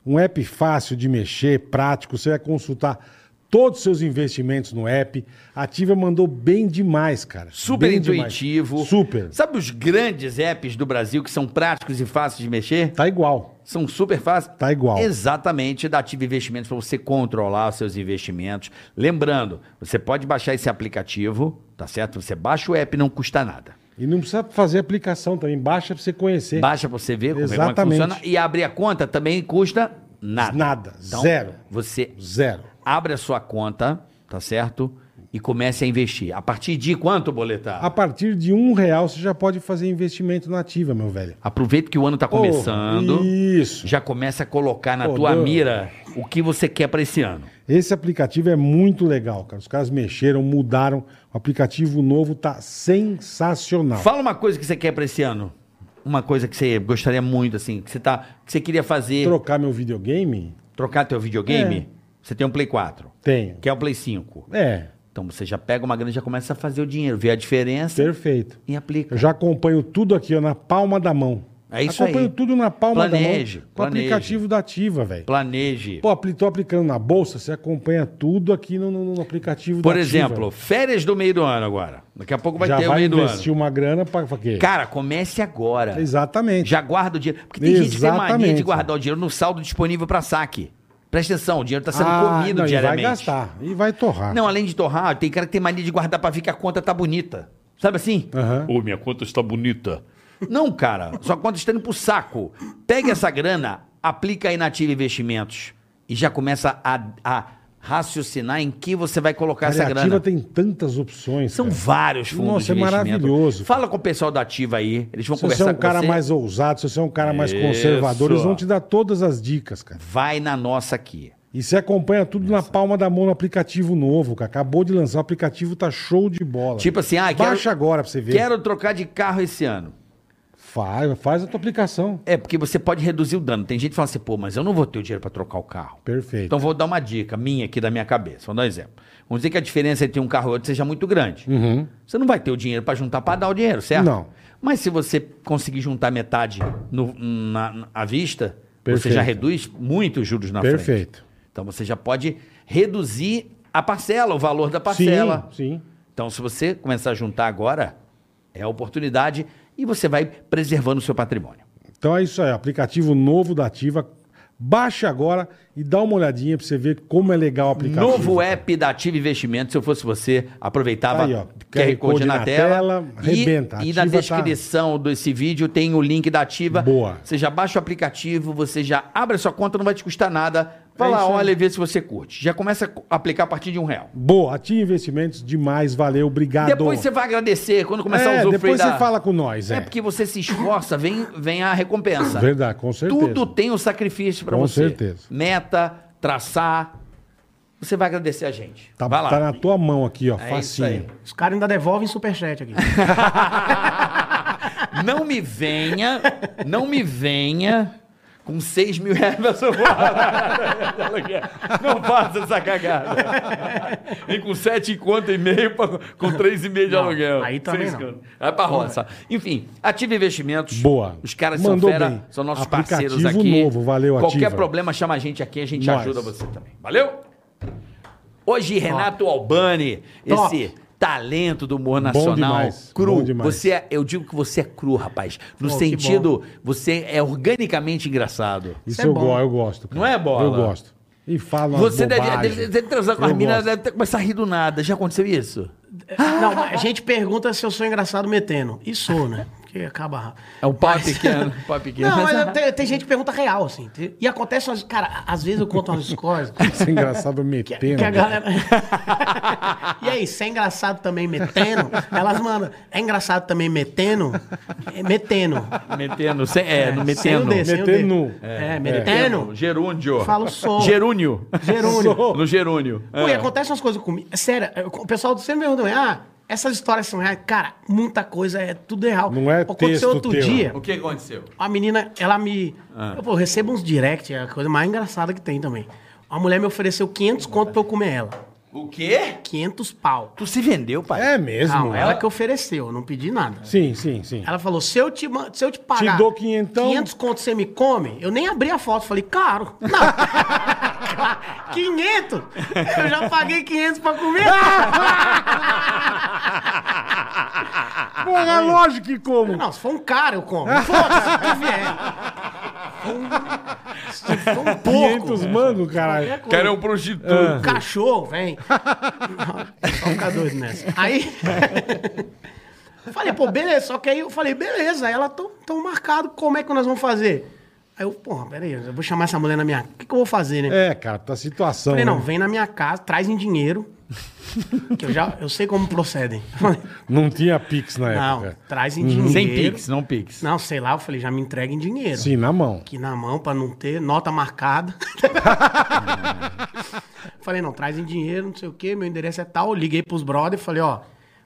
Um app fácil de mexer, prático. Você vai consultar todos os seus investimentos no app. A Ativa mandou bem demais, cara.
Super
Bem demais.
intuitivo.
Super.
Sabe os grandes apps do Brasil que são práticos e fáceis de mexer?
Tá igual.
São super fáceis.
Tá igual.
Exatamente, da Ativa Investimentos para você controlar os seus investimentos. Lembrando, você pode baixar esse aplicativo, tá certo? Você baixa o app, não custa nada.
E não precisa fazer aplicação também. Baixa pra você conhecer.
Baixa pra você ver como é que
Exatamente.
funciona. E abrir a conta também custa nada. Então,
Nada. Zero.
Você
Zero.
abre a sua conta, tá certo? E comece a investir. A partir de quanto, boletar?
A partir de um real você já pode fazer investimento na Ativa, meu velho.
Aproveita que o ano tá começando.
Porra, isso.
Já começa a colocar na
Pô,
tua
deu.
mira o que você quer pra esse ano.
Esse aplicativo é muito legal, cara. Os caras mexeram, mudaram. O aplicativo novo tá sensacional.
Fala uma coisa que você quer pra esse ano. Uma coisa que você gostaria muito, assim, que você, tá, que você queria fazer.
Trocar meu videogame?
Trocar teu videogame? Você tem um Play 4.
É. Tenho.
Quer um Play 5.
É,
Então você já pega uma grana e já começa a fazer o dinheiro, vê a diferença
perfeito.
e aplica.
Eu já acompanho tudo aqui, ó, na palma da mão.
É isso
acompanho
aí.
tudo na palma
Planeje,
da mão. Com o
planeje.
aplicativo da Ativa, velho.
Planeje.
Pô, apli- tô aplicando na bolsa, você acompanha tudo aqui no, no- no aplicativo
Por
da Ativa.
exemplo, férias do meio do ano agora. Daqui a pouco vai
já
ter o
vai
meio do
investir
ano.
uma grana pra, pra quê?
Cara, comece agora.
Exatamente.
Já guarda o dinheiro. Porque tem gente que tem mania de
Exatamente.
guardar o dinheiro no saldo disponível para saque. Presta atenção, o dinheiro está tá sendo comido
Ah, não, e vai
diariamente.
gastar, e vai torrar.
Não, além de torrar, tem cara que tem mania de guardar pra ver que a conta tá bonita. Sabe assim?
Aham.
Ô, minha conta está bonita. Não, cara, sua conta está indo pro saco. Pega essa grana, aplica aí na Ativa Investimentos e já começa a, a raciocinar em que você vai colocar
Cara,
essa
a
grana.
Ativa tem tantas opções.
São
cara.
vários fundos
Nossa,
de
é
investimento.
maravilhoso.
Fala com o pessoal da Ativa aí, eles vão
Se você
conversar
é um
com
cara
você.
mais ousado, se você é um cara mais conservador,
Isso.
eles vão te dar todas as dicas, cara.
Vai na nossa aqui.
E você acompanha tudo na palma da mão no aplicativo novo, cara. Acabou de lançar, o aplicativo tá show de bola.
Tipo assim, ah,
Baixa
quero,
agora pra você ver.
quero trocar de carro esse ano.
Faz, faz a tua aplicação.
É, porque você pode reduzir o dano. Tem gente que fala assim, pô, mas eu não vou ter o dinheiro pra trocar o carro.
Perfeito.
Então vou dar uma dica minha aqui da minha cabeça. Vou dar um exemplo. Vamos dizer que a diferença entre um carro e outro seja muito grande.
Uhum.
Você não vai ter o dinheiro pra juntar pra dar o dinheiro, certo?
Não.
Mas se você conseguir juntar metade no- na, na- à vista, você
Perfeito.
já reduz muito os juros na frente.
Perfeito.
Então você já pode reduzir a parcela, o valor da parcela.
Sim, sim.
Então, se você começar a juntar agora, é a oportunidade e você vai preservando o seu patrimônio.
Então é isso aí, aplicativo novo da Ativa. Baixa agora e dá uma olhadinha pra você ver como é legal o aplicativo.
Novo é- app da Ativa Investimentos. Se eu fosse você, aproveitava
Aí, ó,
o QR Code na, tela. e,
arrebenta.
e na
Ativa tá-
descrição desse vídeo tem o link da Ativa.
Boa.
Você já baixa o aplicativo, você já abre a sua conta, não vai te custar nada. Vai
É
lá,
isso aí.
olha e vê se você curte. Já começa a aplicar a partir de um real.
Boa, Ativa Investimentos, demais, valeu, obrigado.
Depois você vai agradecer quando começar a
é,
usufruir
depois
da...
você fala com nós,
É.
é.
porque você se esforça, vem, vem a recompensa.
Verdade, com certeza.
Tudo tem um sacrifício pra
Com
você.
certeza.
Meta, traçar. Você vai agradecer a gente.
Tá,
vai lá.
tá na tua mão aqui, ó,
É isso aí.
facinho.
Os caras ainda devolvem superchat aqui.
Não me venha, não me venha com 6 mil reais na sua parada. Não faça essa cagada. Vem com 7 conto e meio, pra- com 3,5 de
Não,
aluguel.
aí também
Seis
não. é.
conto. Vai pra roça. Enfim, Ativa Investimentos.
Boa.
Os caras
Mandou
são fera,
bem.
são nossos
Aplicativo
parceiros aqui.
novo, valeu,
Qualquer
Ativa.
problema, chama a gente aqui, a gente
Nós.
ajuda você também. Valeu? Hoje, Renato Albani,
Top.
esse talento do humor
Bom
nacional
demais,
cru.
bom demais.
Você é- eu digo que você é cru, rapaz. No
Pô, que
sentido, você é organicamente engraçado.
Isso
é
eu,
bom.
go- eu gosto. cara.
Não é bola?
Eu gosto. E fala umas
Você deve,
bobagens.
deve- deve transar com
Eu
as minas,
gosto.
deve ter- começar a rir do nada. Já aconteceu isso?
Não, mas a gente pergunta se eu sou engraçado metendo. E sou, né? Porque acaba rápido.
É um pau pequeno, um pau pequeno.
Não, mas eu- tem, tem gente que pergunta real, assim. Tem- E acontece umas. Cara, às vezes eu conto umas histórias.
Isso é engraçado
Que,
metendo.
que a
cara.
galera. e aí, se é engraçado também metendo, elas mandam. É engraçado também metendo? É metendo.
Metendo, sem- é, no
Sem o
metendo.
D, sem o D.
Metendo.
É, metendo.
Gerúndio.
Fala o som.
Gerúnio.
Gerúnio.
No gerúnio.
é.
É.
Pô, e acontece umas coisas comigo. É Sério, eu- o pessoal sempre me pergunta, ah, essas histórias são reais. Cara, muita coisa é tudo real.
Não é
Aconteceu
texto
outro
teu.
dia,
O que aconteceu?
a menina, ela me...
Ah.
Eu, pô, eu recebo uns direct, é a coisa mais engraçada que tem também. Uma mulher me ofereceu 500 conto pra eu comer ela.
O quê?
500 pau.
Tu se vendeu, pai.
É mesmo?
Não, ela que ofereceu, eu não pedi nada.
Sim, sim, sim.
Ela falou, se eu te, man- se eu te pagar...
Te dou quinhentão?
500 conto você me come? Eu nem abri a foto, falei, caro. Não. 500? Eu já paguei 500 pra comer.
Porra, é lógico que como.
Não, se for um cara, eu como. Foda-se, o que vier. Se for um porco,
500 mangos, caralho.
qualquer coisa.
Quero um prostituto.
um cachorro, vem. Não, Só ficar doido nessa. Aí. falei, pô, beleza. Só que aí eu falei, beleza, aí ela tão, tão marcado, como é que nós vamos fazer? Aí eu, porra, peraí, eu vou chamar essa mulher na minha. O que, que eu vou fazer, né?
É, cara, tá situação.
Falei, não,
né?
vem na minha casa, traz em dinheiro. que eu já eu sei como procedem. Falei,
Não tinha Pix na
não,
época.
traz em dinheiro.
Uhum. Sem pix, né? não pix.
Não, sei lá, eu falei, já me entrega em dinheiro.
Sim, na mão.
Aqui na mão pra não ter nota marcada. falei, não, traz em dinheiro, não sei o quê, meu endereço é tal. Liguei pros brother e falei, ó,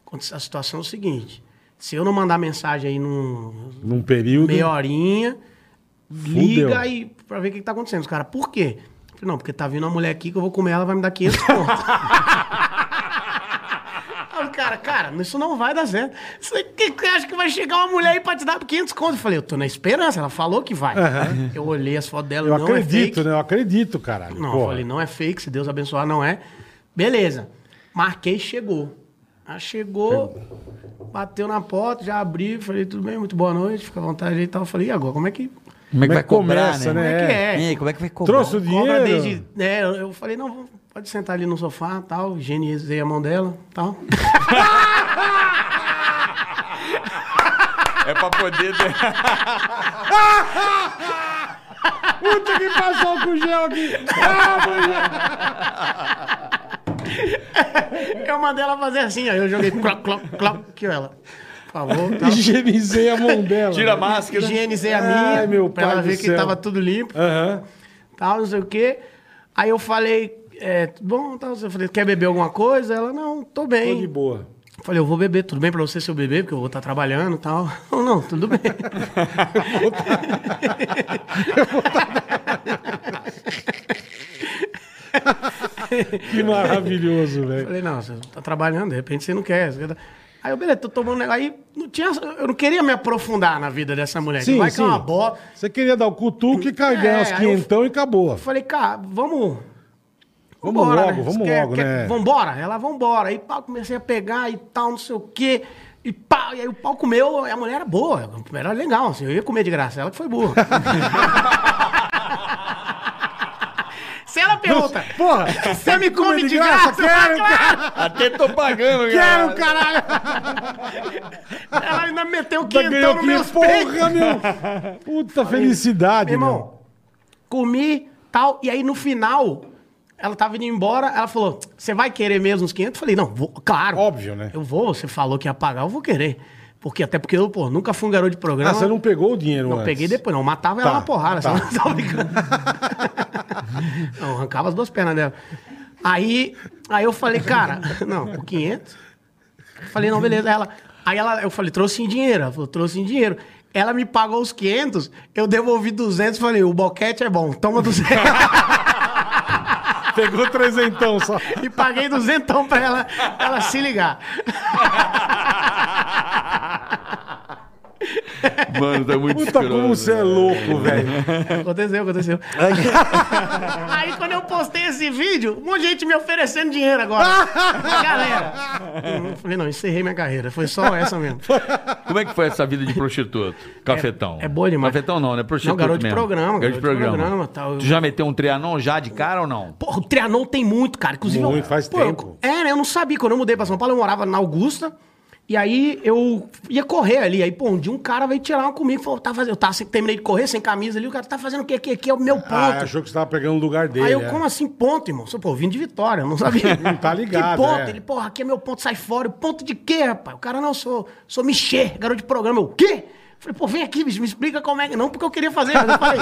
aconte- a situação é o seguinte. Se eu não mandar mensagem aí num
Num período.
meia horinha, liga aí pra ver o que, que tá acontecendo. Os caras, por quê? Eu falei, não, porque tá vindo uma mulher aqui que eu vou comer ela, vai me dar 500 conto. Aí o cara, cara, isso não vai dar certo. Você que- que acha que vai chegar uma mulher aí pra te dar 500 conto? Eu falei, eu tô na esperança, ela falou que vai. Eu olhei as fotos dela,
Eu
não é
acredito,
fake.
né? Eu acredito, caralho.
Não, eu
porra.
falei, não é fake, se Deus abençoar, não é. Beleza. Marquei, chegou. Ah, chegou, bateu na porta, já abri, falei, tudo bem, muito boa noite, fica à vontade aí e tal. Eu Falei, e agora, como é que
Como é que vai cobrar,
começa,
né?
como é que
É.
é?
Ei, como é que vai cobrar?
Trouxe o
Cobra
dinheiro.
desde. né, eu- eu falei, não, vou- pode sentar ali no sofá tal. Higienizei a mão dela tal.
É pra poder...
Puta que passou com o gel aqui.
Eu mandei ela fazer assim, aí eu joguei cloc, cloc, cloc, que ela. Por favor, tal.
Higienizei a mão dela.
Tira a máscara.
higienizei a minha,
Ai, meu
pra
pai
ela
do
ver que
céu.
tava tudo limpo,
Aham.
tal, não sei o quê. Aí eu falei, é, tudo bom, tal, eu falei, quer beber alguma coisa? Ela, não, tô
Tô
bem.
de boa.
Falei, eu vou beber, tudo bem pra você se eu beber, porque eu vou estar trabalhando e tal. Não, não, tudo bem.
Que maravilhoso, velho.
Falei, não, você tá trabalhando, de repente você não quer. você quer- Aí eu, beleza, tô tomando um negócio. Aí não tinha, eu não queria me aprofundar na vida dessa mulher. que
Sim,
Vai
sim.
que é uma bola.
Você queria dar o cutuque, ganhar
É,
uns
aí eu-
quinhentão e acabou.
Eu falei, cara, vamos.
Vamos logo, vamos
Quer-
logo,
quer-
né?
Vambora? Ela, vambora. Aí pá, comecei a pegar e tal, não sei o quê. E pá, e aí o pau comeu, e a mulher era boa, era legal, assim, eu ia comer de graça, ela que foi burra. Se ela pergunta,
Porra,
tá. você me come de, graça?
quero,
Claro!
Até tô pagando, cara.
quero, caralho.
Ela ainda meteu o
Ainda ganhou
quentão então no
aqui,
meu peito.
porra, meu. Puta felicidade,
Meu
irmão.
irmão, comi, tal, e aí no final, ela tava indo embora, ela falou, você vai querer mesmo os 500? Eu falei, não, vou, claro.
Óbvio, né?
Eu vou, você falou que ia pagar, eu vou querer. Porque até porque eu, pô, nunca fui um garoto de programa.
Ah, você não pegou o dinheiro
Não,
antes.
peguei depois, não. Eu Matava ela
Tá,
na porrada,
tá.
só tava brincando. não, eu arrancava as duas pernas dela. Aí, aí eu falei, cara, não, por 500. Eu Falei, não, beleza. Aí Ela, aí ela, eu falei, trouxe em dinheiro. Ela falou, trouxe em dinheiro. Ela me pagou os 500, eu devolvi 200, falei, o boquete é bom, toma 200.
Pegou trezentão só.
e paguei 200 pra ela, ela se ligar.
Mano, tá muito
Puta, como você
né?
é louco, velho.
Aconteceu, aconteceu. Aí quando eu postei esse vídeo, um monte de gente me oferecendo dinheiro agora. Galera. Eu falei, não, encerrei minha carreira. Foi só essa mesmo.
Como é que foi essa vida de prostituto? Cafetão.
é boa demais.
Cafetão não, né? Prostituto
Não, garoto de
mesmo.
programa,
Garoto de
garoto de
programa.
programa, tal.
Tu já meteu um trianon já de cara ou não?
Porra, o Trianon tem muito, cara. Inclusive,
Muito,
eu-
faz
eu-
tempo.
é, né? Eu não sabia. Quando eu mudei pra São Paulo, eu morava na Augusta. E aí eu ia correr ali. Aí, pô, um dia um cara veio tirar uma comigo. Falou, tá fazendo. Eu tava, sem- terminei de correr sem camisa ali. O cara tá fazendo o quê? Aqui, aqui é o meu ponto.
Ah, achou que você tava pegando o lugar dele.
Aí eu,
é.
como assim, ponto, irmão? Sou, pô, eu vim de Vitória, eu não sabia.
Não tá ligado,
Que ponto?
é.
Ele, porra, aqui é meu ponto, sai fora. Eu, Ponto de quê, rapaz? O cara, não, eu sou, sou Michê, garoto de programa. Eu, o quê? Eu Falei, pô, vem aqui, bicho, me explica como é que... Não, porque eu queria fazer, mas eu falei,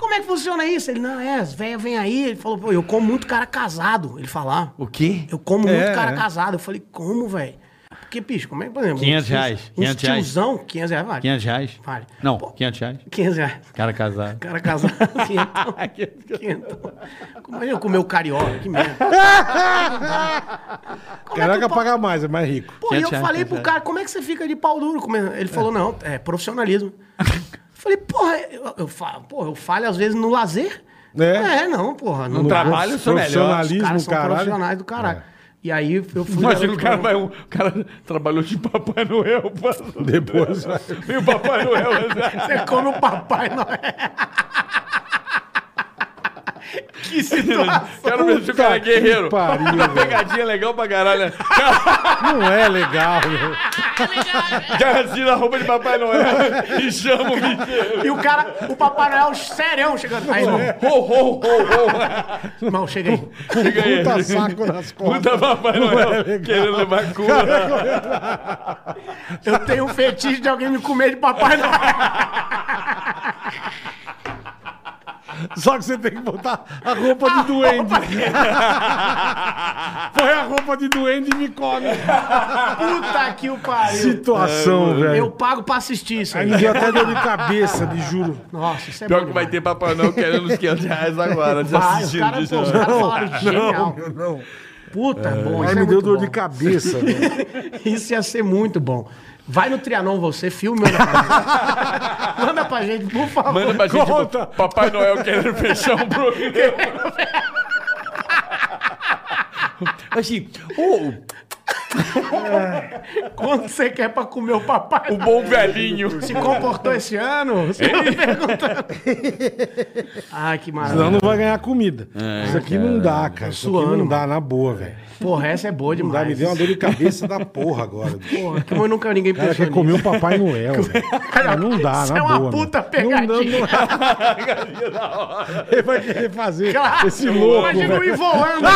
como é que funciona isso? Ele, não, é, as velhas vêm aí. Ele falou, pô, eu como muito cara casado. Ele falar,
O quê?
eu como
É,
muito cara
é.
casado. Eu falei, como, velho? Porque, bicho, como é que, por exemplo...
500
uns-
reais,
Uns
500 reais.
tiozão, 500 reais, vale.
500 reais?
Vale.
Não,
Pô,
500 reais.
500 reais.
Cara casado.
Cara casado, quinhentão. quinhentão. Imagina eu comer o carioca, que merda. Como é que
Caraca,
eu pa-
paga mais, é mais rico.
Pô, e eu
500
falei pro cara, como é que você fica de pau duro? comendo? Ele falou, não, é profissionalismo. Falei, porra, eu, eu, falo, porra, eu falho às vezes no lazer.
É.
É, não, porra. No,
No trabalho, eu sou melhor.
Os
Profissionalismo,
caras são
caralho.
profissionais do caralho. E aí eu fui...
Imagina
garoto
o cara,
de
vai, um, o cara trabalhou de Papai Noel. passou-
Depois.
E o Papai Noel. né?
Você come o Papai Noel. que situação.
Quero ver se o cara é
Puta que
guerreiro.
pariu,
Uma
velho.
pegadinha legal pra caralho. né?
Não é legal, meu.
Cara, tira a roupa de Papai Noel e chama o bicho.
E o cara, o Papai Noel serão chegando. Aí, irmão,
Ho, ho, ho, ho.
irmão, chega aí.
Chega aí.
É. Puta saco nas costas.
Puta Tá, Papai
Não é
Noel
legal.
querendo levar cura.
Eu tenho um fetiche de alguém me comer de Papai Noel.
Só que você tem que botar a roupa de duende. Põe a roupa de duende e me come.
Puta que o pariu.
Situação,
Eu
velho.
pago pra assistir isso
Aí
aí.
me deu até dor de cabeça, de juro.
Nossa, isso é
Pior
bom
que vai ter
demais.
Papai Noel querendo os 500 reais agora. de
Vai, os
assistindo,
caras
deixa
pô, os
eu-
caras falaram genial.
meu, não.
Puta, é bom.
Aí
Isso, é
me deu
muito
dor
bom.
de cabeça. velho.
isso ia ser muito bom. Vai no Trianon você, filme. Manda pra gente, manda pra gente por favor.
Manda pra gente.
Conta.
tipo, Papai Noel querendo fechar um programa. assim, ô,
Quanto você quer pra comer o papai?
Um
O bom velhinho.
Se comportou esse ano? Você tá me perguntando. Ai, que
Senão
maravilha.
não vai ganhar comida. isso aqui não dá, cara. Isso aqui
É, Tá suando,
não dá, na boa, velho.
Porra, essa é boa
Não
demais.
dá, me deu uma dor de cabeça da porra agora. bicho.
Porra, que eu nunca ninguém
O cara quer comer o Papai Noel. velho. Cara, não dá,
Isso
na
é uma
boa.
puta
meu.
pegadinha.
Não, dá, não dá. Ele vai querer fazer esse um louco,
Imagina o é um
velho.
Ivo Holanda.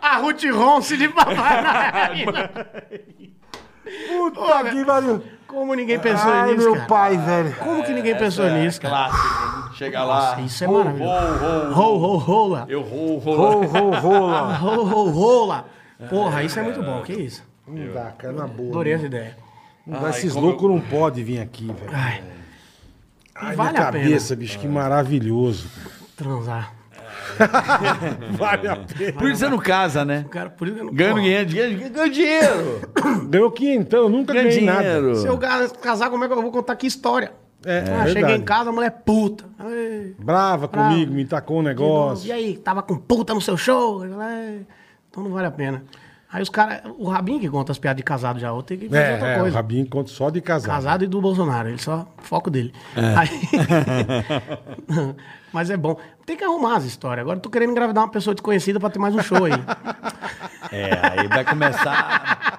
A Ruth Ronce de papai Natalina.
Puta que pariu.
Como ninguém pensou
Ai,
nisso,
meu
cara?
pai, velho.
Como que ninguém pensou
é
nisso, cara?
Clássico. Chega
Nossa,
lá.
isso é
Ho,
maravilhoso.
ho, ho.
Ho, ho, rola.
Eu rolo, rolo.
Rol, rol, rola.
Ho, ho, rola. Porra, isso é muito bom, que isso.
Não dá, cara, na boa.
Adorei essa ideia.
Não dá, esses loucos não podem vir aqui, velho.
Ai,
Ai,
vale
minha
a pena.
cabeça, bicho, que maravilhoso.
transar.
Vale a pena.
Por isso você não casa, né?
Cara, por isso que eu não...
Ganha
Porra,
dinheiro, ganha ganha dinheiro.
Ganhou quinhentão, eu nunca
Ganha
ganhei
dinheiro.
nada.
Se eu ga- casar, como é que eu vou contar que história?
É, é
ah, cheguei
verdade.
em casa, a mulher é puta. Ai,
Brava
Brava.
comigo, me tacou um negócio.
E aí, tava com puta no seu show? Eu falei, "É, então não vale a pena. Aí os caras, o Rabinho que conta as piadas de casado já, eu tenho que fazer outra
É, é, o
coisa.
Rabinho conta só de casar.
Casado e do Bolsonaro, ele só foco dele.
É.
Aí- Mas é bom. Tem que arrumar as histórias. Agora eu tô querendo engravidar uma pessoa desconhecida pra ter mais um show aí.
É, aí vai começar.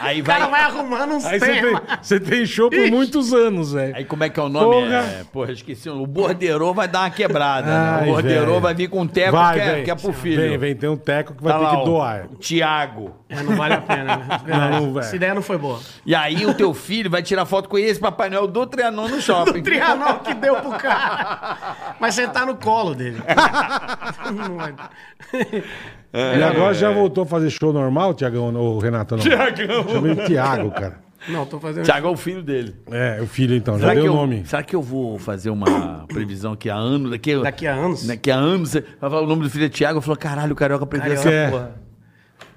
Aí
O cara
vai.
vai arrumando uns
Aí você
temas.
tem, você tem show por muitos anos, velho.
Aí como é que é o nome?
Porra.
É, porra, esqueci. O nome. O borderô vai dar uma quebrada. né?
Ai,
O borderô
velho.
vai vir com um teco
Vai,
que, é,
vem.
que é pro filho.
Vem, vem, tem um teco que vai
Tá
ter
lá,
que
ó,
doar.
o Tiago.
É, não vale a pena. né? Verdade.
Não, velho.
Essa ideia não foi boa.
E aí o teu filho vai tirar foto com esse Papai Noel do Trianon no shopping.
O Trianon que deu pro cara. Mas sentar no colo dele. Não vai dar. É,
E agora já voltou a fazer show normal, Tiagão, ou Renato? Não. Tiagão! Chamei de Tiago, cara.
Não, tô fazendo.
Tiago é o filho dele.
É, o filho então, já deu
que
o
eu,
nome.
será que eu vou fazer uma previsão que há anos. Daqui,
Daqui a anos.
Daqui a anos. você Vai falar o nome do filho é Tiago. Eu falo, caralho, o carioca previu essa
Carioca.
porra.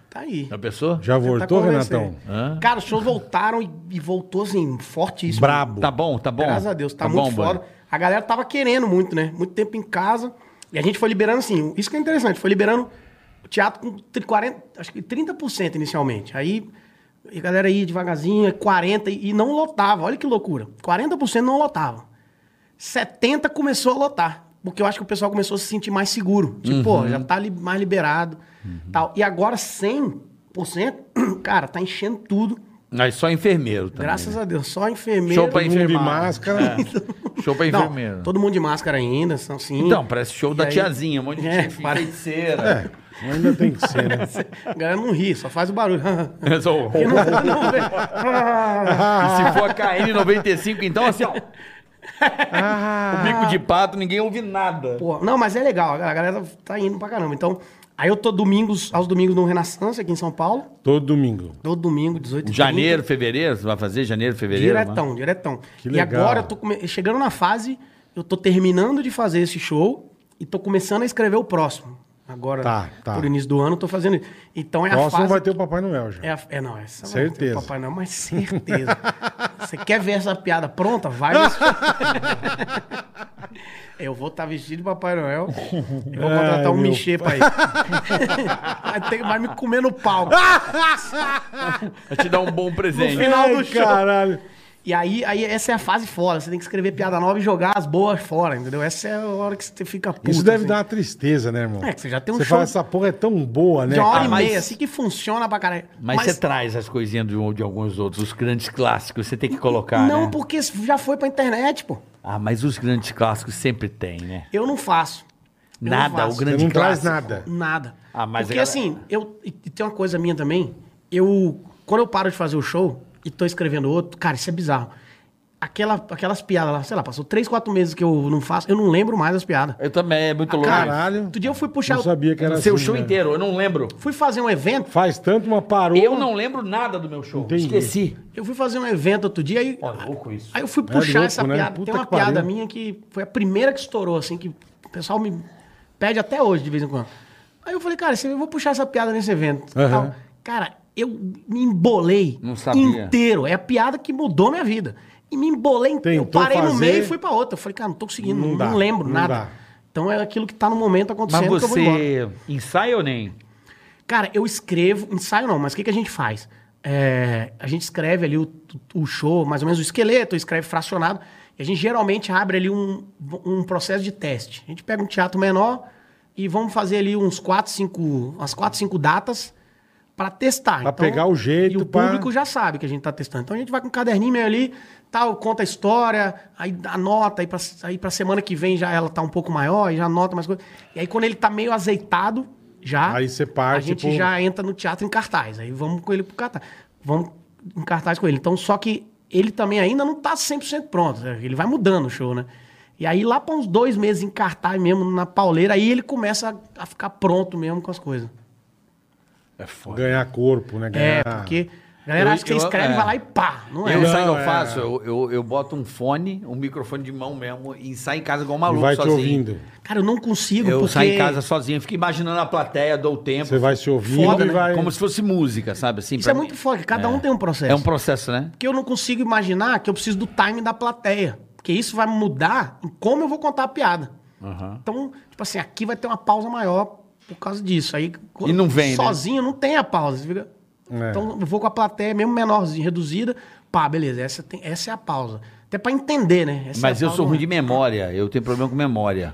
Tá aí.
Já pensou?
é- Já voltou,
tá convencendo.
Renatão?
Cara, os shows voltaram e, e voltou assim, fortíssimo.
Brabo.
Tá bom, tá bom.
Graças a Deus, tá, muito
bom,
foda. A galera tava querendo muito, né? Muito tempo em casa. E a gente foi liberando assim, isso que é interessante, foi liberando o teatro com tri- 40, acho que 30% inicialmente. Aí e a galera ia devagarzinho, 40 e e não lotava. Olha que loucura. 40% não lotava. 70 começou a lotar. Porque eu acho que o pessoal começou a se sentir mais seguro. Tipo,
Uhum.
pô, já tá li- mais liberado. Tal. E agora 100%, cara, tá enchendo tudo.
Aí só enfermeiro também.
Graças a Deus. Só enfermeiro.
né? Show pra
Todo mundo de
enfermar.
máscara.
É.
Show pra
Não,
enfermeiro.
todo mundo de máscara ainda, são sim.
Então, parece show
Hum. E
da
aí-
tiazinha, um monte de
É,
gente
para-
feiticeira.
Ainda tem que ser, né?
A galera não ri, só faz o barulho.
É. só o-
Porque não- não vê.
E se for a KN95, então assim, ó. O bico de pato, ninguém ouve nada.
Pô, não, mas é legal, a galera tá indo pra caramba. Então, aí eu tô domingos, aos domingos no Renascença, aqui em São Paulo.
Todo domingo.
Todo domingo, 18
Janeiro, fevereiro, você vai fazer janeiro, fevereiro? né?
Diretão, diretão.
né? Que
E
legal.
agora eu tô come- chegando na fase, eu tô terminando de fazer esse show e tô começando a escrever o próximo. Agora,
Tá, tá.
por início do ano, eu tô fazendo isso. Então é a
Próximo
fase.
vai ter o Papai Noel já.
É, a- é não, essa
Certeza.
Vai ter o Papai Noel, mas certeza. Você quer ver essa piada pronta? Vai nesse... Eu vou estar vestido de Papai Noel e vou contratar
Ai,
um
meu
Michê pra ir. vai, ter- vai me comer no palco.
Ah!
Vai te dar um bom presente.
No final do
Ai,
show.
caralho.
E aí, aí essa é a fase fora. Você tem que escrever piada nova e jogar as boas fora, entendeu? Essa é a hora que você fica puto.
Isso deve
assim.
dar uma tristeza, né, irmão?
É, que você já tem um
Você
show-
fala, essa porra é tão boa, né?
De uma hora
Ah,
e
mas-
meia, assim que funciona pra caralho.
Mas, você traz as coisinhas de, um- de alguns outros, os grandes clássicos, você tem que colocar,
Não,
né?
porque já foi pra internet, pô.
Ah, mas os grandes clássicos sempre tem, né?
Eu não faço. Eu não
Nada, o
faço.
Você
grande
não traz
clássico.
nada.
Nada.
Ah, mas
Porque
a galera-
assim, eu. E e tem uma coisa minha também. Eu. Quando eu paro de fazer o show e tô escrevendo outro, cara, isso é bizarro. Aquela, aquelas piadas lá, sei lá, passou três, quatro meses que eu não faço, eu não lembro mais as piadas.
Eu também, é muito louco.
Cara,
Caralho.
Outro dia eu fui puxar.
Não sabia que era
O seu
assim,
show
né?
inteiro, eu não lembro.
Fui fazer um evento.
Faz tanto uma parou.
Eu não lembro nada do meu show.
Entendi.
Esqueci.
Eu fui fazer um evento outro dia aí.
Ó, louco isso.
Aí eu fui puxar
louco,
essa
né?
piada.
Puta
Tem uma
que pariu.
piada minha que foi a primeira que estourou, assim, que o pessoal me pede até hoje, de vez em quando. Aí eu falei, cara, esse- eu vou puxar essa piada nesse evento.
Aham.
tal. Cara, eu me embolei
Não sabia.
inteiro. É a piada que mudou minha vida. E me embolei inteiro. Eu
Tentou
parei no
fazer.
meio e fui pra outra. Eu falei, cara, não tô conseguindo,
Não
não,
dá,
lembro
não
nada.
dá.
Então é aquilo que tá no momento acontecendo
Mas
que eu vou embora.
você ensaia ou nem?
Cara, eu escrevo, ensaio não, mas o que, que a gente faz? É, a gente escreve ali o, o show, mais ou menos o esqueleto, escreve fracionado, e a gente geralmente abre ali um, um processo de teste. A gente pega um teatro menor e vamos fazer ali uns 4, 5, umas 4, 5 datas para testar. Então,
Pra pegar o jeito,
E o
pra-
público já sabe que a gente tá testando. Então a gente vai com um caderninho meio ali, tal, conta a história, aí anota, aí pra, aí pra semana que vem já ela tá um pouco maior, aí já anota mais coisas. E aí quando ele tá meio azeitado, já.
Aí você parte
A gente
pro-
já entra no teatro em cartaz. Aí vamos com ele pro cartaz. Vamos em cartaz com ele. Então, só que ele também ainda não tá 100% pronto. né? Ele vai mudando o show, né? E aí lá para uns dois meses em cartaz mesmo, na pauleira, aí ele começa a, a ficar pronto mesmo com as coisas.
É Ganhar corpo, né?
É,
Ganhar-
porque a galera
Eu-
acha que
eu-
você escreve
é.
vai lá e pá. Não é.
Eu, sabe o
Não,
que eu
é.
faço? Eu, eu, eu boto um fone, um microfone de mão mesmo, e saio em casa igual um
E
maluco
vai te
sozinho.
ouvindo.
Cara, eu não consigo
Eu
porque...
saio em casa sozinho, fico imaginando a plateia, dou o tempo.
Você vai se ouvindo
Foda,
e
né?
vai.
Como se fosse música, sabe? Assim,
Isso
pra
é
mim.
muito foda, cada um tem um processo.
É um processo, né?
Porque eu não consigo imaginar que eu preciso do time da plateia. Porque isso vai mudar em como eu vou contar a piada. Então, tipo assim, aqui vai ter uma pausa maior por causa disso. Aí,
E não vem, né?
Sozinho não tem a pausa. você fica-
É.
Então, eu vou com a plateia mesmo menorzinha, reduzida. Pá, beleza, essa, tem- essa é a pausa. Até pra entender, né? Essa é
Mas
a
eu
pausa
sou ruim de
maior.
memória, eu tenho problema com memória.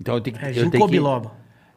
Então eu tenho que.
É,
eu, tenho
ginkgo
que
biloba.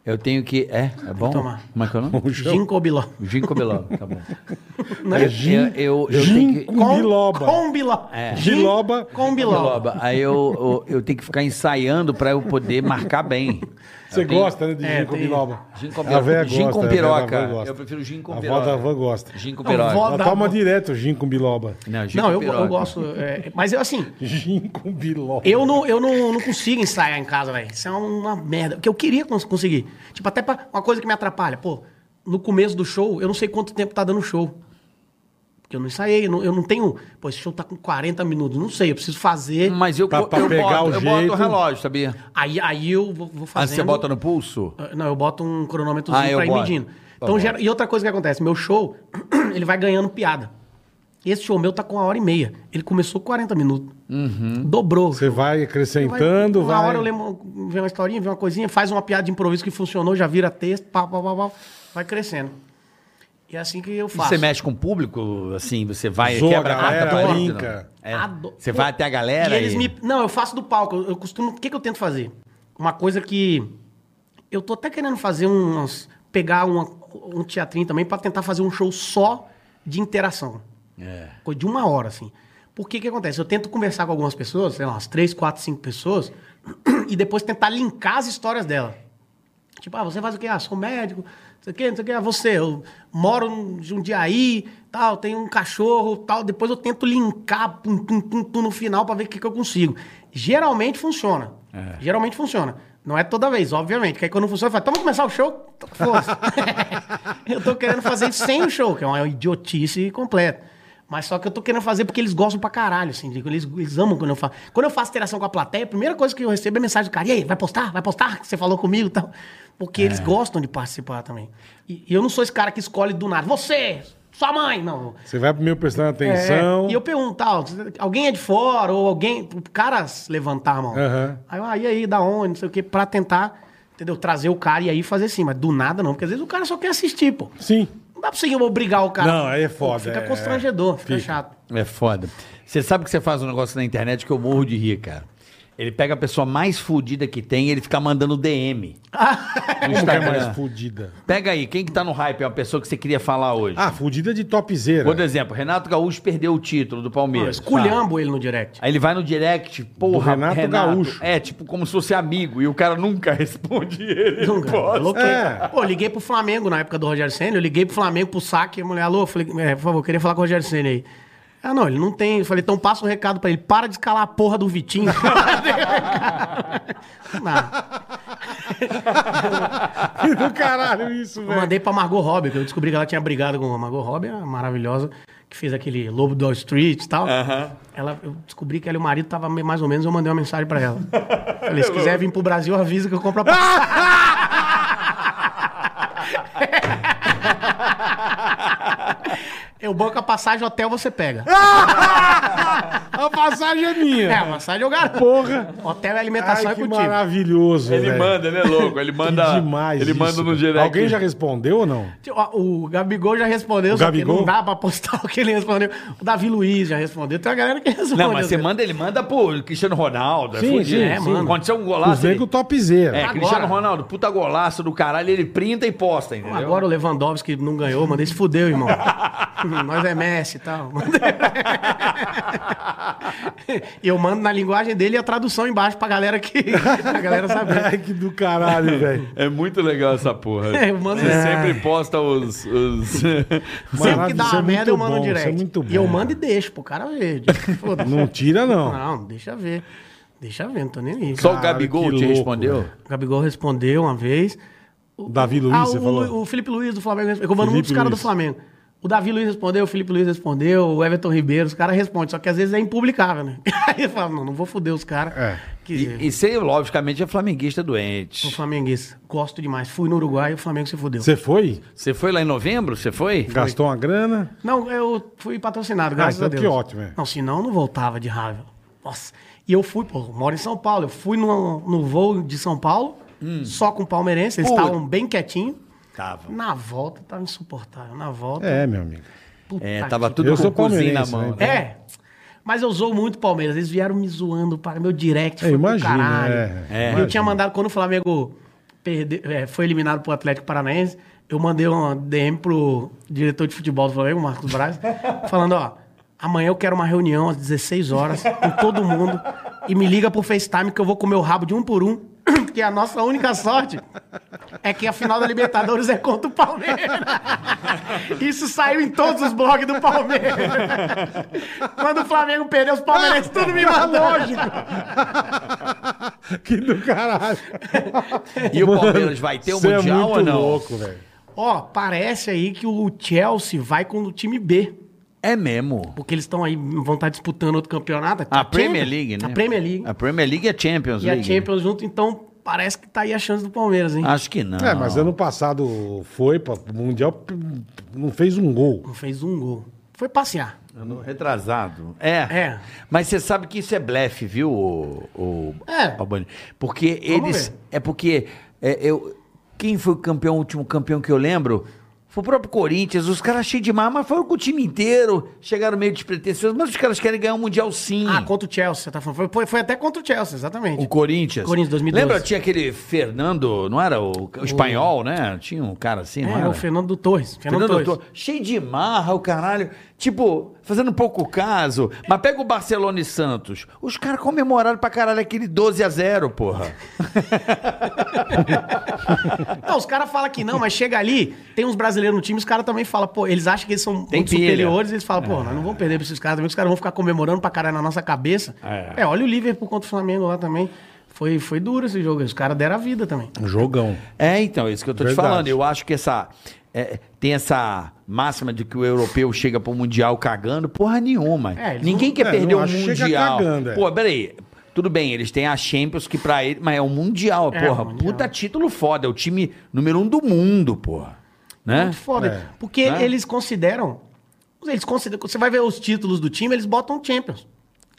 eu tenho que. É, é bom?
tomar.
Como é que é o nome?
Ginkgo biloba.
Ginkgo biloba, tá bom.
Né?
Eu- eu, eu, eu tenho que.
Ginkgo Com biloba.
Com biloba. É.
Biloba.
Com biloba.
Biloba. Aí eu, eu, eu tenho que ficar ensaiando pra eu poder marcar bem.
Você
Eu tenho-
gosta, né, de
É,
gin com
tem-
biloba?
Gin com
A
biloba.
véia
Gin com
gosta, a véia da
piroca.
van gosta.
Eu prefiro gin com
A
piroca.
vó da van gosta.
Ginkgo
Não,
biloba.
vó-
Ela
da
toma
van.
direto gin com biloba.
Não, ginkgo
Não, eu,
biloba.
eu gosto. é, mas eu, assim,
Gin com biloba.
Eu não, eu não, não consigo ensaiar em casa, velho. Isso é uma merda. Porque eu queria cons- conseguir. Tipo, até pra uma coisa que me atrapalha. Pô, no começo do show, eu não sei quanto tempo tá dando o show. Porque eu não ensaiei. Eu não, eu não tenho. Pô, esse show tá com 40 minutos. Não sei, eu preciso fazer.
Mas eu,
Pra- pra
eu,
pegar
boto,
o
eu boto
jeito.
o relógio, sabia?
Aí, aí eu vou, vou
Ah,
fazendo.
você bota no pulso?
Não, eu boto um cronômetrozinho
Ah, eu
pra ir
boto.
medindo.
Tá
Então,
bom.
gera- E outra coisa que acontece, meu show, ele vai ganhando piada. Esse show meu tá com uma hora e meia. Ele começou 40 minutos.
Uhum.
Dobrou.
Você vai acrescentando,
Uma
vai.
hora eu lembro, vê uma historinha, vê uma coisinha, faz uma piada de improviso que funcionou, já vira texto, pá, pá, pá, pá, vai crescendo. E é assim que eu
E
faço.
Você mexe com o público, assim, você vai,
Zoa
quebra
a
a quarta
galera,
parede,
brinca.
não? É.
Ado-
Você vai até a galera
E eles
e-
me... Não, eu faço do palco. Eu, eu costumo... O que, que eu tento fazer? Uma coisa que... Eu tô até querendo fazer uns... Pegar uma- um teatrinho também pra tentar fazer um show só de interação. É. Coisa de uma hora, assim. Porque o que acontece? Eu tento conversar com algumas pessoas, sei lá, umas três, quatro, cinco pessoas, e depois tentar linkar as histórias dela. Tipo, ah, você faz o quê? Ah, sou médico, não sei o quê, não sei o quê. Ah, você, eu moro num- de um dia aí, tal, tenho um cachorro, tal. Depois eu tento linkar pum, pum, pum, pum, no final pra ver o que, que eu consigo. Geralmente funciona. Geralmente funciona. Não é toda vez, obviamente. Que aí quando funciona, fala, então vamos começar o show? Foda-se. eu tô querendo fazer sem o show, que é uma idiotice completa. Mas só que eu tô querendo fazer porque eles gostam pra caralho, assim. de- Eles, eles amam quando eu faço. Quando eu faço interação com a plateia, a primeira coisa que eu recebo é mensagem do cara. E aí, vai postar? Vai postar? Que você falou comigo e tal. Porque eles
É.
gostam de participar também. E, e eu não sou esse cara que escolhe do nada. Você! Sua mãe! Não.
Você vai meio prestando atenção.
É, e eu pergunto, tal, alguém é de fora ou alguém... O cara levantar a mão.
Aham.
Aí eu, ah, e aí, da onde, não sei o quê, pra tentar, entendeu? Trazer o cara e aí fazer assim. Mas do nada não, porque às vezes o cara só quer assistir, pô.
Sim.
Não dá pra você obrigar o cara.
Não, aí é foda,
Fica
é.
constrangedor, fica,
Fica.
chato.
É foda. Você sabe que você faz um negócio na internet que eu morro de rir, cara. Ele pega a pessoa mais fodida que tem e ele fica mandando DM. No
Como que é
Instagram.
né?
mais fudida?
Pega aí, quem que tá no hype é uma pessoa que você queria falar hoje.
Ah, fudida de topzera.
Por exemplo, Renato Gaúcho perdeu o título do
Não, eu
Palmeiras. Tá.
esculhambo ele no direct.
Aí ele vai no direct, porra,
Ah, Renato Gaúcho.
É, tipo, como se fosse amigo. E o cara nunca responde ele.
Não, cara, bloqueei.
É.
Pô, liguei pro Flamengo na época do Rogério Senna, eu liguei pro Flamengo, pro saque, a mulher, alô, eu falei, é, por favor, eu queria falar com o Rogério Senna aí. Ah, não, ele não tem. Eu falei, então passa um recado pra ele. Para de escalar a porra do Vitinho. não,
do caralho isso,
eu
velho.
mandei pra Margot Robbie, que eu descobri que ela tinha brigado com a Margot Robbie, a maravilhosa, que fez aquele Lobo do Wall Street e tal. Ela, eu descobri que ela e o marido tava meio- mais ou menos, eu mandei uma mensagem pra ela. Falei, se quiser vir pro Brasil, avisa que eu compro a passagem. Eu no banco, a passagem hotel você pega.
A passagem é minha.
É, a passagem eu garanto.
Porra.
Hotel e alimentação
Ai,
é
que
contigo.
maravilhoso,
Ele
velho.
manda,
né,
ele é louco. Ele manda.
Que demais
ele
isso,
manda no
cara.
direct.
Alguém já respondeu ou não?
Tipo, Ó, O Gabigol já respondeu,
O
só
Gabigol?
que não dá pra postar o que ele respondeu. O Davi Luiz já respondeu. Tem uma galera que respondeu. né?
Não, mas você manda, ele manda pro Cristiano Ronaldo. é
Sim,
fudido.
sim,
É,
sim.
mano. Aconteceu um
Os
golaço. ele-
nego topzera.
É,
Agora.
Cristiano Ronaldo, puta golaço do caralho, ele printa e posta, entendeu?
Agora o Lewandowski não ganhou, mandei se fudeu, irmão. Hum, Nós é Messi e tal. E eu mando na linguagem dele e a tradução embaixo pra galera que. A galera
Ai,
saber.
que do caralho, velho.
É muito legal essa porra.
É, eu mando-
Você
É.
sempre posta os. os...
Sempre que dá
Isso é
uma merda,
muito
eu mando
bom,
um
isso é
direct.
muito
E eu
bom.
mando e deixo pro cara ver. Foda-se.
Não tira, não.
Não, deixa ver. Deixa ver, não tô nem aí.
Só o
Caralho,
Gabigol
que
te
louco,
respondeu?
O Gabigol respondeu uma vez. O-
Davi Luiz,
ah,
você
o,
falou?
O Felipe Luiz do Flamengo respondeu. Eu mando
Felipe
muitos caras do
Luiz.
Flamengo. O Davi Luiz respondeu, o Felipe Luiz respondeu, o Everton Ribeiro, os caras respondem. Só que às vezes é impublicável, né? Aí eu falo, não, não vou foder os caras.
É.
Que-
E, e você, logicamente, é flamenguista
Sou
doente.
flamenguista. Gosto demais. Fui no Uruguai e o Flamengo se fudeu.
Você foi?
Você foi lá em novembro? Você foi?
Gastou uma grana?
Não, eu fui patrocinado, graças
então
a Deus.
que ótimo, é.
Não, senão eu não voltava de raiva. Nossa. E eu fui, pô, eu moro em São Paulo. Eu fui no, no voo de São Paulo, só com palmeirense. Eles
Puta.
estavam bem quietinhos.
Tava.
Na volta tava insuportável. Na volta.
É, meu amigo.
puta
É,
que
tava tudo
Eu
com
sou
o cozinho na
palmeirense,
mão.
né?
pariu. É. Mas eu zoo muito o Palmeiras. Eles vieram me zoando para meu direct.
É,
foi pro
imagino,
caralho.
é, é,
eu
imagino.
tinha mandado, quando o Flamengo perde, é, foi eliminado pro Atlético Paranaense, eu mandei uma DM pro diretor de futebol do Flamengo, Marcos Braz, falando: ó, amanhã eu quero uma reunião às 16 horas com todo mundo e me liga pro FaceTime que eu vou comer o rabo de um por um. Porque a nossa única sorte é que a final da Libertadores é contra o Palmeiras. Isso saiu em todos os blogs do Palmeiras. Quando o Flamengo perdeu, os palmeirenses tudo me mandou.
Que do caralho.
E o Palmeiras vai ter o
Cê
Mundial
é muito
ou não?
louco, velho.
Ó, parece aí que o Chelsea vai com o time B.
É mesmo.
Porque eles estão aí, vão estar disputando outro campeonato.
A Premier League, né?
A Premier League.
A Premier League é Champions
E a
League. Ah.
Champions junto, então parece que tá aí a chance do Palmeiras, hein?
Acho que não.
É, mas ano passado foi pra pro Mundial, p- não fez um gol.
Não fez um gol. Foi passear.
Ano retrasado. É.
É.
Mas você sabe que isso é blefe, viu, o, o
É.
Albani? Porque
Vamos
eles.
ver.
É porque é, eu, quem foi o campeão, o último campeão que eu lembro? Foi o próprio Corinthians. Os caras cheios demais, mas foram com o time inteiro. Chegaram meio despretensiosos, mas os caras querem ganhar o Mundial sim.
Ah, contra o Chelsea, você tá falando. Foi- Foi, foi até contra o Chelsea, exatamente.
O Corinthians.
Corinthians, 2012.
Lembra? Tinha aquele Fernando, não era? O, o espanhol, né? Tinha um cara assim, não
É,
era?
o Fernando do Torres. Fernando,
Fernando
Torres.
Torres. Cheio de marra, o caralho. Tipo, fazendo pouco caso. Mas pega o Barcelona e Santos. Os caras comemoraram pra caralho aquele 12 a 0 porra.
Não, os caras falam que não, mas chega ali, tem uns brasileiros no time, os caras também falam, pô, eles acham que eles são
Tem
muito
pilha. É.
superiores, eles falam, pô, nós não vamos perder pra esses caras também, os caras vão ficar comemorando pra caralho na nossa cabeça. É, olha o Liverpool contra o Flamengo lá também. Foi, foi duro esse jogo, os caras deram a vida também.
Um jogão.
É, então, é isso que eu tô te
Verdade.
falando. Eu acho que essa. é, tem essa máxima de que o europeu chega pro Mundial cagando, porra nenhuma.
É, eles
Ninguém
não-
quer
é,
perder
não
o
acho que
Mundial.
chega cagando, é.
Pô, peraí. Tudo bem, eles têm a Champions que pra ele. Mas é o Mundial,
É,
porra.
o Mundial.
Puta título foda. É o time número um do mundo, porra. Né?
Muito foda.
É.
Porque eles consideram. Eles consideram. Você vai ver os títulos do time, eles botam Champions.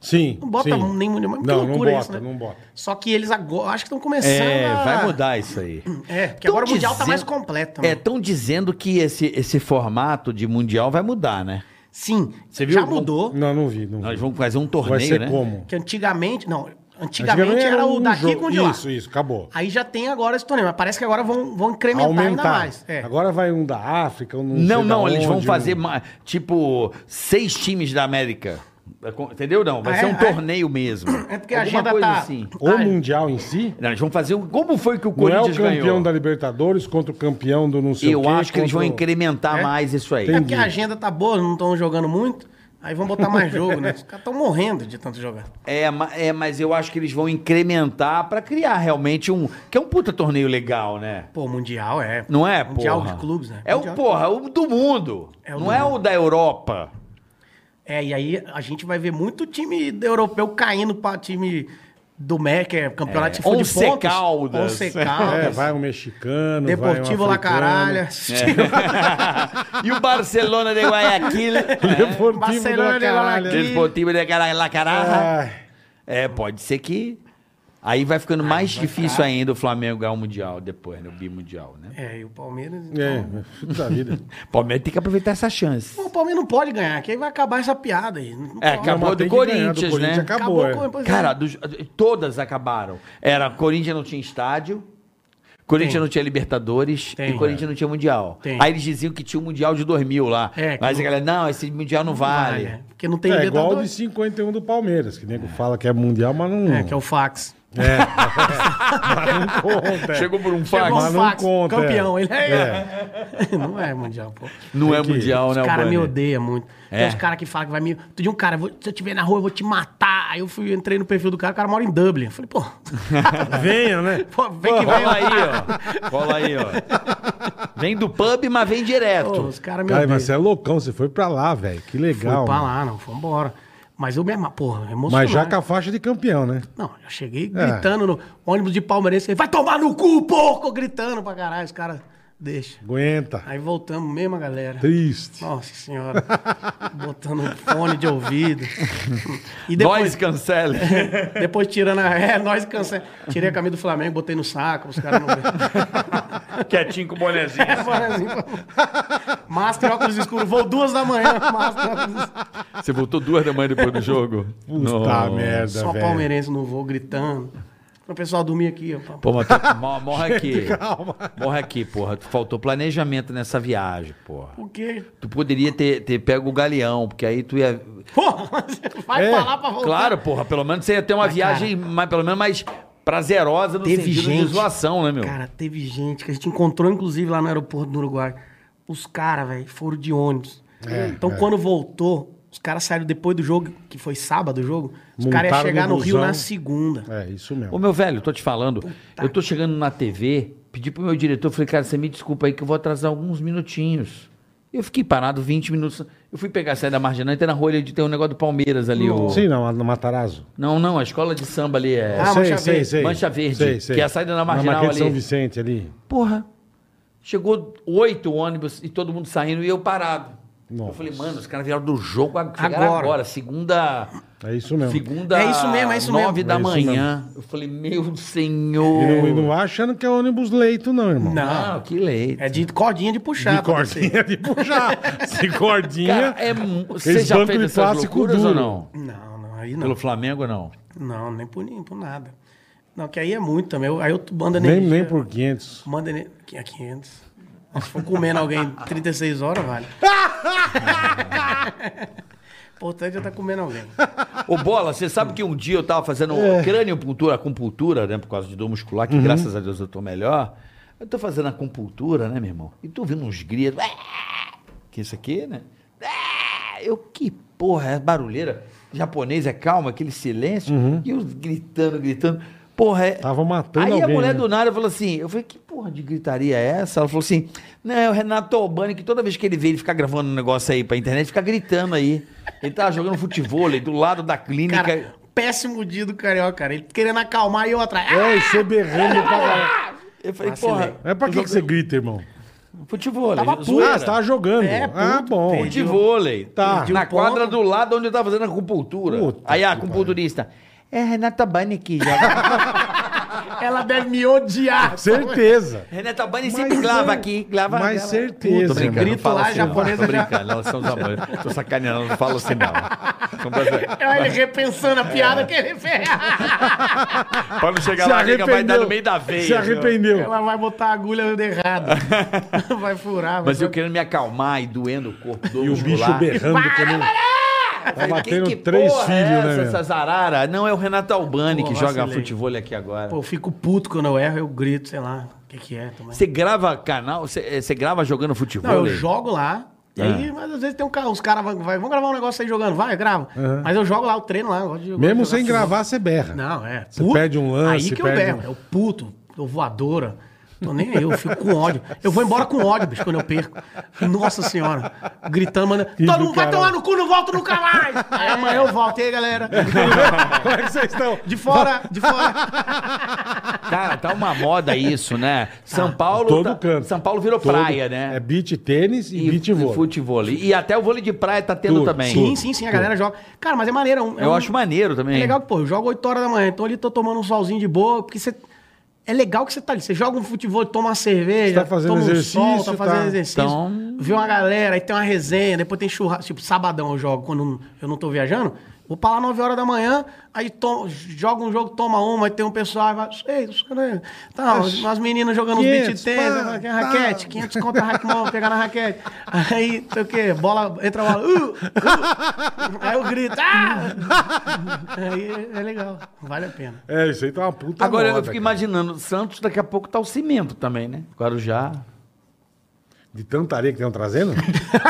Sim.
Não bota
sim.
nem mundial. Mas que
Não, não
loucura
bota,
isso, né?
não bota.
Só que eles agora. Acho que estão começando.
É,
a-
vai mudar isso aí.
É, porque
Tão
agora o Mundial tá
dizendo-
mais completo.
então.
né?
É, estão dizendo que esse, esse formato de mundial vai mudar, né?
Sim.
Você viu?
Já mudou.
Não, não vi, não vi.
Nós vamos fazer um
Vai
torneio,
ser
né?
como?
Que antigamente. Não, antigamente, era o
um
daqui
jogo.
com o de lá.
Isso, isso, acabou.
Aí já tem agora esse torneio, mas parece que agora vão, vão incrementar ainda
Aumentar.
mais. É.
Agora vai um da África, um não sei
Não,
da
não, eles vão
onde,
fazer
um-
ma- tipo seis times da América. Entendeu? Não, vai
Ah,
ser
é?
um
Ah, é?
torneio mesmo.
É porque a
Alguma
agenda
coisa
tá-
assim.
O
Ai.
Mundial em si?
Não, eles vão fazer um... Como foi que o
Não é o
Corinthians
campeão
ganhou?
da Libertadores contra o campeão do não sei o
Eu
quê.
acho que eles vão
contra o-
incrementar
É?
mais isso aí.
É porque a agenda tá boa, não estão jogando muito. Aí vão botar mais jogo, né? Os caras estão morrendo de tanto jogar.
É, ma- é, mas eu acho que eles vão incrementar pra criar realmente um... Que é um puta torneio legal, né?
Pô, Mundial é.
Não é,
Mundial
porra?
de clubes, né?
É o,
Mundial-
porra, é o do mundo.
É o
não
do
é
mundo.
o da Europa.
É, e aí a gente vai ver muito time europeu caindo pra time do MEC, que é campeonato de futebol de
Once
pontas.
Caldas.
Once
É,
Caldas.
vai um mexicano.
Deportivo La
vai um
Caralha.
É. E o Barcelona de Guayaquil. né?
Deportivo
Barcelona de Guayaquil.
Desportivo de
Ah.
Lacaraja.
Ai,
É, pode ser que. Aí vai ficando mais difícil ainda o Flamengo ganhar o Mundial depois, né? O Bimundial, né?
É, e o Palmeiras.
é, puta vida.
O Palmeiras tem que aproveitar essa chance.
O Palmeiras não pode ganhar, que aí vai acabar essa piada aí. Não
É,
pode.
acabou
mas
do
tem que ganhar,
Corinthians, né?
Acabou, é.
com- pois é.
Cara, dos- todas acabaram. Era Corinthians não tinha estádio, Corinthians
Tem.
não tinha Libertadores
Tem. é.
e Corinthians não tinha Mundial.
Tem.
Aí eles diziam que tinha o Mundial de 2000 lá.
É, que
Mas a
não-
galera, não, esse Mundial não vale.
Vale. né? Porque não tem
É igual o de
Libertadores.
51 do Palmeiras, que nego fala que é mundial, mas não.
É, que é o fax.
não conta. é.
Chegou por um
Chegou
fax.
mas não conta, é.
campeão. Ele é.
É.
não é mundial, pô.
Não é
que-
mundial,
Os
né,
caras me
Albani?
odeiam muito. Tem
É.
uns caras que falam que vai me. Tu de um cara, vou- se eu te ver na rua, eu vou te matar. Aí eu fui, entrei no perfil do cara, o cara mora em Dublin. Eu falei, pô,
Venha, né?
pô vem que vem
Rola
aí.
aí, ó. Rola aí, ó. Vem do pub, mas vem
Pô,
direto.
os caras me
Cara,
odeiam.
mas você é loucão, você foi pra lá, velho. Que
Fui
legal.
pra
mano.
lá, não, foi embora. Mas eu mesmo, porra, emocionado.
Mas já com a faixa de campeão, né?
Não, eu cheguei gritando no ônibus de palmeirense. Vai tomar no cu, porco! Gritando pra caralho. Os caras, deixa.
Aguenta.
Aí voltamos, mesma galera.
Triste.
Nossa senhora. Botando um fone de ouvido. E
Nós cancela.
Depois tirando a. É, nós cancela. Tirei a camisa do Flamengo, botei no saco, os caras não.
Quietinho com o bonezinho.
É, mas assim, Master e óculos escuros. Vou duas da manhã, Master e óculos escuros.
Você voltou duas da manhã depois do jogo?
Puta
Nossa.
merda,
Só
velho.
palmeirense no voo, gritando. O pessoal dormir aqui, ó.
Pô, mas tu- mo- morre aqui. Morre aqui, porra. Tu faltou planejamento nessa viagem, porra.
Por quê?
Tu poderia ter, ter pego o galeão, porque aí tu ia.
Porra, vai
É,
pra lá pra voltar.
Claro, porra, pelo menos você ia ter uma
Mas,
viagem mais, pelo menos mais prazerosa no sentido de zoação, né, meu?
Cara, teve gente que a gente encontrou, inclusive, lá no aeroporto do Uruguai. Os caras, velho, foram de ônibus.
É,
então, quando voltou, os caras saíram depois do jogo, que foi sábado o jogo, os caras iam
Montaram
chegar
no
no Rio
busão.
na segunda.
É, isso
Ô,
mesmo.
meu velho, tô te falando. Eu tô chegando na TV, pedi pro meu diretor, falei, cara, você me desculpa aí que eu vou atrasar alguns minutinhos. Eu fiquei parado 20 minutos. Eu fui pegar a saída da marginal, entrei na rua ali de ter um negócio do Palmeiras ali. o-
Sim, não, no Matarazzo.
Não, não, a escola de samba ali é.
Ah, Mancha Verde.
Mancha Verde, que é a saída da marginal
na Marquês de São
ali.
Vicente ali.
Porra, chegou oito ônibus e todo mundo saindo e eu parado.
Nossa.
Eu falei, mano, os caras vieram do jogo ag- chegaram agora,
Agora.
segunda.
É isso mesmo.
Segunda.
É isso mesmo, é isso
nove
mesmo.
da
É isso
manhã. Eu falei, meu senhor.
E não, e não vai achando que é ônibus leito, não, irmão.
Não.
Ah, que leite.
É de cordinha de puxar.
De
pra descer.
cordinha de puxar. Se cordinha.
Cara, é, mu- você
Esse
já
banco
fez
de
essas
plástico
loucuras ou
duro.
não?
Não, não, aí não.
Pelo Flamengo ou não?
Não, nem por, nem por nada. Não, que aí é muito também. eu- Aí eu mando
nem,
energia.
nem por 500.
Manda energia. A 500. Se for comendo alguém 36 horas, vale. Importante é estar comendo alguém.
Ô, Bola, você sabe que um dia eu tava fazendo
É.
crânio puntura, acupuntura, né? Por causa de dor muscular,
Uhum.
que graças a Deus eu tô melhor. Eu tô fazendo acupuntura, né, meu irmão? E tô ouvindo uns gritos. "Ah!" Que isso aqui, né? "Ah!" Eu, que porra, é barulheira. Japonês é calmo, aquele silêncio. E eu gritando, gritando. Porra, é...
Uhum. Tava matando
Aí a
alguém,
mulher
né?
do nada falou assim, eu falei, que porra de gritaria é essa? Ela falou assim, não, é o Renato Albani, que toda vez que ele vê ele ficar gravando um negócio aí pra internet, fica gritando aí. Ele tava jogando futebol do lado da clínica.
Cara, péssimo dia do carioca, cara. Ele querendo acalmar e eu atrás. Ah!
É, e você berrando pra caralho.
eu falei,
vacilei.
porra,
É pra que, que você grita, irmão?
futebol.
Tava puto.
zoeira.
Ah, você tava jogando.
É,
ah,
puto,
bom.
perdi.
Futebol.
Tá.
Na
Perdi o ponto.
quadra do lado onde eu tava fazendo acupuntura.
Puta
aí a acupunturista, é Renato Albani que joga.
Ah, Ela deve me odiar.
Certeza.
Renato Albani sempre
Mas
glava
é-
aqui, glava
mas
glava.
certeza, né?
Tô brincando,
mano.
não fala
Grito lá,
não.
japonesa
Tô
já-
brincando, elas são os amantes. Tô sacaneando, não falo assim não. São brasileiros.
Aí ele repensando a piada que ele fez.
Pra não chegar lá, a nega vai dar no meio da veia.
Se
viu?
arrependeu.
Ela vai botar a agulha errada. Vai furar. vai
Mas eu
fazer-
querendo me acalmar e doendo o corpo do
E o bicho berrando que não. Tá batendo três filhos, né? meu?
é Essa zarara? Não, é o Renato Albani
Pô,
que joga
vacilei.
futebol aqui agora.
Pô, eu fico puto quando eu erro, eu grito, sei lá. O que, que é também.
Você grava canal? Você eh, você grava jogando futebol?
Não, eu jogo lá. E aí,
Ah.
mas às vezes tem um cara, os caras vão, vai, vamos gravar um negócio aí jogando, vai, grava. Mas eu jogo lá, eu treino lá. eu gosto de- eu
Mesmo
gosto de
assim?
sem
jogar futebol.
gravar, você berra.
Não, é.
Você perde um lance,
Aí que
perde
eu berro.
um-
É o puto, o voadora. Tô nem aí, eu fico com ódio. Eu vou embora com ódio, bicho, quando eu perco. Nossa senhora. Gritando, manda.
Que
Todo
do
mundo vai
caralho.
tomar no cu, não volto nunca mais. Aí amanhã eu volto. E aí, galera?
Como é que vocês estão?
De fora, de fora.
Cara, tá uma moda isso, né? São Paulo.
Ah, Todo
tá-
canto.
São Paulo virou
Todo-
praia, né?
É beach tênis e, beach vôlei.
futebol. E até o vôlei de praia tá tendo
Tudo,
também.
Sim, sim, sim, a galera joga. Cara, mas é maneiro. é um- é
Eu
um-
acho maneiro também.
É legal que, pô, eu jogo 8 horas da manhã, então ali tô tomando um solzinho de boa, porque você. É legal que você tá ali. Você joga um futebol, toma uma cerveja,
Você tá fazendo
toma
exercício,
um sol, tá
tá.
fazendo exercício.
Então-
Vê uma galera, aí tem uma resenha, depois tem churrasco. Tipo, sabadão eu jogo quando eu não tô viajando. Vou pra lá 9 horas da manhã, aí to- joga um jogo, toma uma, aí tem um pessoal, aí vai. Ei, os caras-
É,
tá, umas meninas jogando uns beat
500, pá,
tênis,
tá.
raquete, 500 contra raquete, pegar na raquete. Aí, sei o quê, bola, entra a bola, uh, uh. aí eu grito, ah! Aí é legal, vale a pena.
É, isso aí tá uma puta
Agora eu
moda,
fico
cara.
imaginando, Santos daqui a pouco tá o cimento também, né? Guarujá.
De tanta areia que estão trazendo?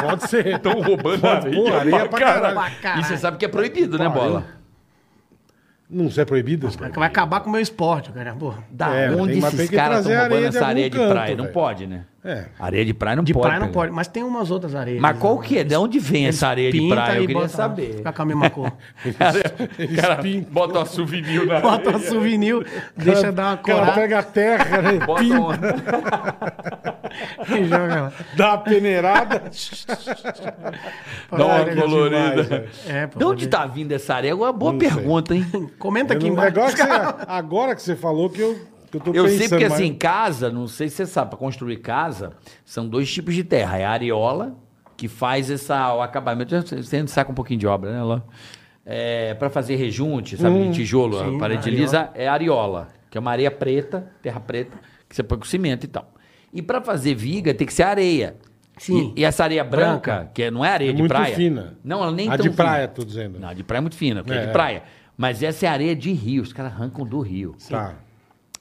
Pode ser.
Estão roubando a
Pode pôr areia é pra caralho.
Pra caralho.
E você sabe que é proibido, né, bola?
Não, isso é proibido? isso, cara?
Vai acabar com o meu esporte, cara, porra.
Da
É, mas
onde
tem- mas tem
esses
que
caras
trazer
estão roubando
areia de
essa areia de
algum
praia?
canto,
não
velho.
pode, né?
É.
Areia de praia não
De
pode.
praia não
pegar.
pode, mas tem umas outras areias.
Mas qual
né?
que é? De onde vem essa areia de
Pinta
praia?
e
Eu queria
bota-
saber.
Fica com a mesma cor.
O cara bota uma souvenir na
Bota um souvenir, deixa dar uma
O cara
corada
pega a terra, né?
Bota
pinta,
um-
e joga lá.
dá uma peneirada.
dá
Ah,
uma
legal
demais,
colorida.
velho.
É, pô,
De onde
pode-
tá vindo essa areia? É uma boa
Não sei.
pergunta, hein?
Comenta
Eu
aqui
não-
embaixo.
agora, que você, agora que você falou que eu, que eu tô
Eu
pensando.
sei porque
mas-
assim, casa, não sei se você sabe, para construir casa, são dois tipos de terra. É a areola, que faz essa, o acabamento. Você você saca um pouquinho de obra, né, Ló? É, para fazer rejunte, sabe,
Hum,
de tijolo,
sim,
a parede
areola.
lisa, é areola, que é uma areia preta, terra preta, que você põe com cimento e tal. E para fazer viga tem que ser areia.
Sim.
E, e essa areia branca,
Branca.
que não é areia
É
de
muito
praia.
fina.
Não, ela nem é
A
tão
de
fina.
praia, tô dizendo.
Não, a de praia é muito fina, porque é,
É.
de praia. Mas essa é areia de rio, os caras arrancam do rio.
Tá.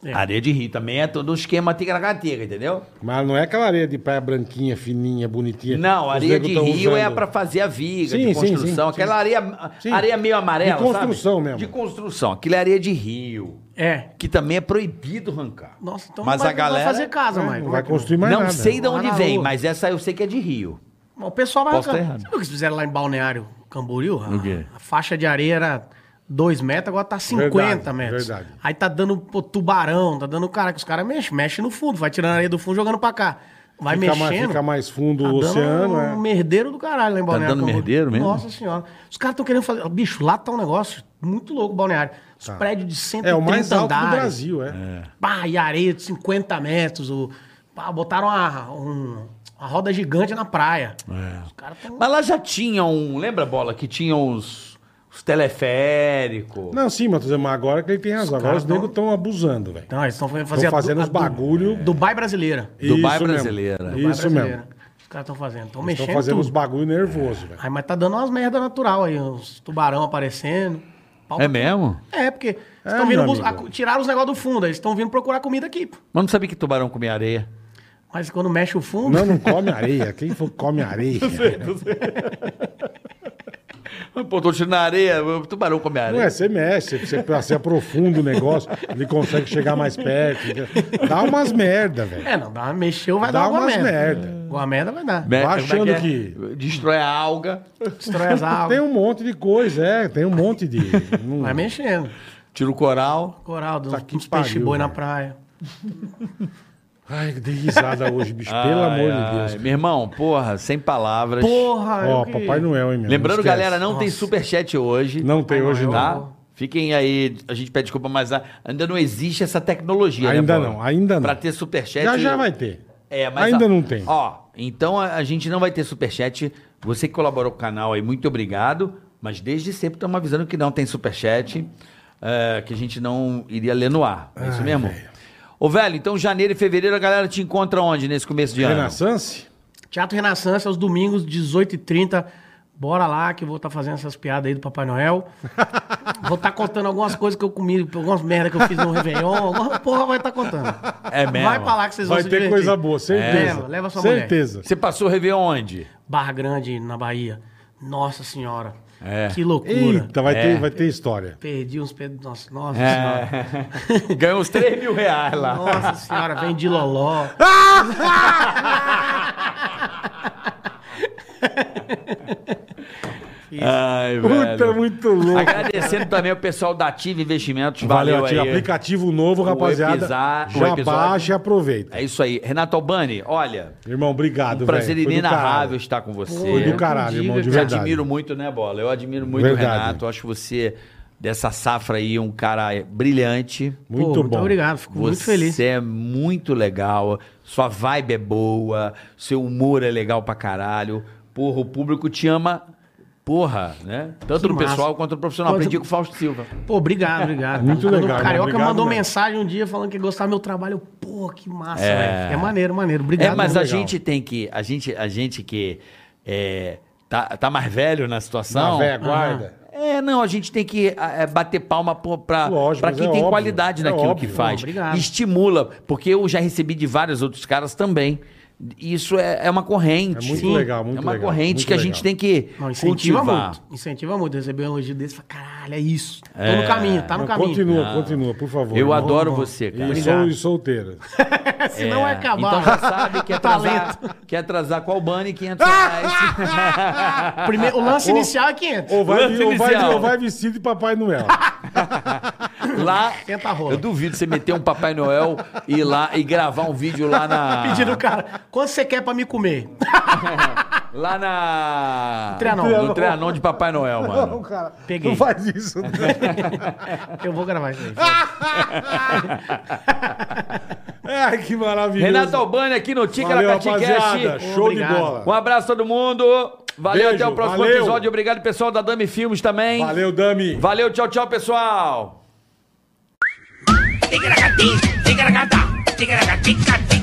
É.
Areia de rio também é todo um esquema ticaracateca, entendeu?
Mas não é aquela areia de praia branquinha, fininha, bonitinha.
Não,
Os
areia
nego
de
tão
rio é
usando.
pra fazer a viga,
Sim,
de
sim,
construção.
sim, sim.
Aquela areia,
Sim.
areia meio amarela,
De construção
sabe?
mesmo.
De construção. Aquilo é areia de rio,
É.
que também é proibido arrancar.
Nossa, então
Mas
não vai,
a
não vai
galera-
fazer casa,
Não,
Maicon.
Não
Como é
vai
que não?
construir mais
não
nada.
sei de
Lá
onde
na
vem,
rua.
mas essa eu sei que é de rio.
O pessoal vai
Posso
arrancar.
tá errado.
Sabe o que fizeram lá em Balneário Camboriú? A,
O quê?
a faixa de areia era 2 metros, agora tá 50
Verdade,
metros.
verdade.
Aí tá dando pô, tubarão, tá dando cara, que os caras mexem, mexe no fundo, vai tirando a areia do fundo jogando pra cá. Vai
tá
Fica mais-
mexendo.
fica mais fundo
tá
o
dando
oceano, é. Tá
Um merdeiro do caralho lá em Balneário.
dando
Camboriú.
merdeiro mesmo?
Nossa senhora. Os caras estão querendo fazer. Bicho, lá tá um negócio muito louco, Balneário. Os prédios de 130
É o mais alto
andares.
do Brasil, é.
Pá, e areia de 50 metros. O, pá, botaram uma, um- uma roda gigante na praia.
É.
Os caras tão...
Mas lá já tinha um. Lembra, bola, que tinha os, os teleféricos?
Não, sim, mas tô dizendo, mas agora que ele tem razão. Agora
caras
os negros estão abusando, velho.
Tá
Não, eles estão fazendo,
Estão fazendo
a
uns
Du-
bagulho.
Dubai brasileira.
Dubai
Isso mesmo.
brasileira. Dubai
Isso
brasileira.
mesmo.
Os caras estão fazendo, estão
Estão
mexendo
fazendo uns
tudo.
bagulho nervoso, velho.
Ai, mas tá dando umas merda natural aí, uns tubarão aparecendo. Pau
É
pra-
mesmo?
É, porque eles
É,
estão vindo
meu
bus-
amigo.
a- tiraram os negócios do fundo, eles estão vindo procurar comida aqui. pô.
Mas não sabia que tubarão comia areia.
Mas quando mexe o fundo,
Não, não come areia. Quem for come areia?
Pô, tô tirando na areia, tubarão come areia.
Não é, você mexe, você, você, você aprofunda o negócio, ele consegue chegar mais perto. entendeu? Dá umas merda, velho.
é, não, dá, mexeu, vai
Dá
dar alguma
umas
merda.
merda.
Alguma merda vai dar.
Né?
Vai
Como é
achando
Destrói a alga,
Destrói as
Tem
águas,
um monte de coisa, é, tem um monte de. não-
vai mexendo.
tira o coral.
Coral, dos,
Tá que
uns peixe
pariu,
boi na
velho.
praia.
Ai, que dei risada hoje, bicho. Pelo amor de Deus.
Meu irmão, porra, sem palavras.
Porra,
Ó,
eu que-
Papai Noel, hein, meu?
Lembrando,
esquece.
galera, não tem superchat hoje.
Não tem hoje,
Tá?
não.
Fiquem aí, a gente pede desculpa, mas a- ainda não existe essa tecnologia, né,
Ainda
Bola?
não, ainda não.
Pra ter superchat.
Já já vai ter.
É, mas
Ainda
ó,
não tem.
Ó, então a, a gente não vai ter superchat. Você que colaborou com o canal aí, muito obrigado. Mas desde sempre estamos avisando que não tem superchat, é, que a gente não iria ler no ar. É isso mesmo? Ô, velho, então janeiro e fevereiro a galera te encontra onde nesse começo de ano?
Renaissance?
Teatro Renaissance, aos domingos, 18h30. Bora lá, que eu vou estar fazendo essas piadas aí do Papai Noel. vou estar contando algumas coisas que eu comi, algumas merda que eu fiz no Réveillon. Alguma porra vai estar contando.
É mesmo?
Vai pra lá que vocês
Vai
vão se
ter
divertir. É,
coisa boa, certeza.
Leva, leva sua mulher.
certeza.
Você passou o Réveillon onde?
Barra Grande, na Bahia. Nossa Senhora.
É.
Que loucura.
Eita, vai, ter, vai ter história.
Perdi uns pedaços. Nossa, nossa
É.
senhora.
É.
Ganhou uns 3 mil reais lá.
Nossa senhora, vem de loló.
Ah, Ai,
Puta, é muito louco.
Agradecendo também ao pessoal da Ativa Investimentos. Valeu,
Valeu, Valeu
aí.
Aplicativo novo, rapaziada.
episar- o
Já
episódio-
baixa e aproveita.
É isso aí. Renato Albani, olha,
Irmão, obrigado, velho.
Um prazer
Foi do
inenarrável
caralho.
estar com você.
Foi do caralho, irmão, de
Eu
verdade.
admiro muito, né, Bola? Eu admiro muito o
Verdade.
Renato. Eu acho você, dessa safra aí, um cara brilhante.
Muito
Pô,
bom.
Muito obrigado, fico muito
Você
feliz.
é muito legal, sua vibe é boa, seu humor é legal pra caralho. Porra, o público te ama, porra, né? Tanto
Que
no
massa.
pessoal quanto no profissional.
Quanto-
Aprendi com o Fausto Silva.
Pô, obrigado, obrigado.
Muito
Quando
legal,
O Carioca
obrigado
mandou
mesmo.
mensagem um dia falando que gostava do meu trabalho. Eu, Pô, que massa, velho. É maneiro, maneiro. Obrigado.
é, mas
mesmo.
a
legal.
gente tem que. A gente, a gente que é, tá, tá mais velho na situação.
Na véia guarda.
É, não, a gente tem que ah, é, bater palma pô, pra,
Lógico,
pra
mas
quem
é
tem
óbvio,
qualidade
é
naquilo
óbvio.
que faz.
Obrigado.
Estimula, porque eu já recebi de vários outros caras também. Isso é, é uma corrente.
É muito Sim. legal, muito
É uma
legal,
corrente
muito
que a
legal.
gente tem que
Não, incentiva
cultivar.
muito. Incentiva muito. Receber um elogio desse. Fala, caralho, é isso. Tô no caminho, tá no
Não,
caminho.
Continua, continua, por favor.
Eu
irmão.
adoro você, cara.
E, sou, e solteira.
Se não é Tá acabar.
Então já sabe que atrasar,
Talento.
que é atrasar com o Albani 500 reais.
Primeiro, o lance inicial é 500.
Ou vai,
Lance
ou, vai,
inicial.
ou vai vestido de Papai Noel.
Lá,
Senta a rola.
eu duvido você meter um Papai Noel e ir lá e gravar um vídeo lá na.
Pedindo o cara, quanto você quer pra me comer?
Lá na.
Trianon.
No Trianon de Papai Noel, mano.
cara,
Peguei.
Não faz isso. né? não.
Eu vou gravar isso aí.
Ai, que maravilhoso.
Renato Albani aqui no
Valeu,
Ticaracati
rapaziada.
Cash.
Show
Obrigado.
de bola.
Um abraço a todo mundo. Valeu,
Beijo,
até o próximo
valeu.
episódio. Obrigado, pessoal da Dami Filmes também.
Valeu, Dami.
Valeu, tchau, tchau, pessoal.
então.
É, tá.
Tigra gatín, tigra gata, tigra gatica, tigra